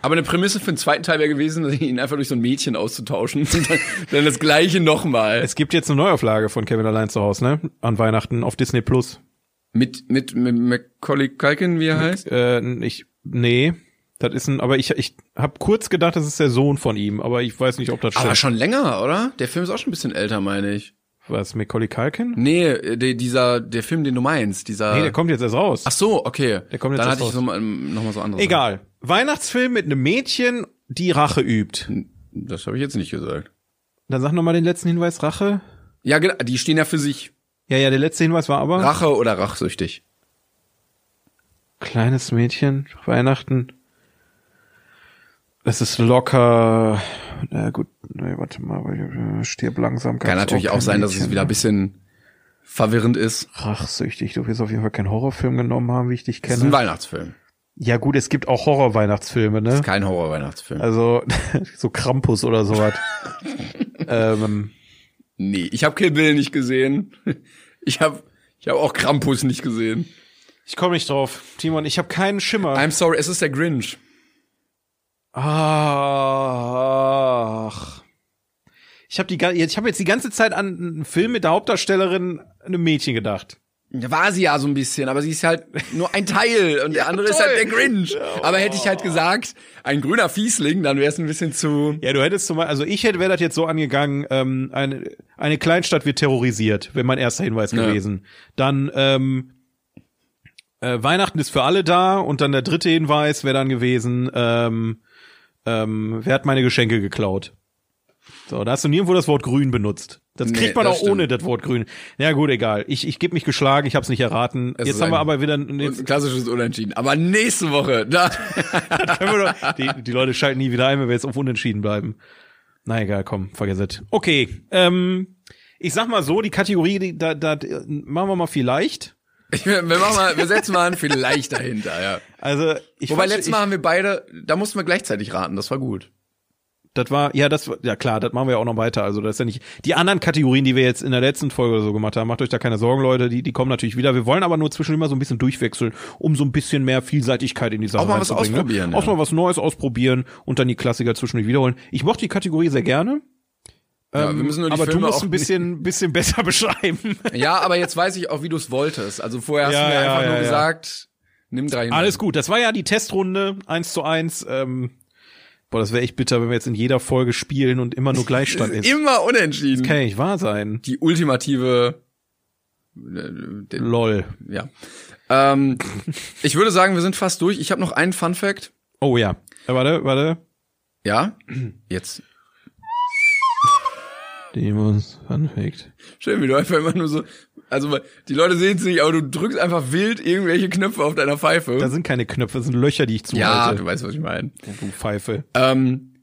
B: Aber eine Prämisse für den zweiten Teil wäre gewesen, ihn einfach durch so ein Mädchen auszutauschen. Und dann, dann das gleiche nochmal.
A: Es gibt jetzt eine Neuauflage von Kevin allein zu Hause, ne? An Weihnachten auf Disney Plus.
B: Mit, mit, mit Macaulay Culkin, wie er heißt?
A: Äh, ich, nee, das ist ein, aber ich, ich habe kurz gedacht, das ist der Sohn von ihm, aber ich weiß nicht, ob das
B: Aber
A: stimmt.
B: schon länger, oder? Der Film ist auch schon ein bisschen älter, meine ich.
A: Was, Macaulay Culkin?
B: Nee, äh, der- dieser, der Film, den du meinst, dieser.
A: Nee, der kommt jetzt erst raus.
B: Äh, Ach so, okay.
A: Der kommt jetzt
B: Dann
A: erst
B: hatte
A: raus.
B: ich nochmal noch mal so andere.
A: Egal. Weihnachtsfilm mit einem Mädchen, die Rache übt.
B: Sachen. Das habe ich jetzt nicht gesagt.
A: Dann sag noch mal den letzten Hinweis, Rache.
B: Ja, genau, die stehen ja für sich.
A: Ja, ja, der letzte Hinweis war aber.
B: Rache oder rachsüchtig.
A: Kleines Mädchen, Weihnachten. Es ist locker. Na gut, nee, warte mal, äh, stirb langsam.
B: Kann natürlich auch sein, dass es wieder ein bisschen verwirrend ist.
A: Rachsüchtig, du wirst auf jeden Fall keinen Horrorfilm genommen haben, wie ich dich
B: Es ist ein
A: kenne.
B: Weihnachtsfilm.
A: Ja gut, es gibt auch Horror-Weihnachtsfilme, ne?
B: Kein Horror-Weihnachtsfilm.
A: Also so Krampus oder sowas. ähm,
B: nee, ich habe Kill Bill nicht gesehen. Ich habe ich hab auch Krampus nicht gesehen.
A: ich komme nicht drauf, Timon. Ich habe keinen Schimmer.
B: I'm sorry, es ist der Grinch.
A: Ach. Ich habe die ga- jetzt ich habe jetzt die ganze Zeit an einen Film mit der Hauptdarstellerin einem Mädchen gedacht.
B: Da war sie ja so ein bisschen, aber sie ist halt nur ein Teil und der andere ist halt der Grinch. Aber hätte ich halt gesagt, ein grüner Fiesling, dann wäre es ein bisschen zu.
A: Ja, du hättest zum Beispiel, also ich hätte wäre das jetzt so angegangen, ähm, eine, eine Kleinstadt wird terrorisiert, wäre mein erster Hinweis gewesen. Dann ähm, äh, Weihnachten ist für alle da und dann der dritte Hinweis wäre dann gewesen, ähm, ähm, wer hat meine Geschenke geklaut? So, da hast du nirgendwo das Wort grün benutzt. Das
B: Nee,
A: kriegt man
B: das
A: auch
B: stimmt.
A: ohne das Wort grün. Ja gut, egal. Ich, ich geb mich geschlagen, ich hab's nicht erraten.
B: Es
A: jetzt
B: ist
A: haben wir
B: ein-
A: aber wieder ein- jetzt
B: Ein klassisches Unentschieden. Aber nächste Woche, da.
A: können wir doch, die, die Leute schalten nie wieder ein, wenn wir jetzt auf Unentschieden bleiben. Na egal, komm, vergiss es. Okay, ähm, ich sag mal so, die Kategorie, die, da, da äh, machen wir mal vielleicht.
B: Ich, wir, machen mal, wir setzen mal ein vielleicht dahinter, ja.
A: Also ich
B: Wobei
A: fand-
B: letztes
A: ich,
B: Mal haben wir beide, da mussten wir gleichzeitig raten, das war gut.
A: das war ja das war- ja klar, das machen wir ja auch noch weiter. Also das ist ja nicht die anderen Kategorien, die wir jetzt in der letzten Folge oder so gemacht haben. Macht euch da keine Sorgen, Leute, die die kommen natürlich wieder. Wir wollen aber nur zwischen immer so ein bisschen durchwechseln, um so ein bisschen mehr Vielseitigkeit in die Sache
B: Auch mal was
A: reinzubringen, ne?
B: ausprobieren, ja.
A: Auch mal was Neues ausprobieren und dann die Klassiker zwischendurch wiederholen. Ich mochte die Kategorie sehr gerne. Ähm,
B: Ja, wir müssen nur die
A: aber
B: Filme
A: du musst
B: auch
A: ein bisschen, bisschen besser beschreiben.
B: Ja, aber jetzt weiß ich auch, wie du es wolltest. Also vorher hast
A: Ja,
B: du mir
A: ja,
B: einfach
A: ja,
B: nur
A: ja.
B: gesagt, nimm drei Minuten.
A: Alles gut. Das war ja die Testrunde eins zu eins. Ähm, boah, das wäre echt bitter, wenn wir jetzt in jeder Folge spielen und immer nur Gleichstand ist.
B: Immer unentschieden.
A: Kann ja nicht wahr sein.
B: Die ultimative. äh, äh,
A: Lol.
B: Ja. Ähm, ich würde sagen, wir sind fast durch. Ich habe noch einen Fun Fact.
A: Oh ja. Äh, warte, warte.
B: Ja? Jetzt.
A: Die uns anfängt.
B: Schön, wie du einfach immer nur so. Also die Leute sehen es nicht, aber du drückst einfach wild irgendwelche Knöpfe auf deiner Pfeife.
A: Da sind keine Knöpfe, das sind Löcher, die ich
B: ja,
A: zuhalte.
B: du weißt, was ich meine.
A: Ja, du Pfeife.
B: Ähm,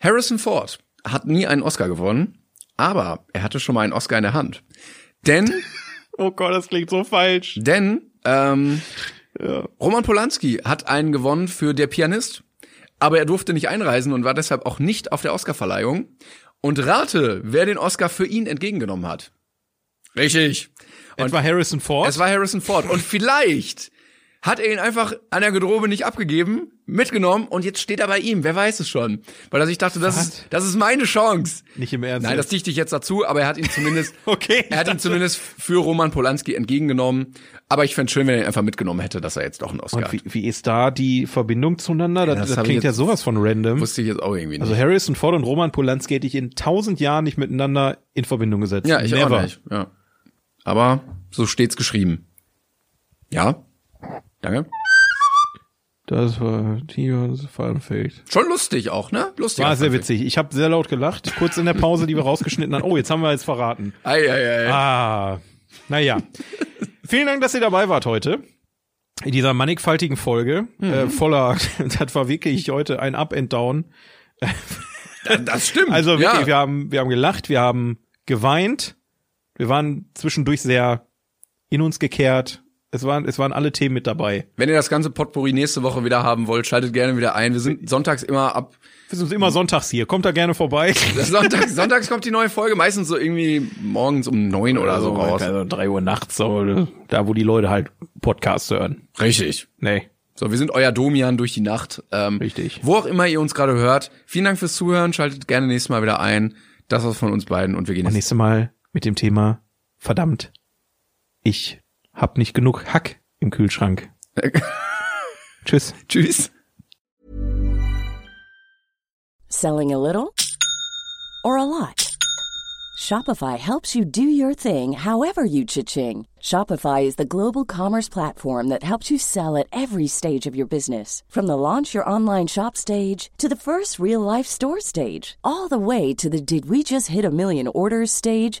B: Harrison Ford hat nie einen Oscar gewonnen, aber er hatte schon mal einen Oscar in der Hand. Denn,
A: Oh Gott, das klingt so falsch.
B: denn, ähm, Roman Polanski hat einen gewonnen für Der Pianist, aber er durfte nicht einreisen und war deshalb auch nicht auf der Oscarverleihung. Und rate, wer den Oscar für ihn entgegengenommen hat. Richtig.
A: Und war Harrison Ford?
B: Es war Harrison Ford. Und vielleicht hat er ihn einfach an der Garderobe nicht abgegeben, mitgenommen und jetzt steht er bei ihm. Wer weiß es schon? Weil er sich dachte, das,
A: Was?
B: ist, das ist meine Chance.
A: nicht im Ernst.
B: Nein, das dichte ich jetzt dazu, aber er hat ihn zumindest,
A: Okay.
B: er hat ihn zumindest für Roman Polanski entgegengenommen. Aber ich fände schön, wenn er ihn einfach mitgenommen hätte, dass er jetzt doch einen Oscar
A: und wie,
B: hat.
A: wie ist da die Verbindung zueinander? Das,
B: das
A: das,
B: hab ich
A: klingt ja
B: jetzt-
A: sowas von random.
B: Wusste ich jetzt auch irgendwie nicht.
A: Also Harrison Ford und Roman Polanski hätte ich in tausend Jahren nicht miteinander in Verbindung gesetzt.
B: ja, ich auch nicht. Ja. Aber so steht's geschrieben. Ja. Danke.
A: Das war Tions Fahrenfeld.
B: Schon lustig auch, ne? Lustig.
A: War sehr witzig. Ich habe sehr laut gelacht, kurz in der Pause, die wir rausgeschnitten haben. Oh, jetzt haben wir jetzt verraten.
B: Ei, ei, ei.
A: Ah, naja. Vielen Dank, dass ihr dabei wart heute. In dieser mannigfaltigen Folge.
B: Mhm.
A: Äh, voller, das war wirklich heute ein Up and Down.
B: Das stimmt.
A: Also wirklich,
B: ja.
A: wir, haben, wir haben gelacht, wir haben geweint. Wir waren zwischendurch sehr in uns gekehrt. Es waren, es waren alle Themen mit dabei.
B: Wenn ihr das ganze Potpourri nächste Woche wieder haben wollt, schaltet gerne wieder ein. Wir sind sonntags immer ab.
A: Wir sind
B: Mhm.
A: immer sonntags hier. Kommt da gerne vorbei.
B: Sonntags, sonntags kommt die neue Folge, meistens so irgendwie morgens um neun oder so raus.
A: Also drei Uhr nachts, so, da wo die Leute halt Podcasts hören.
B: Richtig.
A: Nee.
B: So, wir sind euer Domian durch die Nacht. Ähm,
A: Richtig.
B: Wo auch immer ihr uns gerade hört. Vielen Dank fürs Zuhören. Schaltet gerne nächstes Mal wieder ein. Das
A: Oh,
B: war's von uns beiden und wir gehen jetzt.
A: Nächstes Mal mit dem Thema, verdammt, ich Hab nicht genug Hack im Kühlschrank. Tschüss.
B: Tschüss.
D: Selling a little or a lot? Shopify helps you do your thing however you cha-ching. Shopify is the global commerce platform that helps you sell at every stage of your business. From the launch your online shop stage to the first real life store stage, all the way to the did we just hit a million orders stage.